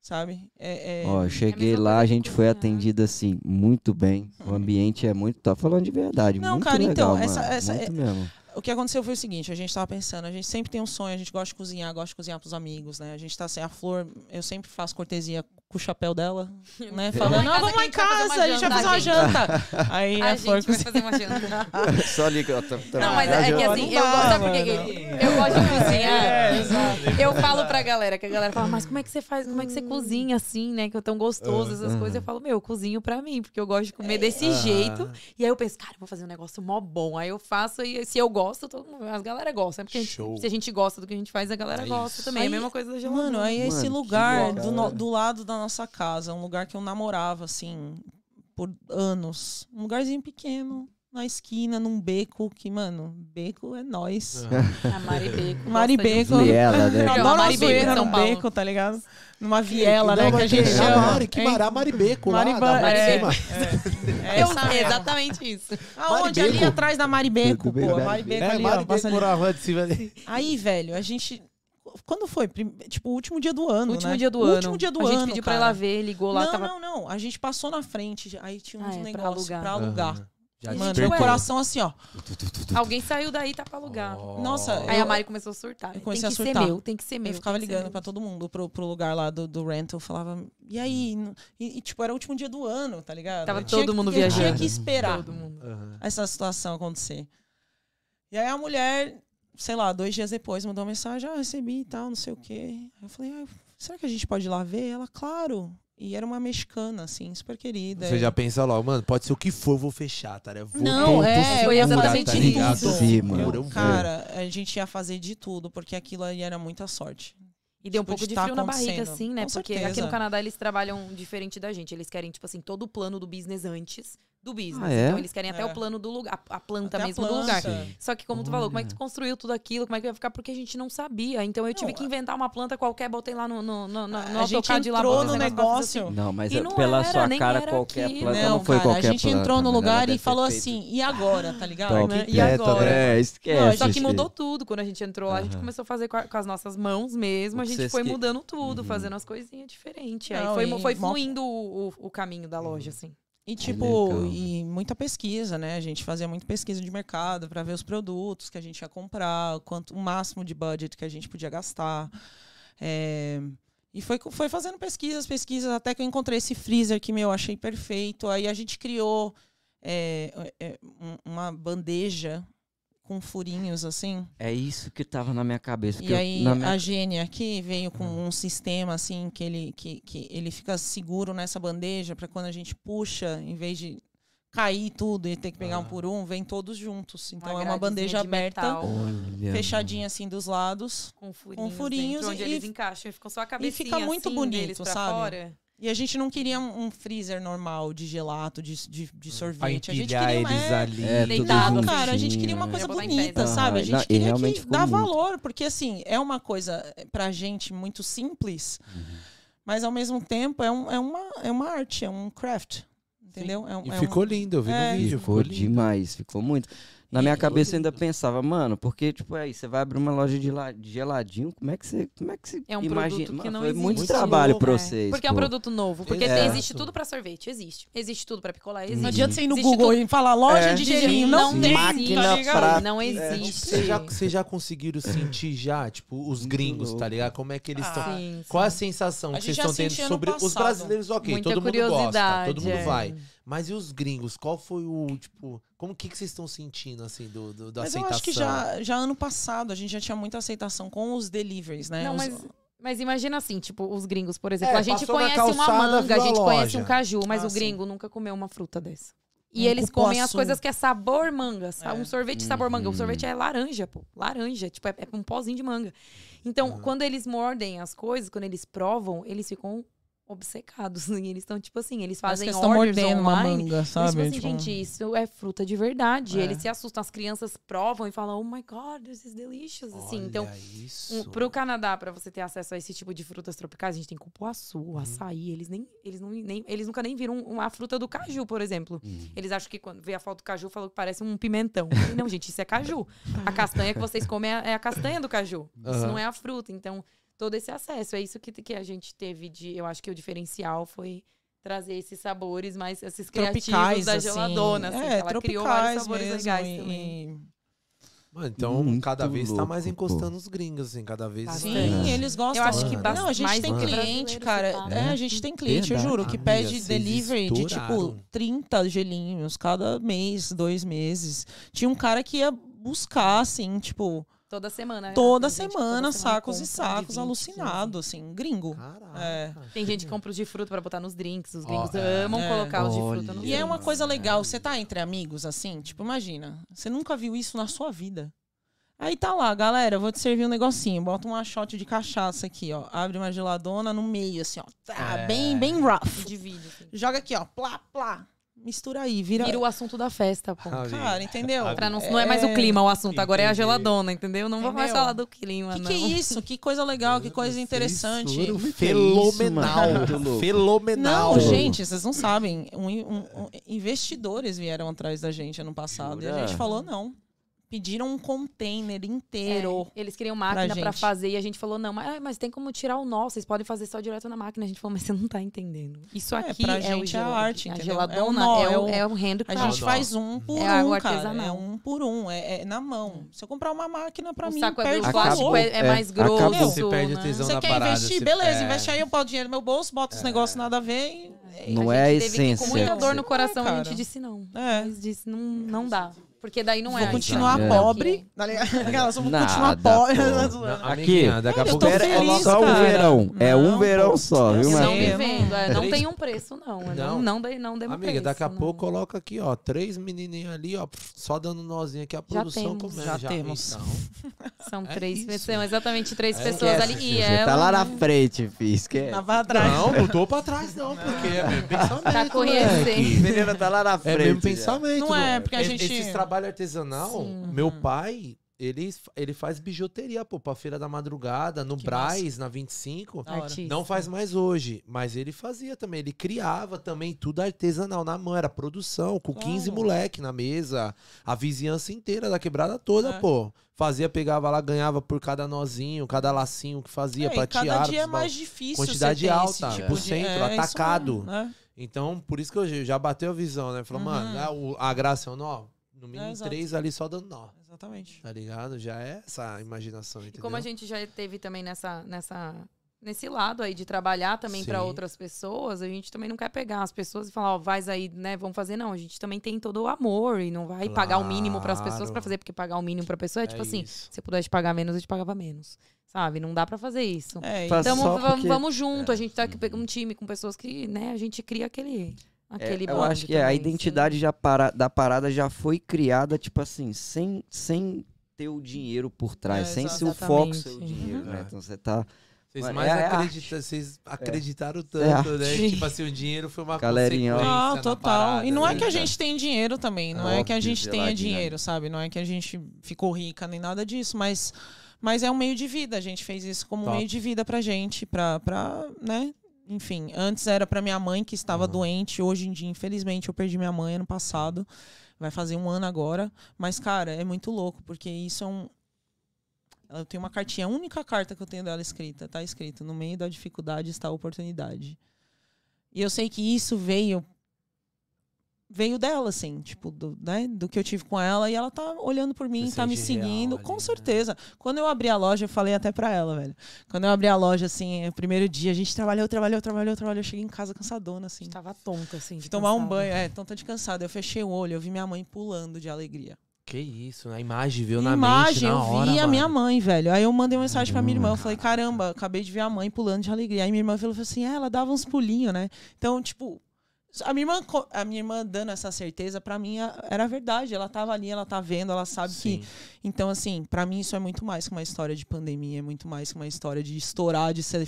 S3: Sabe? É, é-
S1: Ó, eu cheguei
S4: mesma
S1: lá,
S4: coisa
S1: a
S4: que
S1: gente foi
S4: cozinhar.
S3: né?
S1: atendido assim, muito bem. O ambiente é muito. Tá falando de verdade.
S3: Hum. Não,
S1: muito
S3: cara,
S1: legal,
S3: então,
S1: mano,
S3: essa- essa-
S1: muito mesmo.
S3: O que aconteceu foi o seguinte, a gente tava pensando, a gente sempre tem um sonho, a gente gosta de cozinhar, gosta de cozinhar pros amigos, né? A gente tá assim, a Flor, eu sempre faço cortesia com o chapéu dela, né? Falando, ah, vamos lá em casa, a gente vai fazer uma janta. Aí
S4: A
S1: é
S3: a Flor
S4: gente vai
S3: cozinha.
S4: fazer uma janta.
S1: Só liga. Tá, tá,
S4: Não, mas é que
S3: Não
S4: assim,
S3: dá,
S4: eu gosto, sabe por
S3: mano.
S4: quê? Eu gosto de É, cozinhar. Eu falo pra galera, que a galera fala, mas como é que você faz, como é que você cozinha assim, né? Que é tão gostoso, essas coisas. Eu falo, meu, eu cozinho pra mim, porque eu gosto de comer desse
S2: Ah,
S4: jeito. E aí eu penso, cara, eu vou fazer um negócio mó bom. Aí eu faço e se eu gosto, todo mundo, as galera gosta. É Porque a gente-
S2: Show.
S4: se a gente gosta do que a gente faz, a galera
S2: É
S4: gosta
S2: isso.
S4: também. é a
S3: Aí-
S4: mesma coisa da geladeira.
S3: Mano, aí é
S1: Mano,
S3: esse
S1: um que
S3: lugar
S1: louco,
S3: do, no-
S1: cara.
S3: do lado da nossa casa, um lugar que eu namorava, assim, por anos. Um lugarzinho pequeno, na esquina, num beco, que, mano, beco é nós.
S4: A Maribeco. um-
S3: Maribeco.
S1: E ela, né?
S3: Eu
S4: Chama
S3: adoro uma
S4: Maribeco,
S3: zoeira
S4: São
S3: num
S4: Paulo.
S3: beco, tá ligado? Numa viela, né, que a gente
S2: É,
S3: chama.
S2: Mari, que
S3: É,
S2: mará, Maribeco lá,
S3: Mariba-
S2: da Mari
S3: é.
S2: Cima.
S3: é
S4: Eu,
S3: essa
S4: é
S3: mesmo.
S4: exatamente isso.
S3: Aonde? Ali
S2: Maribeco.
S3: atrás da Maribeco,
S1: Tudo bem,
S3: pô.
S1: velho.
S3: Maribeco
S2: É,
S3: ali, ó.
S2: Maribeco
S3: passa ali.
S2: morava de cima ali.
S3: Aí, velho, a gente... Quando foi? Prim- Tipo, o último dia do ano,
S4: último
S3: né?
S4: dia do
S3: O
S4: ano.
S3: último dia do
S4: A
S3: ano,
S4: gente pediu pra
S3: cara.
S4: ela ver, ligou lá,
S3: não,
S4: tava
S3: não, não. A gente passou na frente. Aí tinha
S4: Ah,
S3: uns
S4: é, pra
S3: negócios
S4: alugar.
S3: pra alugar. Tipo,
S2: Aham. Já
S3: Mano,
S4: despertou.
S3: meu coração assim, ó.
S4: Alguém saiu daí tá pra alugar.
S3: Nossa, é
S4: Aí a
S3: eu,
S4: Mari começou a surtar. né?
S3: Eu comecei
S4: tem
S3: a
S4: que
S3: surtar.
S4: ser meu, tem que ser meu.
S3: eu ficava
S4: tem que ser
S3: ligando
S4: meu.
S3: pra todo mundo pro, pro lugar lá do, do rental. Falava, e aí? E, e, tipo, era o último dia do ano, tá ligado?
S4: Tava
S3: Eu tinha
S4: todo
S3: que-
S4: mundo
S3: eu Tinha
S4: viajando.
S3: que esperar
S4: Todo mundo.
S2: Aham.
S3: essa situação acontecer. E aí a mulher, sei lá, dois dias depois mandou uma mensagem, ah, recebi e tal, não sei o quê. Eu falei, ah, será que a gente pode ir lá ver? Ela, claro. E era uma mexicana, assim, super querida.
S2: Você já pensa logo, mano, pode ser o que for, eu vou fechar, tá? Eu vou
S3: Não,
S2: ponto
S3: é,
S2: segura,
S4: foi exatamente
S2: tá ligado?
S3: tudo.
S1: Sim,
S2: Segura,
S1: mano.
S2: eu
S3: Eu,
S2: vou.
S3: cara, a gente ia fazer de tudo, porque aquilo ali era muita sorte.
S4: E deu um
S3: Tipo,
S4: pouco
S3: de
S4: de
S3: tá
S4: frio na barriga,
S3: acontecendo.
S4: assim, né?
S3: Com
S4: Porque aqui
S3: certeza.
S4: no Canadá eles trabalham diferente da gente. Eles querem, tipo assim, todo o plano do business antes do business.
S1: Ah, é?
S4: Então eles querem até
S3: É.
S4: o plano do lugar, a a planta
S3: Até a
S4: mesmo do
S3: planta.
S4: lugar.
S2: Sim.
S4: Só que, como tu falou, como é que
S1: Olha.
S4: tu construiu tudo aquilo? Como é que vai ficar? Porque a gente não sabia. Então eu tive
S3: Não, é.
S4: que inventar uma planta qualquer, botei lá no, no, no, no, no
S3: a gente
S4: AutoCAD lá.
S3: entrou
S4: botei
S3: no
S4: esse negócio, pra fazer assim.
S3: negócio.
S1: Não, mas
S4: E
S1: é
S4: não
S1: pela
S4: era,
S1: sua
S4: nem
S1: cara
S4: era
S1: qualquer
S4: aquilo.
S1: planta
S3: Não,
S1: não foi
S3: cara,
S1: qualquer
S3: a gente
S1: planta,
S3: entrou no
S1: mano, ela
S3: lugar
S1: deve
S3: e
S1: ter
S3: falou
S1: feito
S3: assim, e agora, tá ligado?
S1: top
S3: né? E
S1: teta,
S3: agora?
S1: É, esquece.
S3: Não,
S4: Só que
S1: filho.
S4: mudou tudo quando a gente entrou lá. A gente
S1: Aham.
S4: começou a fazer com, a- com as nossas mãos
S1: O
S4: mesmo. A
S1: que
S4: gente
S1: vocês
S4: foi
S1: que-
S4: mudando tudo,
S1: Uhum.
S4: fazendo as coisinhas diferentes. Aí
S3: Não,
S4: foi,
S3: e
S4: mo- foi
S3: mó-
S4: fluindo o, o- o caminho da loja,
S1: Uhum.
S4: assim.
S3: E tipo,
S1: legal.
S3: e muita pesquisa, né? A gente fazia muita pesquisa de mercado pra ver os produtos que a gente ia comprar, o quanto o máximo de budget que a gente podia gastar. É, E foi, co- foi fazendo pesquisas, pesquisas, até que eu encontrei esse freezer que, meu, eu achei eh, perfeito. Aí a gente criou é, é, um- uma bandeja com furinhos assim.
S1: É isso que tava na minha cabeça. porque
S3: E
S1: eu-
S3: aí
S1: na minha- Hum.
S3: a Gene aqui veio com um sistema assim que ele que, que ele fica seguro nessa bandeja para quando a gente puxa, em vez de cair tudo e ter que pegar
S2: Ah.
S3: um por um, vem todos juntos. Então é
S4: gradezinha
S3: uma bandeja
S4: de
S3: aberta,
S4: metal
S1: Olha,
S3: fechadinha assim dos lados.
S4: Com furinhos,
S3: furinhos
S4: dentro, onde
S3: e-
S4: eles encaixam. E ficam só a cabecinha
S3: fica muito
S4: assim,
S3: bonito,
S4: deles pra
S3: sabe?
S4: fora.
S3: E a gente não queria um, um freezer normal de gelato, de, de,
S1: Hum.
S3: de
S2: Pra
S3: sorvete. A gente
S2: empilhar
S3: queria uma,
S2: eles
S3: é,
S2: ali.
S1: É, tudo
S4: deitado,
S1: juntinho,
S3: cara, a gente queria uma
S1: né?
S3: coisa
S4: Eu vou botar em pé,
S3: bonita,
S4: então.
S3: sabe? A
S1: Ah, Não,
S3: gente
S1: e
S3: queria
S1: realmente
S3: que
S1: ficou
S3: dar
S1: muito.
S3: valor, porque assim, é uma coisa eh, pra gente muito simples,
S1: Uhum.
S3: mas ao mesmo tempo é, um- é uma, é uma arte, é um craft. Entendeu? É um-
S2: E
S3: é um-
S2: ficou lindo, eu vi
S3: É.
S2: no vídeo.
S1: Ficou
S2: lindo.
S1: demais, ficou muito. Na minha
S2: Ficou
S1: cabeça eu
S2: lindo.
S1: ainda pensava, mano, porque, tipo, aí, você vai abrir uma loja de la- de geladinho, como é que você. Como é que você
S4: É um
S1: imagina?
S4: produto que
S1: Mano,
S4: não
S1: foi
S4: existe.
S1: muito
S2: Muito
S1: trabalho
S2: louco,
S1: pra
S4: É.
S1: vocês.
S4: Porque é um
S1: pô.
S4: produto novo. Porque
S2: Exato.
S4: existe tudo pra sorvete, existe. Existe tudo pra picolé, existe.
S1: Uhum.
S3: Não adianta você ir no
S4: Existe
S3: Google
S4: tudo.
S3: e falar loja
S1: É.
S3: de
S4: Existe,
S3: gelinho. Não,
S1: Sim.
S3: tem,
S1: Máquina
S3: tá ligado?
S1: pra-
S4: Não existe.
S2: É, Vocês já, vocês já conseguiram sentir já, tipo, os gringos, tá ligado? Como é que eles
S3: Ah,
S2: estão.
S4: Sim, sim.
S2: Qual
S1: é
S2: é a sensação
S3: A
S2: que
S3: gente
S2: vocês
S3: já
S2: estão tendo
S3: sentia no
S2: sobre os
S3: passado.
S2: brasileiros? Ok,
S4: Muita
S2: todo mundo gosta,
S4: curiosidade,
S2: todo mundo
S4: é.
S2: vai. Mas e os gringos? Qual foi o tipo? Como que, que vocês estão sentindo assim do, do- da
S3: Mas eu
S2: aceitação?
S3: acho que já, já ano passado a gente já tinha muita aceitação com os deliveries, né?
S4: Não,
S3: Os-
S4: mas, mas imagina assim, tipo, os gringos, por exemplo.
S2: É,
S4: a gente
S2: passou na
S4: conhece
S2: calçada,
S4: uma manga,
S2: viu
S4: a
S2: a
S4: gente conhece um
S2: loja.
S4: caju, mas
S3: Ah,
S4: o
S3: sim.
S4: gringo nunca comeu uma fruta dessa. E
S3: Um
S4: eles comem as
S3: cupuaçu.
S4: coisas que é sabor manga. sa-
S3: É.
S4: Um sorvete sabor manga. O
S2: Hum.
S4: sorvete é laranja, pô. Laranja. Tipo, é, é um pozinho de manga. Então,
S2: Uhum.
S4: quando eles mordem as coisas, quando eles provam, eles ficam obcecados. E eles estão, tipo assim, eles
S3: parece que
S4: fazem
S3: eles tão
S4: orders
S3: mordendo uma
S4: online.
S3: manga,
S4: Eles falam
S3: sabe?
S4: assim,
S3: Tipo,
S4: gente, isso é fruta de verdade. E
S3: É.
S4: Eles se assustam, as crianças provam e falam, oh my god, this is delicious. Assim, então,
S2: Olha
S4: um,
S2: isso.
S4: pro Canadá, pra você ter acesso a esse tipo de frutas tropicais, a gente tem cupuaçu,
S3: Uhum.
S4: açaí, eles nem, eles não, nem, eles nunca nem viram uma fruta do caju, por exemplo.
S3: Uhum.
S4: Eles acham que quando vê a foto do caju, falam que parece um pimentão. E não, gente, isso é caju. A castanha que vocês comem é, é a castanha do caju. Isso
S2: Aham.
S4: não é a fruta. Então, todo esse acesso, é isso que, que a gente teve de, eu acho que o diferencial foi trazer esses sabores, mas esses criativos
S3: tropicais,
S4: da
S3: assim.
S4: geladona, assim, que
S3: é,
S4: ela
S3: tropicais
S4: criou vários sabores
S3: mesmo,
S4: legais
S3: e-
S4: também.
S3: e-
S2: Mano, então
S1: Muito
S2: cada vez tá
S1: louco,
S2: mais
S1: pô.
S2: encostando os gringos, assim, cada vez.
S4: Tá
S3: Sim,
S4: Bastante.
S3: eles gostam.
S4: Eu acho que
S2: bas-
S3: Não, a gente
S4: mais
S3: tem
S4: do que
S3: cliente,
S4: brasileiro
S3: cara.
S4: se fala.
S3: É, a gente tem cliente, eu
S1: Verdade.
S3: juro, que
S2: Amiga,
S3: pede
S2: vocês
S3: delivery de tipo
S2: estouraram.
S3: 30 gelinhos cada mês, dois meses. Tinha um cara que ia buscar, assim, tipo,
S4: Toda semana. né?
S3: toda,
S4: Tem gente que
S3: semana,
S4: toda
S3: sacos e
S4: compra de
S3: sacos,
S4: 20, 15.
S3: alucinado, assim, gringo.
S2: Caraca.
S3: É.
S4: Tem gente que compra os de fruta pra botar nos drinks. Os
S2: Ó,
S4: gringos
S2: é.
S4: amam
S3: É.
S4: colocar os de
S1: Olha.
S4: fruta nos
S3: E é uma
S4: drinks.
S3: coisa legal, você tá entre amigos, assim, tipo, imagina, você nunca viu isso na sua vida. Aí tá lá, galera, eu vou te servir um negocinho, bota um shot de cachaça aqui, ó, abre uma geladona no meio, assim, ó, tá,
S2: É.
S3: bem, bem rough.
S4: Divide, assim.
S3: Joga aqui, ó, plá, plá, mistura aí, vira...
S4: Vira o assunto da festa, pô.
S2: Ah,
S3: Cara, entendeu?
S4: Pra não, não é mais o clima o assunto, agora é a
S2: Entendi.
S4: geladona, entendeu? Não vamos mais
S3: Entendeu?
S4: falar do clima,
S3: Que
S4: não.
S3: que é isso? Que coisa legal, que coisa interessante.
S2: Vocês foram
S1: que é isso, mano?
S2: Fenomenal.
S1: Muito louco.
S2: Fenomenal.
S3: Não, gente, vocês não sabem. Um- um- um- investidores vieram atrás da gente ano passado. E a
S1: Jura?
S3: gente falou não. Pediram um container
S4: É,
S3: inteiro.
S4: eles queriam máquina
S3: Pra
S4: pra
S3: gente.
S4: fazer e a gente falou, não, mas, ai, mas tem como tirar o nó, vocês podem fazer só direto na máquina. A gente falou, mas você não tá entendendo. Isso
S3: É,
S4: aqui
S3: pra
S4: é, o
S3: gente é a
S4: gelo-
S3: arte,
S4: A
S3: entendeu?
S4: geladona
S3: É o nó,
S4: é,
S3: é
S4: o,
S3: o-
S4: é o handcraft.
S3: A
S2: Não,
S3: gente
S2: não.
S3: faz um por
S4: É algo
S3: um, cara.
S4: artesanal. Hum.
S3: É um por um. É, é na mão. Se eu comprar uma máquina pra
S4: o
S3: mim,
S4: saco é,
S3: perde
S4: o
S3: o
S4: plástico
S3: valor.
S4: é, é
S1: É,
S4: mais
S1: acabou.
S4: grosso.
S2: Você perde o
S4: né?
S2: tesão
S3: Você
S2: na
S3: quer
S2: parada,
S3: investir?
S2: você-
S3: Beleza,
S2: é.
S3: investe aí, eu pau dinheiro no meu bolso, boto os negócios nada a ver. E...
S1: Não
S4: a
S1: é a
S4: gente teve que,
S1: essência.
S4: Com muita dor no
S3: Não é,
S4: coração, a gente
S3: cara.
S4: disse não.
S3: É.
S4: Mas disse, não, não dá. Porque daí não é.
S3: Vou
S4: a
S3: continuar
S4: gente.
S1: É.
S3: pobre. Tá ligado? Aquelas, eu vou continuar
S1: Nada, tá
S3: pobre.
S1: pô.
S2: Não,
S1: Aqui.
S2: amiguinha, daqui a
S3: Olha, eu
S2: pouco
S3: tô
S2: é
S3: feliz,
S1: só um
S3: cara.
S1: verão. é
S3: Não,
S1: um
S3: pô.
S1: verão só, viu,
S3: Eu
S4: Não
S1: mano?
S3: sei.
S4: vivendo, é, não
S2: Três-
S4: tem um preço, não. é, Não,
S2: Não.
S4: não, dei- não demos
S2: Amiga,
S4: preço,
S2: daqui a
S4: não.
S2: pouco
S3: né?
S2: coloca aqui, ó, três menininhos ali, ó, só dando nozinho aqui a
S4: Já
S2: produção
S4: temos.
S2: começa. então.
S3: Já temos.
S4: São
S2: É
S4: três
S2: isso.
S4: pessoas, são exatamente três
S2: É,
S4: pessoas ali. E é um
S1: Você
S4: ela
S1: tá lá na frente, fi. Esquece.
S3: Tava atrás.
S2: Não, não tô pra trás não, porque é mesmo pensamento.
S4: tá
S1: A
S4: conhecendo.
S1: menina tá lá na
S2: É
S1: frente.
S2: mesmo
S1: já.
S2: pensamento.
S3: Não é,
S2: mano.
S3: porque a
S2: Esse-
S3: gente-
S2: Esse trabalho
S3: uhum.
S2: artesanal,
S4: Sim.
S2: meu pai, ele, ele faz bijuteria, pô, pra Feira da Madrugada, no
S3: Que
S2: Braz, na 25.
S3: Da hora.
S4: Artista.
S2: Não faz mais hoje, mas ele fazia também. Ele criava também tudo artesanal na mão, era produção, com
S3: Claro.
S2: 15 moleque na mesa, a vizinhança inteira da quebrada toda,
S3: É.
S2: pô. Fazia, pegava lá, ganhava por cada nozinho, cada lacinho que fazia,
S3: É, e
S2: pra
S3: cada
S2: tiara,
S3: dia é
S2: pros bal-
S3: mais difícil.
S2: Quantidade
S3: você ter
S2: alta,
S3: esse
S2: pro
S3: tipo de-
S2: centro,
S3: é, isso
S2: atacado.
S3: mesmo, né?
S2: Então, por isso que eu já bateu a visão, né? Falou,
S3: Uhum.
S2: mano, né, o- a graça é o nó. No
S3: É,
S2: mínimo
S3: exato.
S2: três ali só dando nó.
S3: Exatamente.
S2: Tá ligado? Já é essa imaginação, entendeu?
S4: Como a gente já teve também nessa, nessa, nesse lado aí de trabalhar também para
S2: Sim.
S4: outras pessoas, a gente também não quer pegar as pessoas e falar, ó, vais aí, né, vamos fazer não, a gente também tem todo o amor e não vai pagar o mínimo para as pessoas
S2: Claro.
S4: para fazer, porque pagar o mínimo para pessoa é, tipo assim,
S2: isso.
S4: se eu pudesse pagar menos, eu te pagava menos. Sabe? Não dá para fazer isso.
S3: É, e-
S1: Faz-
S4: Então
S1: só
S4: va-
S1: porque-
S4: vamos junto,
S1: É.
S4: a gente tá aqui
S5: Uhum.
S4: pegando um time com pessoas que, né, a gente cria aquele
S1: É,
S4: aquele
S1: eu
S4: bond
S1: acho que é, a
S4: também, assim. sim.
S1: identidade já para, da parada já foi criada, tipo assim, sem, sem ter o dinheiro por trás,
S3: É,
S1: sem ser o foco
S4: exatamente.
S1: ser o dinheiro,
S2: Uhum.
S1: né? Então você tá.
S2: Vocês
S1: Mano,
S2: mais
S1: é- é
S2: acredita- vocês acreditaram tanto,
S1: arte.
S2: né? Tipo assim, o dinheiro foi uma
S1: Galerinha, ó.
S2: consequência
S3: Não,
S2: na
S3: Ah, total.
S2: parada,
S3: e não é
S2: né?
S3: que a gente tem dinheiro também, não é, que a
S1: Óbvio,
S3: gente tenha
S1: geladinho, né?
S3: dinheiro, sabe? Não é que a gente ficou rica nem nada disso, mas, mas é um meio de vida. A gente fez isso como um
S2: Top.
S3: meio de vida pra gente, pra, pra né? Enfim, antes era pra minha mãe que estava
S2: Uhum.
S3: doente, hoje em dia, infelizmente, eu perdi minha mãe ano passado. Vai fazer um ano agora. Mas, cara, é muito louco, porque isso é um. Eu tenho uma cartinha, a única carta que eu tenho dela escrita, tá escrito: no meio da dificuldade está a oportunidade. E eu sei que isso veio veio dela, assim, tipo, do, né, do que eu tive com ela, e ela tá olhando por mim,
S2: Você
S3: tá me
S2: sente real
S3: seguindo,
S2: ali,
S3: com
S2: né?
S3: certeza. Quando eu abri a loja, eu falei até pra ela, velho. Quando eu abri a loja, assim, é, o primeiro dia, a gente trabalhou, trabalhou, trabalhou, trabalhou, eu cheguei em casa cansadona,
S4: A
S3: assim.
S4: gente
S2: Tá
S4: tava tonta assim, de
S3: Fui tomar um
S4: cansada.
S3: banho, é, tonta de cansada. Eu fechei o olho, eu vi minha mãe pulando de alegria.
S2: Que isso, né? a imagem veio na
S3: Imagem,
S2: mente, na
S3: eu
S2: hora,
S3: vi a
S2: mano. Hum.
S3: minha mãe, velho. Aí eu mandei uma mensagem pra minha irmã, eu falei, caramba, acabei de ver a mãe pulando de alegria. Aí minha irmã falou assim, é, ela dava uns pulinhos, né? Então, tipo, a minha irmã, co- a minha irmã dando essa certeza, pra mim a- era verdade. Ela tava ali, ela tá vendo, ela sabe que
S2: Sim.
S3: então, assim, pra mim isso é muito mais que uma história de pandemia, é muito mais que uma história de estourar, de ser.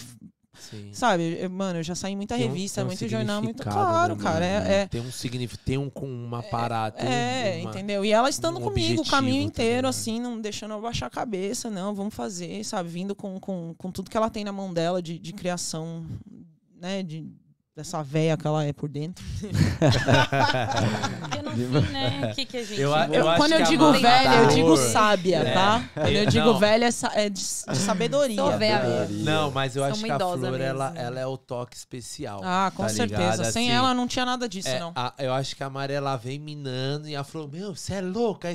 S2: Sim.
S3: Sabe, eu- mano, eu já saí em muita
S2: Tem um-
S3: revista,
S2: tem um
S3: muito jornal, muito.
S2: significado,
S3: Claro,
S2: né,
S3: cara.
S2: mano?
S3: É,
S2: Tem um significado, tem um com uma parada.
S3: é,
S2: tem
S3: é,
S2: uma-
S3: entendeu? E ela estando
S2: um
S3: comigo o
S2: objetivo,
S3: caminho
S2: tá
S3: inteiro,
S2: ligado?
S3: assim, não deixando eu baixar a cabeça, não, vamos fazer, sabe? Vindo com, com, com tudo que ela tem na mão dela de, de criação, né? De, dessa véia que ela é por dentro.
S4: Porque no fim, né, o que que a gente
S2: Eu a-
S3: Eu-
S2: acho
S3: quando eu
S2: que a
S3: digo
S2: Amanda
S3: velha, eu
S2: Moore-
S3: digo sábia,
S2: É.
S3: tá? Quando eu
S2: Eu-
S3: digo
S2: não.
S3: velha, é, sa- é de, de sabedoria.
S4: Sou velha mesmo.
S2: Não, mas eu
S4: Sou
S2: acho
S4: uma
S2: que a
S4: idosa
S2: Flor,
S4: mesmo.
S2: ela, ela é o toque especial.
S3: Ah, com
S2: tá
S3: certeza.
S2: ligado?
S3: Sem
S2: Assim,
S3: ela não tinha nada disso,
S2: é,
S3: não.
S2: a- eu acho que a Maria, ela vem minando e ela falou, meu, você é louca?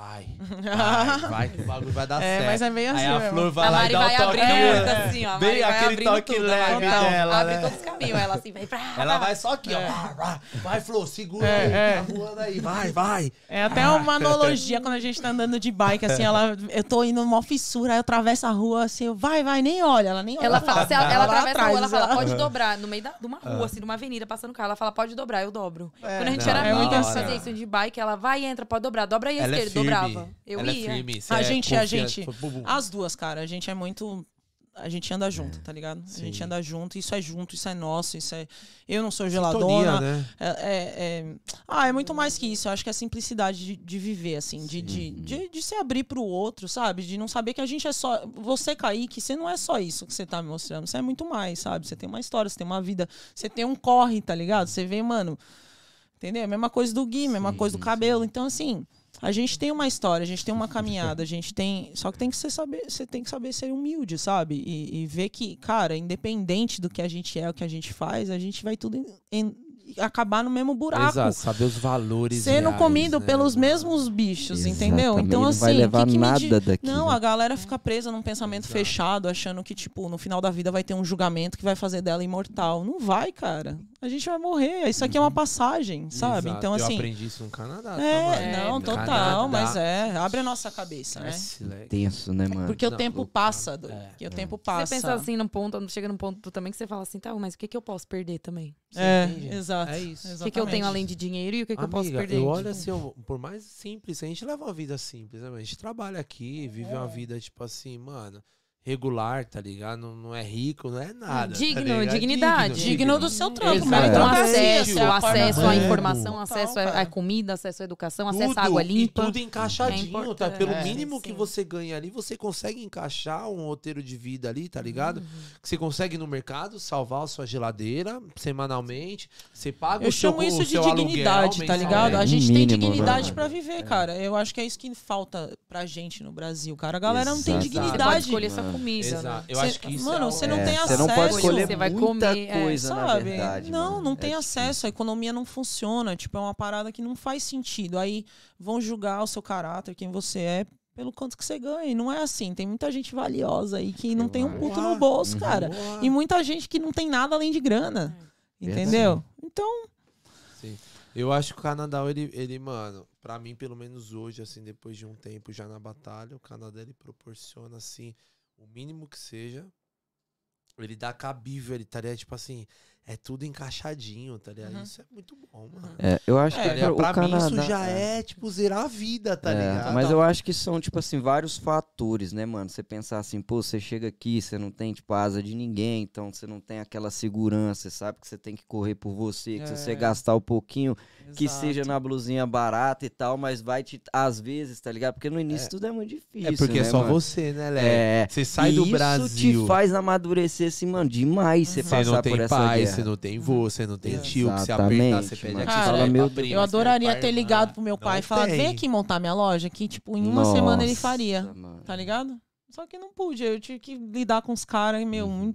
S2: Aí, vai, vai, vai que o bagulho vai dar
S3: é,
S2: ah, tá certo.
S3: mas é meio assim.
S2: Aí a
S3: mesmo.
S2: Flor vai
S4: A
S2: lá
S4: Mari
S2: e dá
S4: vai
S2: o toque
S4: abrindo
S2: na
S4: muito
S2: outra.
S4: assim, ó. a
S2: Bem
S4: Mari vai
S2: aquele
S4: abrindo
S2: toque
S4: tudo, a
S2: leve
S4: Mari vai- um
S2: dela,
S4: Abre
S2: né?
S4: todos os caminhos, ela assim, vai pra...
S2: Ela vai só aqui, ó.
S3: É.
S2: Rá, rá. Vai, Flor, segura
S3: É,
S2: aí,
S3: é.
S2: tá voando aí, vai, vai.
S3: É até uma analogia quando a gente tá andando de bike, assim, ela. Eu tô indo numa fissura, aí eu atravesso a rua, assim, eu, vai, vai, nem olha, ela nem olha.
S4: Ela, fala, se
S2: um
S4: ela, ela
S3: lá
S4: atravessa a rua, ela
S3: atrás,
S4: fala, pode dobrar. No meio da- de uma
S1: É.
S4: rua, assim, de uma avenida, passando o carro, ela fala, pode dobrar, eu dobro. Quando a gente
S2: Não,
S4: era
S2: é
S4: amiga,
S2: muito
S4: a gente
S2: assim.
S4: fazia isso de bike, ela vai, entra, pode dobrar, dobra aí a
S2: Ela é
S4: esquerda,
S2: firme.
S4: dobrava. Eu
S2: ela
S4: ia.
S2: é firme. você
S3: A
S2: é
S3: gente- a
S2: confiante.
S3: gente-
S2: Bum, bum.
S3: As duas, cara, a gente é muito. A gente anda junto, tá ligado? A gente
S2: Sim.
S3: anda junto, isso é junto, isso é nosso, isso é. Eu não sou
S2: Sintonia,
S3: geladona,
S2: né?
S3: É, é- é- Ah, é muito mais que isso. Eu acho que é a simplicidade de, de viver, assim, de, de, de, de se abrir pro outro, sabe? De não saber que a gente é só. Você, Kaique, você não é só isso que você tá me mostrando. Você é muito mais, sabe? Você tem uma história, você tem uma vida, você tem um corre, tá ligado? Você vem, mano. Entendeu? É Mesma coisa do Gui, mesma coisa do cabelo. Então, assim. A gente tem uma história, a gente tem uma caminhada, a gente tem. Só que tem que ser saber, você tem que saber ser humilde, sabe? E, e ver que, cara, independente do que a gente é, o que a gente faz, a gente vai tudo em- em- acabar no mesmo buraco.
S2: Exato, saber os valores.
S3: Sendo
S2: reais,
S3: comido
S2: né,
S3: pelos
S2: mano?
S3: mesmos bichos, entendeu?
S1: Exatamente,
S3: Então,
S1: não
S3: assim,
S1: vai levar
S3: que que me
S1: nada
S3: di-
S1: daqui.
S3: Não,
S1: né?
S3: a galera fica presa num pensamento fechado, achando que, tipo, no final da vida vai ter um julgamento que vai fazer dela imortal. Não vai, cara. A gente vai morrer. Isso aqui é uma passagem, sabe?
S2: Uhum. Exato,
S3: Então,
S2: Eu
S3: assim.
S2: aprendi isso no Canadá. tá,
S3: É,
S2: mano?
S3: não,
S2: No
S3: total,
S2: Canadá.
S3: mas é. Abre a nossa cabeça, né?
S2: Esse leque.
S1: Tenso, né, mano?
S3: É, Porque o
S2: Não,
S3: tempo
S2: loucura.
S3: passa, doido.
S2: É.
S3: Porque o tempo
S4: Você
S3: passa.
S4: pensa assim num ponto, chega num ponto também que você fala assim, tá, mas o que, que eu posso perder também?
S3: É,
S2: entende?
S3: exato.
S2: É isso.
S4: O que, que eu tenho
S3: Exatamente.
S4: além de dinheiro e o que, que eu posso
S2: Amiga,
S4: perder?
S2: eu
S4: Tipo,
S2: olho assim, eu- por mais simples, a gente leva uma vida simples, né? mano? A gente trabalha aqui, vive
S3: É.
S2: uma vida, tipo assim, mano, regular, tá ligado? Não, não é rico, não é nada. tá
S4: Tipo, Digno,
S2: ligado?
S4: dignidade.
S3: Digno do seu trampo,
S1: Exato.
S4: Então,
S1: Então,
S3: meritocracia,
S4: acesso,
S3: você
S2: é
S3: acorda
S4: acesso à
S2: mano.
S4: informação,
S3: Total,
S4: acesso à- à
S3: cara.
S4: comida, acesso à educação,
S2: Tudo,
S4: acesso à água
S2: E
S4: limpa.
S2: tudo encaixadinho, tá?
S4: importante,
S2: Pelo
S3: é.
S2: mínimo
S4: sim.
S2: que você ganha ali, você consegue encaixar um roteiro de vida ali, tá ligado?
S3: Uhum.
S2: Que você consegue ir no mercado salvar a sua geladeira semanalmente, você paga
S3: Eu
S2: o seu
S3: chamo isso
S2: o
S3: de
S2: seu
S3: dignidade,
S2: aluguel
S3: tá
S2: mensalmente.
S3: ligado?
S1: É,
S3: A
S1: um
S3: gente tem
S1: mínimo,
S3: dignidade
S1: né?
S3: pra viver, cara. Eu acho que é isso que falta pra gente no Brasil, cara. A galera não tem
S1: Exato.
S4: Você
S3: dignidade.
S4: pode escolher sua
S1: Mano.
S4: comida.
S2: Exato.
S4: Né?
S2: Eu
S3: Cê-
S2: acho que isso
S3: mano,
S2: é
S3: você
S2: o-
S3: não
S1: É,
S3: tem
S1: você não pode
S3: acesso.
S1: escolher
S4: Você vai
S1: muita
S4: comer, é,
S1: coisa, na
S3: sabe?
S1: verdade.
S3: não,
S1: mano.
S3: não
S1: É
S3: tem
S1: difícil.
S3: acesso, a economia não funciona, tipo, é uma parada que não faz sentido. Aí vão julgar o seu caráter, quem você é pelo quanto que você ganha. E não é assim. Tem muita gente valiosa aí que não tem um
S1: Boa.
S3: puto no
S1: Uhum.
S3: bolso, cara.
S2: Boa.
S3: E muita gente que não tem nada além de grana.
S1: Verdade.
S3: Entendeu? Então,
S2: Eu acho que o Canadá, ele, ele, mano, pra mim, pelo menos hoje, assim, depois de um tempo já na batalha, o Canadá, ele proporciona, assim, o mínimo que seja. Ele dá cabível, ele tá ligado? Tipo assim, é tudo encaixadinho, tá ligado?
S3: Uhum.
S2: Isso é muito bom, mano.
S1: É, eu acho
S2: Tá
S3: É, é,
S1: que pra,
S2: ligado?
S1: o
S2: pra mim,
S1: Canadá...
S2: isso já é, tipo, zerar a vida, tá
S1: É,
S2: ligado?
S1: mas eu acho que são, tipo assim, vários fatores, né, mano? Você pensar assim, pô, você chega aqui, você não tem, tipo, asa de ninguém, então você não tem aquela segurança, você sabe que você tem que correr por você, que se você
S3: É.
S1: gastar um pouquinho, que
S3: exato.
S1: seja na blusinha barata e tal, mas vai te, às vezes, tá ligado? Porque no início tudo é muito difícil,
S2: É porque é
S1: né,
S2: só
S1: mano?
S2: você, né, Léo?
S1: É.
S2: Você sai
S1: E
S2: do
S1: isso
S2: Brasil.
S1: te faz amadurecer, assim, mano, demais você
S2: Você
S1: passar
S2: não tem
S1: por essa
S2: pai,
S1: guerra.
S2: você não tem vô, você não tem tio que você
S1: Exatamente,
S2: apertar, você pede
S1: mano.
S2: aqui,
S3: Cara,
S2: fala
S3: eu
S2: meu
S3: Eu adoraria
S1: né?
S3: ter ligado pro meu pai e falado, vem aqui montar minha loja, que, tipo, em uma semana ele
S1: Nossa,
S3: faria,
S1: mano.
S3: tá ligado? Só que não pude, eu tive que lidar com os caras, e, meu,
S1: Uhum.
S3: um-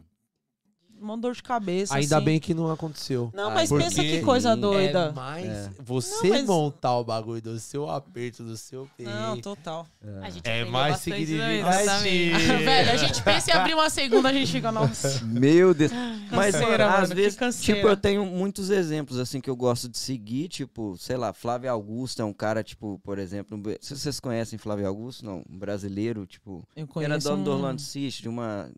S3: uma dor de cabeça.
S2: Ainda
S3: assim.
S2: bem que não aconteceu.
S3: Não,
S1: Ah,
S3: mas
S2: porque
S3: pensa que coisa
S1: é
S2: É
S3: doida.
S2: mais
S1: É.
S2: você
S3: Não, mas-
S2: montar o bagulho do seu aperto, do seu peito.
S3: Não, total.
S4: A gente
S2: É
S4: aprendeu
S2: mais
S4: bastante, né?
S2: significativo.
S4: Exatamente.
S3: Velho, a gente pensa em abrir uma segunda, a gente fica, nossa.
S1: Meu Deus. Mas
S3: Ah, Canseira,
S1: mano,
S3: mano,
S1: às
S3: que
S1: vezes,
S3: canseira.
S1: tipo, eu tenho muitos exemplos assim que eu gosto de seguir, tipo, sei lá, Flávio Augusto é um cara, tipo, por exemplo, um bra- se vocês conhecem Flávio Augusto, não, um brasileiro, tipo,
S3: Eu
S1: que era dono do
S3: um
S1: Orlando City, de uma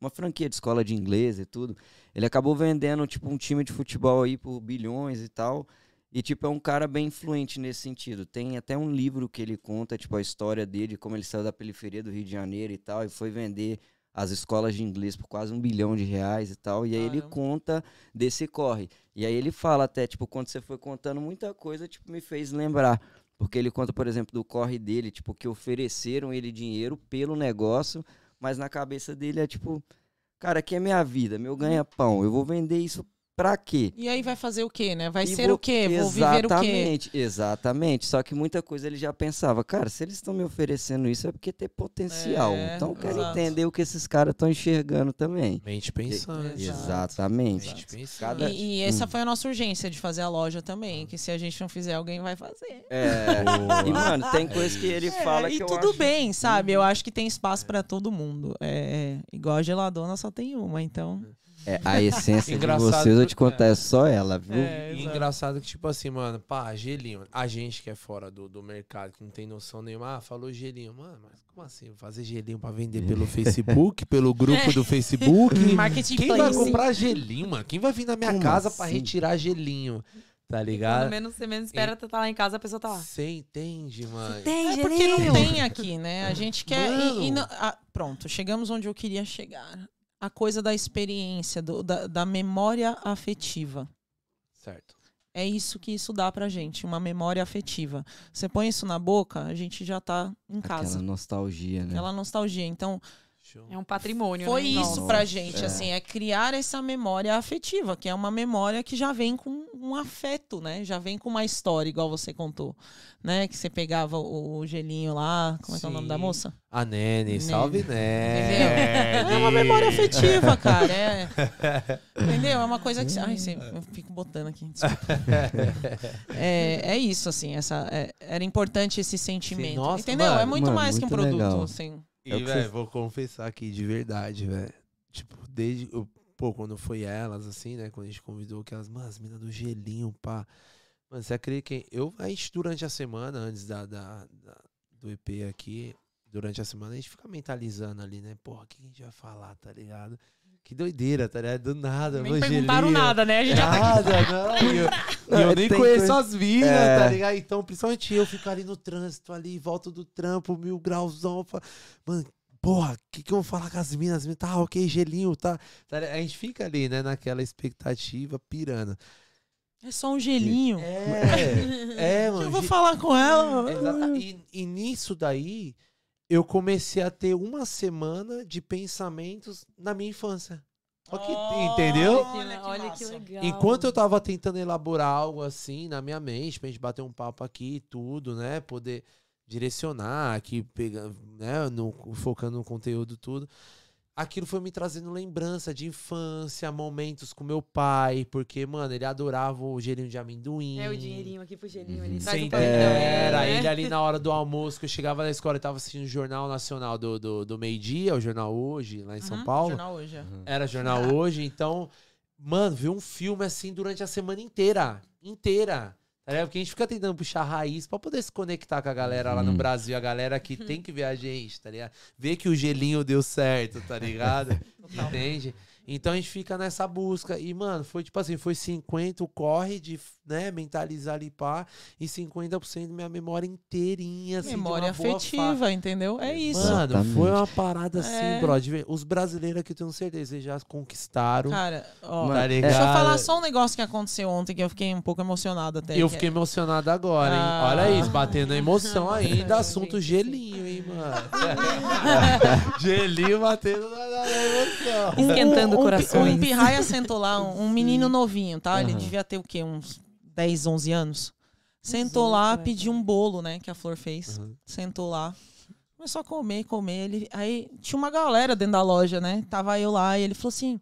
S1: uma franquia de escola de inglês e tudo. Ele acabou vendendo tipo um time de futebol aí por bilhões e tal. E tipo é um cara bem influente nesse sentido. Tem até um livro que ele conta, tipo a história dele, como ele saiu da periferia do Rio de Janeiro e tal e foi vender as escolas de inglês por quase um bilhão de reais e tal. E aí ele
S3: Caramba.
S1: conta desse corre. E aí ele fala até, tipo, quando você foi contando muita coisa, tipo, me fez lembrar. Porque ele conta, por exemplo, do corre dele, tipo, que ofereceram ele dinheiro pelo negócio, mas na cabeça dele é tipo, cara, aqui é minha vida, meu
S3: Hum.
S1: ganha-pão, eu vou vender isso pra quê?
S3: E aí vai fazer o quê, né? Vai
S1: E
S3: ser
S1: vou-
S3: o quê? Vou viver o quê?
S1: Exatamente, exatamente. Só que muita coisa ele já pensava, cara, se eles estão me oferecendo isso é porque tem potencial.
S3: É,
S1: então eu quero
S3: exato.
S1: entender o que esses caras estão enxergando também.
S2: Mente pensante.
S1: Exatamente. Hum.
S2: Mente pensante.
S1: Cada-
S3: E, e essa foi a nossa urgência de fazer a loja também, que se a gente não fizer, alguém vai fazer.
S1: É. E, mano, tem coisa que ele
S3: É,
S1: fala
S3: e
S1: que hum. eu
S3: tudo
S1: acho-
S3: bem, sabe? Eu acho que tem espaço pra todo mundo. É, é, igual a geladona só tem uma, então.
S1: É, a essência de
S2: Engraçado
S1: vocês, eu te
S2: porque-
S1: contar, é só ela, viu?
S3: É,
S2: E
S3: exato.
S2: engraçado que, tipo assim, mano, pá, gelinho. A gente que é fora do, do mercado, que não tem noção nenhuma, ah, falou gelinho. Mano, mas como assim? Fazer gelinho pra vender pelo Facebook, pelo grupo do Facebook? Quem vai
S3: Marketplace.
S2: comprar gelinho, mano? Quem vai vir na minha
S1: Como
S2: casa pra
S1: assim?
S2: retirar gelinho? Tá
S4: Quando
S2: ligado?
S4: menos você menos espera, tá lá em casa, a pessoa tá lá.
S2: Você entende, mano?
S4: Tem,
S3: É porque não tem aqui, né? A gente quer. e-
S2: Mano.
S3: e não- ah, pronto, chegamos onde eu queria chegar. A coisa da experiência, do- da, da memória afetiva.
S2: Certo.
S3: É isso que isso dá pra gente, uma memória afetiva. Você põe isso na boca, a gente já tá em casa.
S1: Aquela nostalgia, né?
S3: Aquela nostalgia. Então,
S2: Show.
S4: É um patrimônio.
S3: foi
S4: né?
S3: isso
S4: Nossa.
S3: pra gente,
S1: é.
S3: assim, é criar essa memória afetiva, que é uma memória que já vem com um afeto, né? Já vem com uma história, igual você contou, né? Que você pegava o, o gelinho lá, como é que é o nome da
S2: Sim.
S3: moça?
S2: A Nene,
S3: Nene.
S2: salve Nene.
S3: É uma memória afetiva, cara. é. Entendeu? É uma coisa que. Ai, você- eu fico botando aqui, desculpa. É, é isso, assim. Essa, é- era importante esse sentimento.
S2: Sim, nossa,
S3: entendeu?
S2: mano.
S3: é muito
S1: Mano,
S3: mais que um
S1: muito
S3: produto,
S1: legal.
S3: assim.
S2: E,
S1: É o que
S2: velho,
S1: vocês-
S2: vou confessar aqui de verdade, velho. Tipo, desde. eu- Pô, quando foi elas, assim, né? Quando a gente convidou aquelas, mano, as minas do gelinho, pá. Mano, você acredita que eu, a gente, durante a semana, antes da, da- da- do EP aqui, durante a semana, a gente fica mentalizando ali, né? Porra, o que a gente vai falar, tá ligado? Que doideira, tá ligado? Do nada,
S3: Nem
S2: mano,
S3: perguntaram
S2: gelinho. É.
S3: nada, né? A gente já tá
S2: Nada, não. E eu,
S1: Não,
S2: e eu
S1: é,
S2: nem
S1: tem
S2: conheço
S1: coisa-
S2: as minas,
S1: É.
S2: tá ligado? Então, principalmente eu ficar ali no trânsito, ali, volta do trampo, mil grauzão. eu falo, Mano, porra, o que, que eu vou falar com as minas? As minas, tá, ok, gelinho, tá. tá ligado? A gente fica ali, né, naquela expectativa, pirando.
S3: É só um gelinho.
S2: É, é, mano.
S3: eu vou
S2: ge-
S3: falar com ela.
S2: Exata- E, e nisso daí, eu comecei a ter uma semana de pensamentos na minha infância. Ó que- entendeu?
S3: Olha que
S4: Olha que
S3: massa.
S4: legal.
S2: Enquanto eu tava tentando elaborar algo assim na minha mente, pra gente bater um papo aqui e tudo, né? Poder direcionar aqui, pegando, né? No, focando no conteúdo tudo. aquilo foi me trazendo lembrança de infância, momentos com meu pai, porque, mano, ele adorava o gelinho de amendoim.
S4: É o dinheirinho aqui pro gelinho ali.
S2: Você
S4: Traz um
S2: entendeu?
S4: pouquinho também,
S2: Uhum. é, Era,
S4: né?
S2: ele ali na hora do almoço, que eu chegava na escola e tava assistindo o Jornal Nacional do, do, do meio-dia, o Jornal Hoje, lá em São
S3: Aham,
S2: Paulo. Uhum.
S3: Jornal hoje, é.
S2: Era Jornal Hoje, então, mano, vi um filme assim durante a semana inteira. Inteira. Tá ligado? Porque a gente fica tentando puxar a raiz pra poder se conectar com a galera lá no
S1: Hum.
S2: Brasil, a galera que
S3: Uhum.
S2: tem que ver a gente, tá ligado? Ver que o gelinho deu certo, tá ligado? Entende? Então a gente fica nessa busca. E, mano, foi tipo assim, foi 50 o corre de, né, mentalizar ali pá, e 50% minha memória inteirinha, assim, de uma
S3: Memória
S2: boa fa-
S3: afetiva, entendeu? É isso.
S2: Mano,
S1: Exatamente.
S2: foi uma parada assim,
S3: É.
S2: brother. Os brasileiros aqui, eu tenho certeza, eles já conquistaram.
S3: Cara, ó.
S1: Mano,
S2: tá
S1: é.
S2: ligado?
S3: Deixa eu falar só um negócio que aconteceu ontem, que eu fiquei um pouco emocionado até.
S2: Eu
S3: que é-
S2: fiquei emocionado agora, hein?
S3: Ah.
S2: Olha isso, batendo a emoção ainda.
S4: Ai,
S2: assunto
S4: gente,
S2: gelinho, hein, mano? gelinho batendo na, na emoção.
S4: Esquentando
S3: um, um,
S4: corações.
S3: Um pirraia sentou lá, um, um menino novinho, tá? Ele
S1: Aham.
S3: devia ter o quê? Uns 10, 11 anos. Sentou
S4: oito,
S3: lá,
S4: é.
S3: pediu um bolo, né? Que a Flor fez.
S2: Aham.
S3: Sentou lá. Começou a comer, comer. Ele, aí tinha uma galera dentro da loja, né? Tava eu lá e ele falou assim: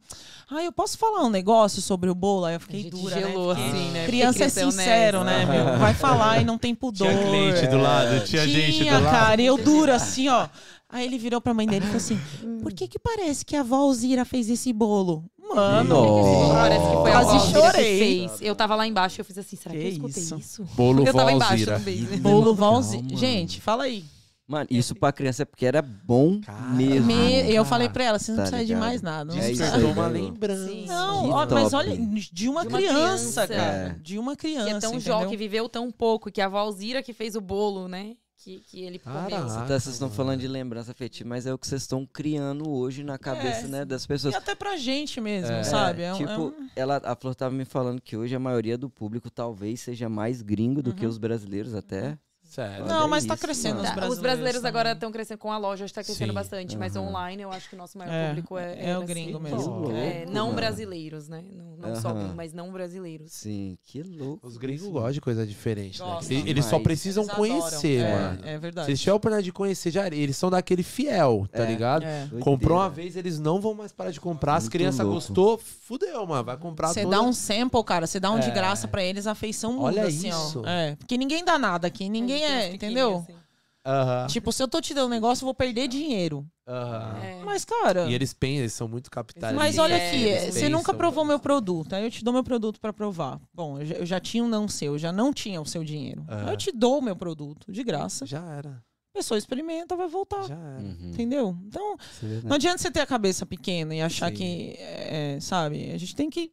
S3: Ah, eu posso falar um negócio sobre o bolo? Aí eu
S4: A
S3: fiquei
S4: gente
S3: dura. né?
S4: gelou
S3: Fiquei-
S4: assim, né?
S3: Criança é
S4: Porque cresceu
S3: sincero,
S4: nessa.
S3: né, meu? Vai falar e não tem pudor.
S2: do lado, tinha,
S3: Tinha, cara, eu dura
S1: Ah.
S3: assim, ó. Aí ele virou pra mãe dele e falou assim: Por que que parece que a vó Alzira fez esse bolo? Mano,
S1: Nossa.
S4: Parece que foi a
S3: Quase
S4: Valzira que
S3: chorei.
S4: fez. Eu tava lá embaixo e eu fiz assim, será que,
S3: Que
S4: eu escutei
S3: isso?
S4: isso?
S2: Bolo
S4: eu tava embaixo
S2: Valzira.
S4: também, né?
S3: bolo vó
S1: Calma,
S3: Alzira.
S1: mano.
S3: Gente, fala aí.
S1: Mano, isso pra criança é porque era bom
S2: Cara,
S1: mesmo.
S3: Me-
S2: cara.
S3: eu falei pra ela: Você não
S1: Tá
S3: precisa de
S1: ligado.
S3: mais nada. Não
S1: É isso aí,
S3: precisa.
S2: Despertou uma
S1: velho.
S2: lembrança.
S4: Sim.
S3: Não,
S1: Que
S3: ó, mas
S1: top.
S3: olha, de uma,
S4: De uma
S3: criança,
S4: criança.
S3: cara.
S1: É.
S3: De uma
S4: Que
S3: criança.
S4: é tão
S3: entendeu?
S4: jovem, que viveu tão pouco, que a Valzira que fez o bolo, né? Que, que ele comeu.
S2: Caraca.
S1: Então, vocês estão falando de lembrança afetiva, mas é o que vocês estão criando hoje na cabeça
S3: É.
S1: né, das
S3: E
S1: pessoas.
S3: até pra gente mesmo,
S1: É,
S3: sabe? É, um-
S1: tipo,
S3: é um-
S1: ela, a Flor tava me falando que hoje a maioria do público talvez seja mais gringo do
S3: Uhum.
S1: que os brasileiros até.
S2: Sério.
S3: Não,
S1: olha
S3: mas tá
S1: isso,
S3: crescendo
S1: mano.
S3: os
S1: Tá,
S3: brasileiros.
S4: Os brasileiros
S3: também.
S4: agora estão crescendo com a loja, está crescendo
S2: Sim.
S4: bastante, mas
S1: Aham.
S4: online eu acho que o nosso maior
S3: É,
S4: público é,
S3: é o
S4: brasileiro.
S3: gringo
S1: Que
S3: mesmo.
S1: louco,
S4: É, não
S1: mano.
S4: brasileiros, né? Não, não só
S1: Aham.
S4: gringos, mas não brasileiros.
S1: Sim, que louco.
S2: Os gringos
S1: isso,
S2: gostam de coisa diferente, né?
S3: Gostam
S2: Eles- Eles só
S1: demais.
S2: precisam
S3: Eles adoram.
S2: conhecer,
S3: é,
S2: mano.
S3: É
S2: Se eles
S3: verdade.
S2: tiverem a oportunidade de conhecer, já, eles são daquele fiel, tá
S1: É.
S2: ligado?
S3: É.
S1: mano.
S2: Comprou uma
S1: Doideira.
S2: vez, eles não vão mais parar de comprar. As
S1: Muito
S2: crianças
S1: louco.
S2: gostou, fudeu, mano. Vai comprar
S3: Você
S2: toda-
S3: dá um sample, cara, você dá um de
S2: É.
S3: graça pra eles, a feição muda,
S2: Olha
S3: assim,
S2: isso.
S3: ó. É, porque ninguém dá nada aqui, ninguém
S4: A gente tem
S3: é,
S4: uns
S3: entendeu?
S4: pequenininhos, assim.
S2: Aham,
S3: Tipo, se eu tô te dando um negócio, eu vou perder dinheiro.
S2: aham.
S4: É.
S3: Mas, cara,
S2: E eles pensam, eles são muito capitalistas.
S3: mas
S4: eles-
S3: olha
S4: é,
S3: aqui,
S4: eles
S3: você nunca provou
S2: né?
S3: meu produto, aí eu te dou meu produto pra provar. Bom, eu já, eu já tinha um não seu, eu já não tinha o seu dinheiro.
S2: Aham.
S3: Aí Eu te dou o meu produto, de graça.
S2: Já era,
S3: A pessoa experimenta, vai voltar,
S2: já era.
S1: Uhum.
S3: entendeu? Então,
S2: Você vê, né?
S3: não adianta você ter a cabeça pequena e achar
S2: Sim.
S3: que, é, sabe, a gente tem que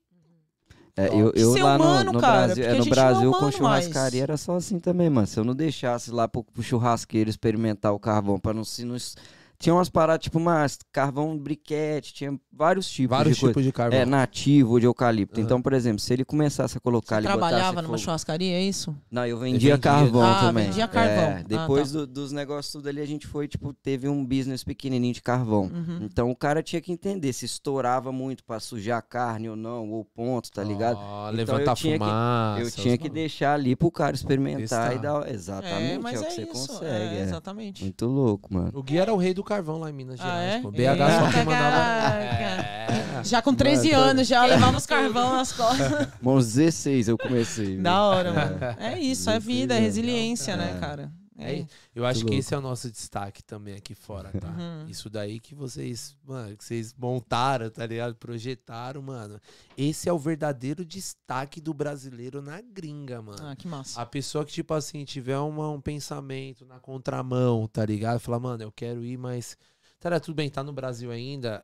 S1: É, eu, eu
S3: ser
S1: lá no-
S3: humano,
S1: no,
S3: cara,
S1: Brasil,
S3: porque
S1: é,
S3: a
S1: no
S3: gente não é
S1: Brasil
S3: humano
S1: com
S3: mais.
S1: churrascaria era só assim também, mano. Se eu não deixasse lá pro, pro churrasqueiro experimentar o carvão, para não se não es- tinha umas paradas tipo mas carvão briquete, tinha vários tipos
S2: Vários
S1: de coisa.
S2: tipos de carvão.
S1: É nativo ou de eucalipto.
S2: Aham.
S1: Então, por exemplo, se ele começasse a colocar ali
S3: Você
S1: botasse
S3: trabalhava numa
S1: fogo-
S3: churrascaria, é isso?
S1: Não, eu
S2: Ele vendia.
S1: vendia carvão
S3: Ah,
S1: também.
S3: vendia
S1: É,
S3: carvão. Ah,
S1: depois
S3: tá.
S1: do- dos negócios tudo ali, a gente foi, tipo, teve um business pequenininho de carvão.
S3: Uhum.
S1: Então o cara tinha que entender se estourava muito pra sujar a carne ou não, ou ponto, tá ligado?
S2: Ó,
S1: Então,
S2: levantar
S1: eu tinha que-
S2: fumaça.
S1: eu
S2: os
S1: tinha que
S2: bagulho.
S1: deixar ali pro cara experimentar
S2: Testar.
S1: e dar. Exatamente,
S3: é,
S1: é,
S3: mas
S1: o
S3: é,
S1: que você
S3: isso.
S1: consegue.
S3: é,
S1: é.
S3: Exatamente.
S1: Muito louco, mano.
S2: O Gui era o rei do carvão lá em Minas
S3: Ah,
S2: Gerais.
S3: é?
S2: pô. BH só que
S3: Eita,
S2: mandava.
S3: caraca.
S2: É.
S3: Já com 13
S1: Mano,
S3: anos, já levava os carvão nas costas.
S1: Bom, aos 16 eu comecei. viu?
S3: da hora, mano. É isso, é
S1: Muito
S3: vida, é
S1: legal,
S3: resiliência,
S1: cara.
S3: né, cara?
S2: É,
S3: É.
S2: eu acho
S1: Muito louco.
S2: que esse é o nosso destaque também aqui fora, tá?
S3: Uhum.
S2: Isso daí que vocês, mano, que vocês montaram, tá ligado? Projetaram, mano. Esse é o verdadeiro destaque do brasileiro na gringa, mano.
S3: Ah, que massa.
S2: A pessoa que, tipo assim, tiver uma- um pensamento na contramão, tá ligado? Falar, mano, eu quero ir, mas. Tá, ligado? tudo bem, tá no Brasil ainda.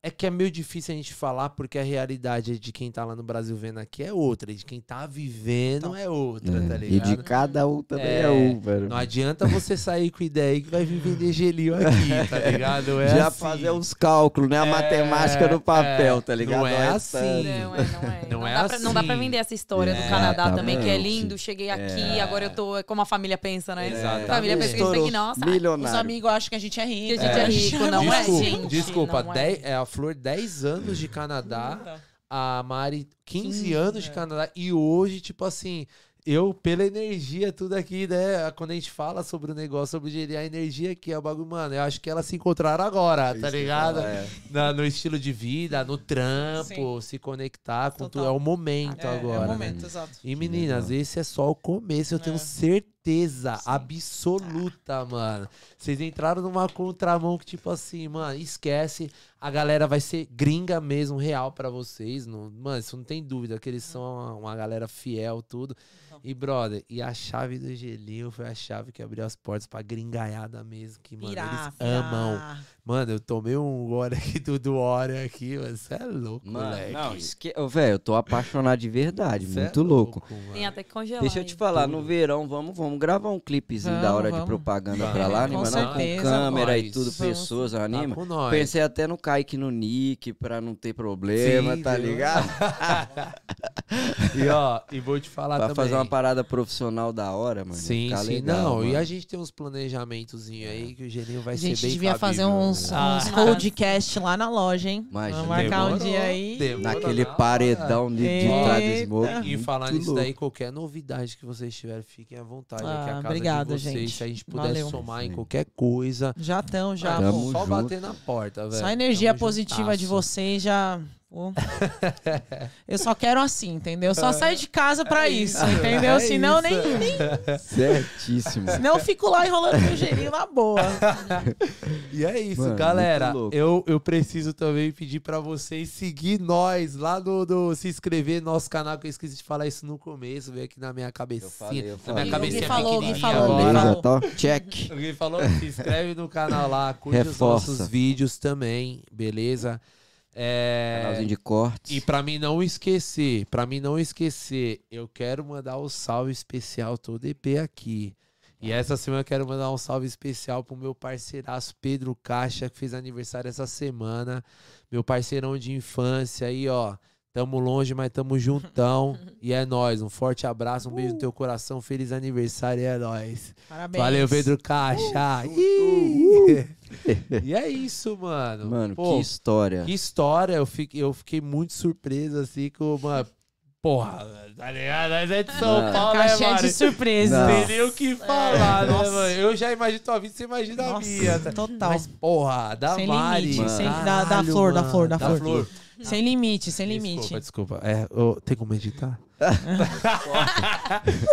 S2: É que é meio difícil a gente falar, porque a realidade de quem tá lá no Brasil vendo aqui é outra. e De quem tá vivendo é outra, tá
S1: É, E
S2: ligado?
S1: de cada um também é,
S2: É,
S1: um, velho.
S2: Não
S5: Uhum.
S2: adianta você sair com ideia aí que vai vir vender gelinho aqui, tá ligado? É
S1: Já
S2: assim.
S1: fazer
S5: um
S1: os cálculos, né? A
S2: É,
S1: matemática no papel,
S2: é.
S1: tá ligado?
S2: Não é
S1: tanto.
S2: assim.
S4: Não, é, não é.
S2: Não
S4: Não,
S2: é
S4: dá pra, não dá pra
S2: assim. tá
S4: vender essa história do
S1: É,
S4: Canadá também, que é
S1: exatamente.
S4: lindo, cheguei aqui, agora eu tô. é Como a família pensa, né?
S2: Exatamente.
S4: A família pensa que isso
S1: Estourou.
S4: aqui, nossa.
S3: Os
S1: É. Milionário.
S3: amigos acham que a gente assim. é
S4: Que a
S3: rico.
S4: gente é,
S2: É.
S4: rico, não
S2: desculpa,
S4: é, gente.
S2: Desculpa,
S4: não é.
S2: dez- é. a Flor 10 anos de
S1: Tá?
S2: Canadá, a Mari 15 anos de
S3: é.
S2: Canadá e hoje, tipo assim, eu, pela energia, tudo aqui, né? Quando a gente fala sobre o negócio, sobre gerir a energia que é o bagulho, mano, eu acho que elas se encontraram agora,
S5: isso que
S2: tá
S5: eu ia
S2: ligado?
S5: falar, é.
S2: Na- no estilo de vida, no trampo, se conectar com tudo.
S3: Total.
S2: É o momento
S3: é,
S2: agora.
S3: é o
S2: né?
S3: momento, exato.
S2: E meninas,
S1: legal.
S2: esse é só o começo, eu tenho
S3: É.
S2: certeza
S3: Sim.
S2: absoluta, mano. Vocês entraram numa contramão que tipo assim, mano, esquece, a galera vai ser gringa mesmo, real pra vocês, não, mano, isso não tem dúvida, que eles são uma, uma galera fiel tudo.
S3: Hum. Então.
S2: E brother, e a chave do gelinho foi a chave que abriu as portas pra gringaiada mesmo, que mano,
S3: Pirar,
S2: eles amam.
S3: pirar.
S2: Mano, eu tomei um gole aqui do do Oreo aqui, mano, você é louco,
S1: Mano,
S2: moleque.
S1: não, esque... Ô, velho, eu tô apaixonado de verdade,
S2: Cê é
S1: muito louco.
S2: mano.
S4: Tem até que congelar.
S1: Deixa eu te
S4: aí.
S1: falar, no verão, vamos, vamos gravar um clipezinho da
S3: Vamos,
S1: hora de
S3: vamos.
S1: propaganda
S2: Vamos.
S1: pra lá,
S3: Com
S1: anima não? com
S3: certeza,
S1: câmera e
S2: nós.
S1: tudo,
S4: Vamos.
S1: pessoas,
S2: Tá
S1: anima.
S2: com nós.
S1: Pensei até no Kaique e no Nick, pra não ter problema,
S2: Sim,
S1: tá
S2: viu?
S1: ligado?
S2: E ó, e vou te falar
S1: pra
S2: Ah, também.
S1: fazer uma parada profissional da hora, mano.
S2: Sim,
S1: ficar
S2: sim.
S1: legal,
S2: não,
S1: mano. É.
S2: e a gente tem uns planejamentozinhos aí que o Geninho vai
S3: A gente
S2: ser bem
S3: devia fazer
S2: cabível,
S3: uns,
S2: né?
S3: uns
S4: Ah.
S3: podcast lá na loja, hein?
S1: Imagina.
S3: Vamos marcar um
S2: Demorou,
S3: dia aí.
S2: demorou.
S1: Naquele
S2: Não,
S1: paredão de, de
S3: Eita.
S1: trás do smoke.
S2: é E
S1: muito
S2: falar nisso
S1: louco.
S2: daí, qualquer novidade que vocês tiverem, fiquem à vontade.
S3: Ah,
S2: aqui é a casa
S3: obrigada,
S2: de vocês.
S3: gente.
S2: Se a gente puder
S3: Valeu.
S2: somar em
S1: Sim.
S2: qualquer coisa.
S3: Já estão, já.
S2: ah,
S1: Tamo
S3: pô.
S2: só
S1: junto.
S2: bater na porta, velho.
S3: Só a energia
S2: Tamo
S3: positiva de
S2: juntasso.
S3: vocês já. pô. Eu só quero assim, entendeu? Só saio de casa pra isso, entendeu?
S2: é
S3: Senão
S2: isso.
S3: nem, nem.
S1: Certíssimo.
S3: Senão eu fico lá enrolando meu gelinho na boa.
S2: E é isso,
S1: Mano,
S2: galera.
S1: muito louco.
S2: Eu, eu preciso também pedir pra vocês seguir nós lá no, no- se inscrever no nosso canal, que eu esqueci de falar isso no começo, veio aqui na minha cabecinha.
S1: falei, eu
S2: Na
S1: falei.
S2: minha
S1: Gui
S2: cabecinha
S3: falou, Gui
S2: pequenininha
S3: falou, Gui
S2: agora.
S3: falou.
S1: Beleza, tá? Check.
S2: Alguém falou? Se inscreve no canal lá, curte
S1: Reforça.
S2: os nossos vídeos também, beleza? É,
S1: Canalzinho de cortes.
S2: E pra mim não esquecer, pra mim não esquecer, eu quero mandar um salve especial todo EP aqui. E essa semana eu quero mandar um salve especial pro meu parceiraço Pedro Caixa, que fez aniversário essa semana. Meu parceirão de infância aí, ó. Tamo longe, mas tamo juntão. e é nóis. Um forte abraço, um beijo no teu coração. Feliz aniversário e é nóis.
S3: Parabéns.
S2: Valeu, Pedro Caixa. Ih! e é isso, mano.
S1: Mano,
S2: Pô,
S1: que história.
S2: que história. Eu fiquei, eu fiquei muito surpreso, assim, com uma... Porra, tá ligado? Nós é de São
S1: Mano.
S2: Paulo, né,
S3: Caixinha de
S2: Mari?
S3: surpresa.
S1: Não.
S2: Não tem nem o que falar, né,
S3: Nossa.
S2: mano? Eu já imagino tua vida, você imagina a minha.
S3: Nossa,
S2: tá?
S3: total.
S2: Mas, porra, da
S3: Sem
S2: Mari.
S3: limite,
S1: sem-
S3: da- da flor, da flor, da flor. Sem limite, sem limite.
S2: Desculpa, desculpa. É, ô, tem como editar?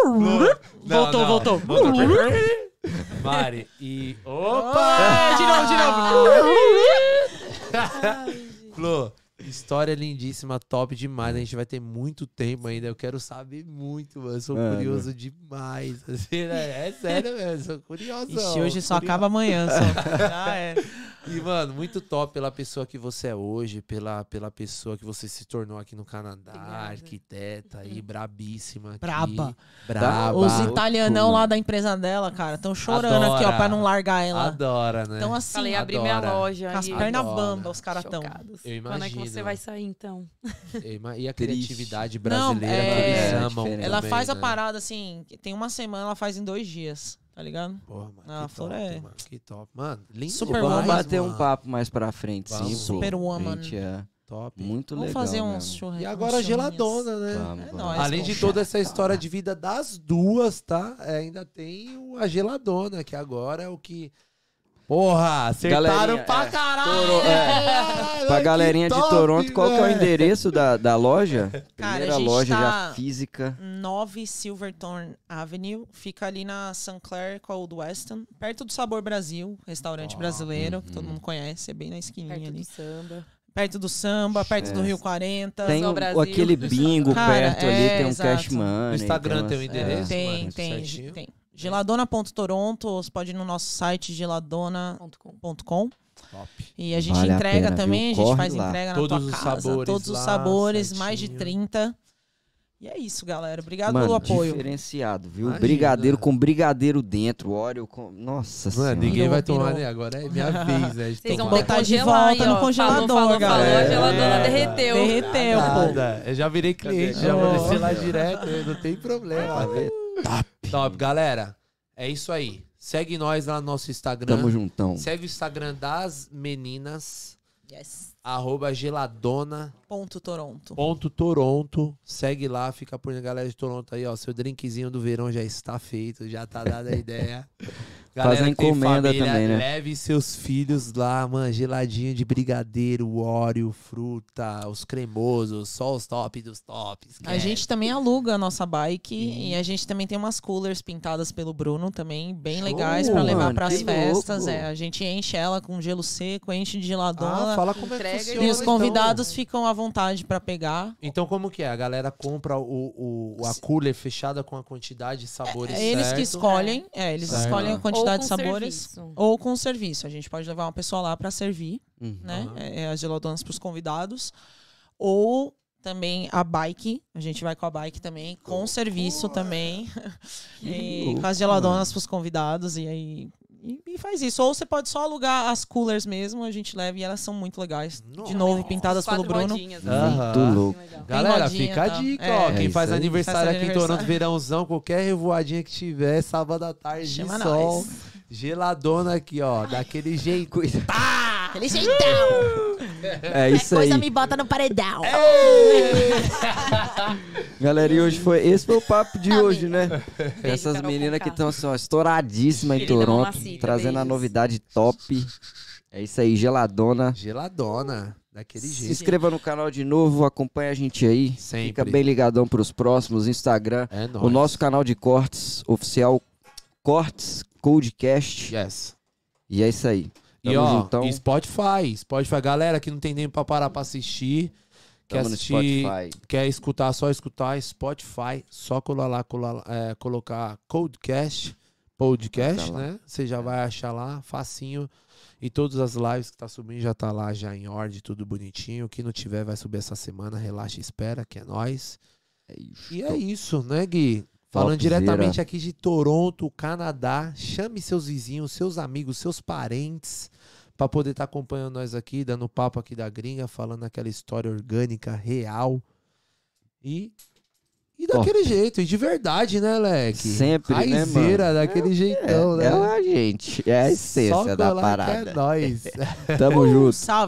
S3: Uhum. voltou, voltou. Uhum.
S2: Mari, e. Opa!
S3: Opa! Ah, De novo, de novo.
S2: Flor, história lindíssima, top demais. A gente vai ter muito tempo ainda. Eu quero saber muito, mano. Eu sou
S1: Mano.
S2: curioso demais. assim, né? É sério, mesmo. Eu sou curioso.
S3: Ixi, hoje só acaba amanhã, só. Já é.
S2: Tá E, mano, muito top pela pessoa que você é hoje, pela, pela pessoa que você se tornou aqui no Canadá,
S4: Obrigada.
S2: arquiteta aí, brabíssima. aqui.
S3: Braba.
S2: Braba.
S3: Os
S1: Loucura.
S3: italianão lá da empresa dela, cara, estão chorando
S2: Adora.
S3: aqui, ó, pra não largar ela.
S2: Adora, né?
S3: Então, assim,
S4: Falei, abri
S2: Adora.
S4: minha loja.
S3: com as
S4: e-
S3: pernas
S2: Adora.
S3: bamba, os caras tão.
S4: Chocados.
S2: Eu
S4: Quando é que você
S2: imagino.
S4: vai sair, então?
S2: E ma- E a
S1: Triste.
S2: criatividade
S3: Não,
S2: brasileira
S3: é-
S2: que eles amam.
S1: diferente.
S3: Ela
S2: também,
S3: faz a
S2: né?
S3: parada assim, que tem uma semana, ela faz em dois dias, tá ligado?
S2: Porra, mano,
S3: Ah,
S2: que
S3: Flor
S2: top,
S3: é-
S2: mano. Que top. Mano, lindo
S3: Super
S1: Vamos
S2: demais,
S3: woman.
S1: bater
S2: mano.
S1: um papo mais pra frente, sim.
S2: Vamos.
S1: pô.
S3: Superwoman.
S1: Gente, é
S2: Top.
S1: muito
S3: Vamos
S1: legal.
S3: fazer um uns
S1: mesmo.
S3: churrascos.
S2: E agora a geladona, né?
S1: Vamos,
S3: É
S1: vamos.
S3: nóis.
S2: Além de
S3: com
S2: toda essa história de vida das duas, tá? É, ainda tem o- a geladona, que agora é o que. Porra, acertaram
S1: Galerinha,
S2: pra
S1: é,
S2: caralho!
S1: Toro- é.
S2: Caralho,
S1: Pra
S2: que
S1: galerinha de
S2: top,
S1: Toronto, qual que é o
S2: velho.
S1: endereço da, da loja?
S3: Cara,
S1: Primeira
S3: a gente
S1: loja
S3: tá-
S1: já física.
S3: 9 Silverthorne Avenue, fica ali na St. Clair com a Old Weston, perto do Sabor Brasil, restaurante
S2: Ó.
S3: brasileiro, que todo
S1: Uhum.
S3: mundo conhece, é bem na esquininha
S4: Perto do
S3: ali.
S4: samba.
S3: Perto do samba, perto do
S1: É.
S3: Rio 40.
S1: Tem
S4: ao
S1: o-
S4: Brasil.
S1: aquele bingo
S3: Cara,
S1: perto ali,
S3: é,
S1: tem um
S3: exato.
S1: cash money.
S2: No Instagram
S1: umas-
S2: tem o endereço?
S1: é.
S3: Tem,
S2: mano,
S3: tem,
S2: certinho.
S3: tem. Geladona.toronto, ou você pode ir no nosso site geladona.com.
S4: Ponto com.
S2: Top.
S3: E a gente
S1: Vale a
S3: entrega
S1: pena,
S3: também,
S1: viu?
S3: a gente
S1: Corre
S3: faz
S1: lá.
S3: entrega na
S2: Todos
S3: tua
S2: os
S3: casa,
S2: sabores
S3: todos os
S2: lá,
S3: sabores, mais de
S2: certinho.
S3: 30. E é isso, galera. Obrigado
S1: Mano,
S3: pelo apoio.
S1: diferenciado, viu?
S2: Imagina.
S1: Brigadeiro com brigadeiro dentro, óleo com... Nossa
S2: Mano,
S1: senhora.
S2: é ninguém vai
S3: Pirou,
S2: tomar,
S3: pirou.
S2: né? Agora é minha vez, né? de
S4: Vocês vão
S2: tomar.
S3: botar de
S4: congelar
S3: volta
S4: aí,
S3: no
S4: ó.
S3: congelador,
S4: falou, falou, Falou, a
S3: galera.
S4: geladona
S2: É.
S4: derreteu.
S3: Derreteu, pô.
S2: Nada, Eu já virei cliente,
S1: Cadê?
S2: já vou
S3: Cadê?
S2: descer lá direto, não tem
S1: Ah,
S2: problema. Top, galera. É isso aí. Segue nós lá no nosso Instagram.
S1: Tamo juntão.
S2: Segue o Instagram das meninas.
S3: Yes.
S2: arroba geladona.toronto.
S3: Ponto Toronto.
S2: Segue lá, fica por galera de Toronto aí, ó. Seu drinkzinho do verão já está feito, já tá dada a ideia.
S1: Faz a
S2: que tem
S1: encomenda também, né?
S2: Leve seus filhos lá, mano. Geladinho de brigadeiro, óleo, fruta, os cremosos, só os top dos tops.
S3: A gente também aluga a nossa bike e a gente também tem umas coolers pintadas pelo Bruno também, bem
S2: Show,
S3: legais pra levar
S1: mano,
S3: pras
S1: que
S3: festas.
S1: louco.
S3: É, a gente enche ela com gelo seco, enche de geladona.
S2: Ah, fala como é que
S4: Entrega
S2: funciona,
S3: e os
S2: então.
S3: convidados ficam à vontade pra pegar.
S2: Então, como que é? A galera compra o, o, a cooler fechada com a quantidade de sabores
S3: É eles que
S2: certo?
S3: escolhem, é, eles
S2: Certo.
S3: escolhem a
S4: Ou
S3: quantidade
S4: com
S3: de sabores
S4: serviço.
S3: ou com serviço. A gente pode levar uma pessoa lá pra servir,
S1: Uhum.
S3: né?
S2: Aham.
S3: É, é, as geladonas pros convidados ou também a bike, a gente vai com a bike também, com serviço também, e
S1: louco,
S3: com as geladonas pros convidados, e aí e, e faz isso. Ou você pode só alugar as coolers mesmo, a gente leva e elas são muito legais.
S2: Nossa.
S3: De novo, pintadas pelo
S4: Quatro
S3: Bruno.
S4: rodinhas, assim. Ah,
S2: Aham.
S1: Muito louco.
S4: legal.
S3: Tem
S2: Galera,
S3: modinha,
S2: fica a
S3: tá?
S2: dica,
S3: É.
S2: ó.
S1: É
S2: Quem
S1: isso
S2: faz
S1: aí.
S2: aniversário
S3: Faz
S2: aqui em Toronto,
S3: aniversário.
S2: verãozão, qualquer revoadinha que tiver, sábado à tarde, de
S3: Chama
S2: sol,
S3: nós.
S2: geladona aqui, ó, daquele jeito.
S1: Cuida.
S3: Aquele jeitão!
S1: É isso aí.
S4: bota no paredão.
S1: Galera, e hoje foi. Esse foi o papo de hoje, né? Essas
S3: um
S4: Carol
S1: meninas que
S4: Conká.
S1: estão assim, ó, estouradíssimas em
S4: Querida Mona
S1: Toronto,
S4: Cita,
S1: trazendo a
S4: beijos.
S1: novidade top. É isso aí, geladona.
S2: Geladona, daquele
S1: Se
S2: jeito.
S1: inscreva no canal de novo, acompanha a gente aí.
S2: Sempre.
S1: Fica bem ligadão pros próximos. Instagram,
S2: É nóis.
S1: o nosso canal de cortes, oficial Cortes Codecast.
S2: Yes.
S1: E é isso aí.
S2: e
S1: Tamo
S2: ó,
S1: juntão.
S2: e Spotify, Spotify, galera que não tem tempo pra parar pra assistir, quer
S1: Tamo no
S2: assistir,
S1: Spotify.
S2: quer escutar, só escutar Spotify, só colar lá, colar, é, colocar Codecast, podcast,
S1: Tá lá.
S2: né? Você já vai achar lá, facinho. E todas as lives que tá subindo já tá lá, já em ordem, tudo bonitinho. O que não tiver vai subir essa semana, relaxa e espera, que é nóis.
S1: É isso.
S2: E é isso, né, Gui? Falando
S1: Topzera.
S2: diretamente aqui de Toronto, Canadá, chame seus vizinhos, seus amigos, seus parentes para poder estar acompanhando nós aqui, dando papo aqui da gringa, falando aquela história orgânica, real. E e
S1: Top.
S2: daquele jeito, e de verdade, né, Leque?
S1: Sempre, né, mano?
S2: Raizeira, daquele
S1: É,
S2: jeitão, né?
S1: é a gente. É a essência
S2: Só
S1: da
S2: colar que
S1: parada.
S2: É nóis.
S1: Tamo junto.
S3: Salve!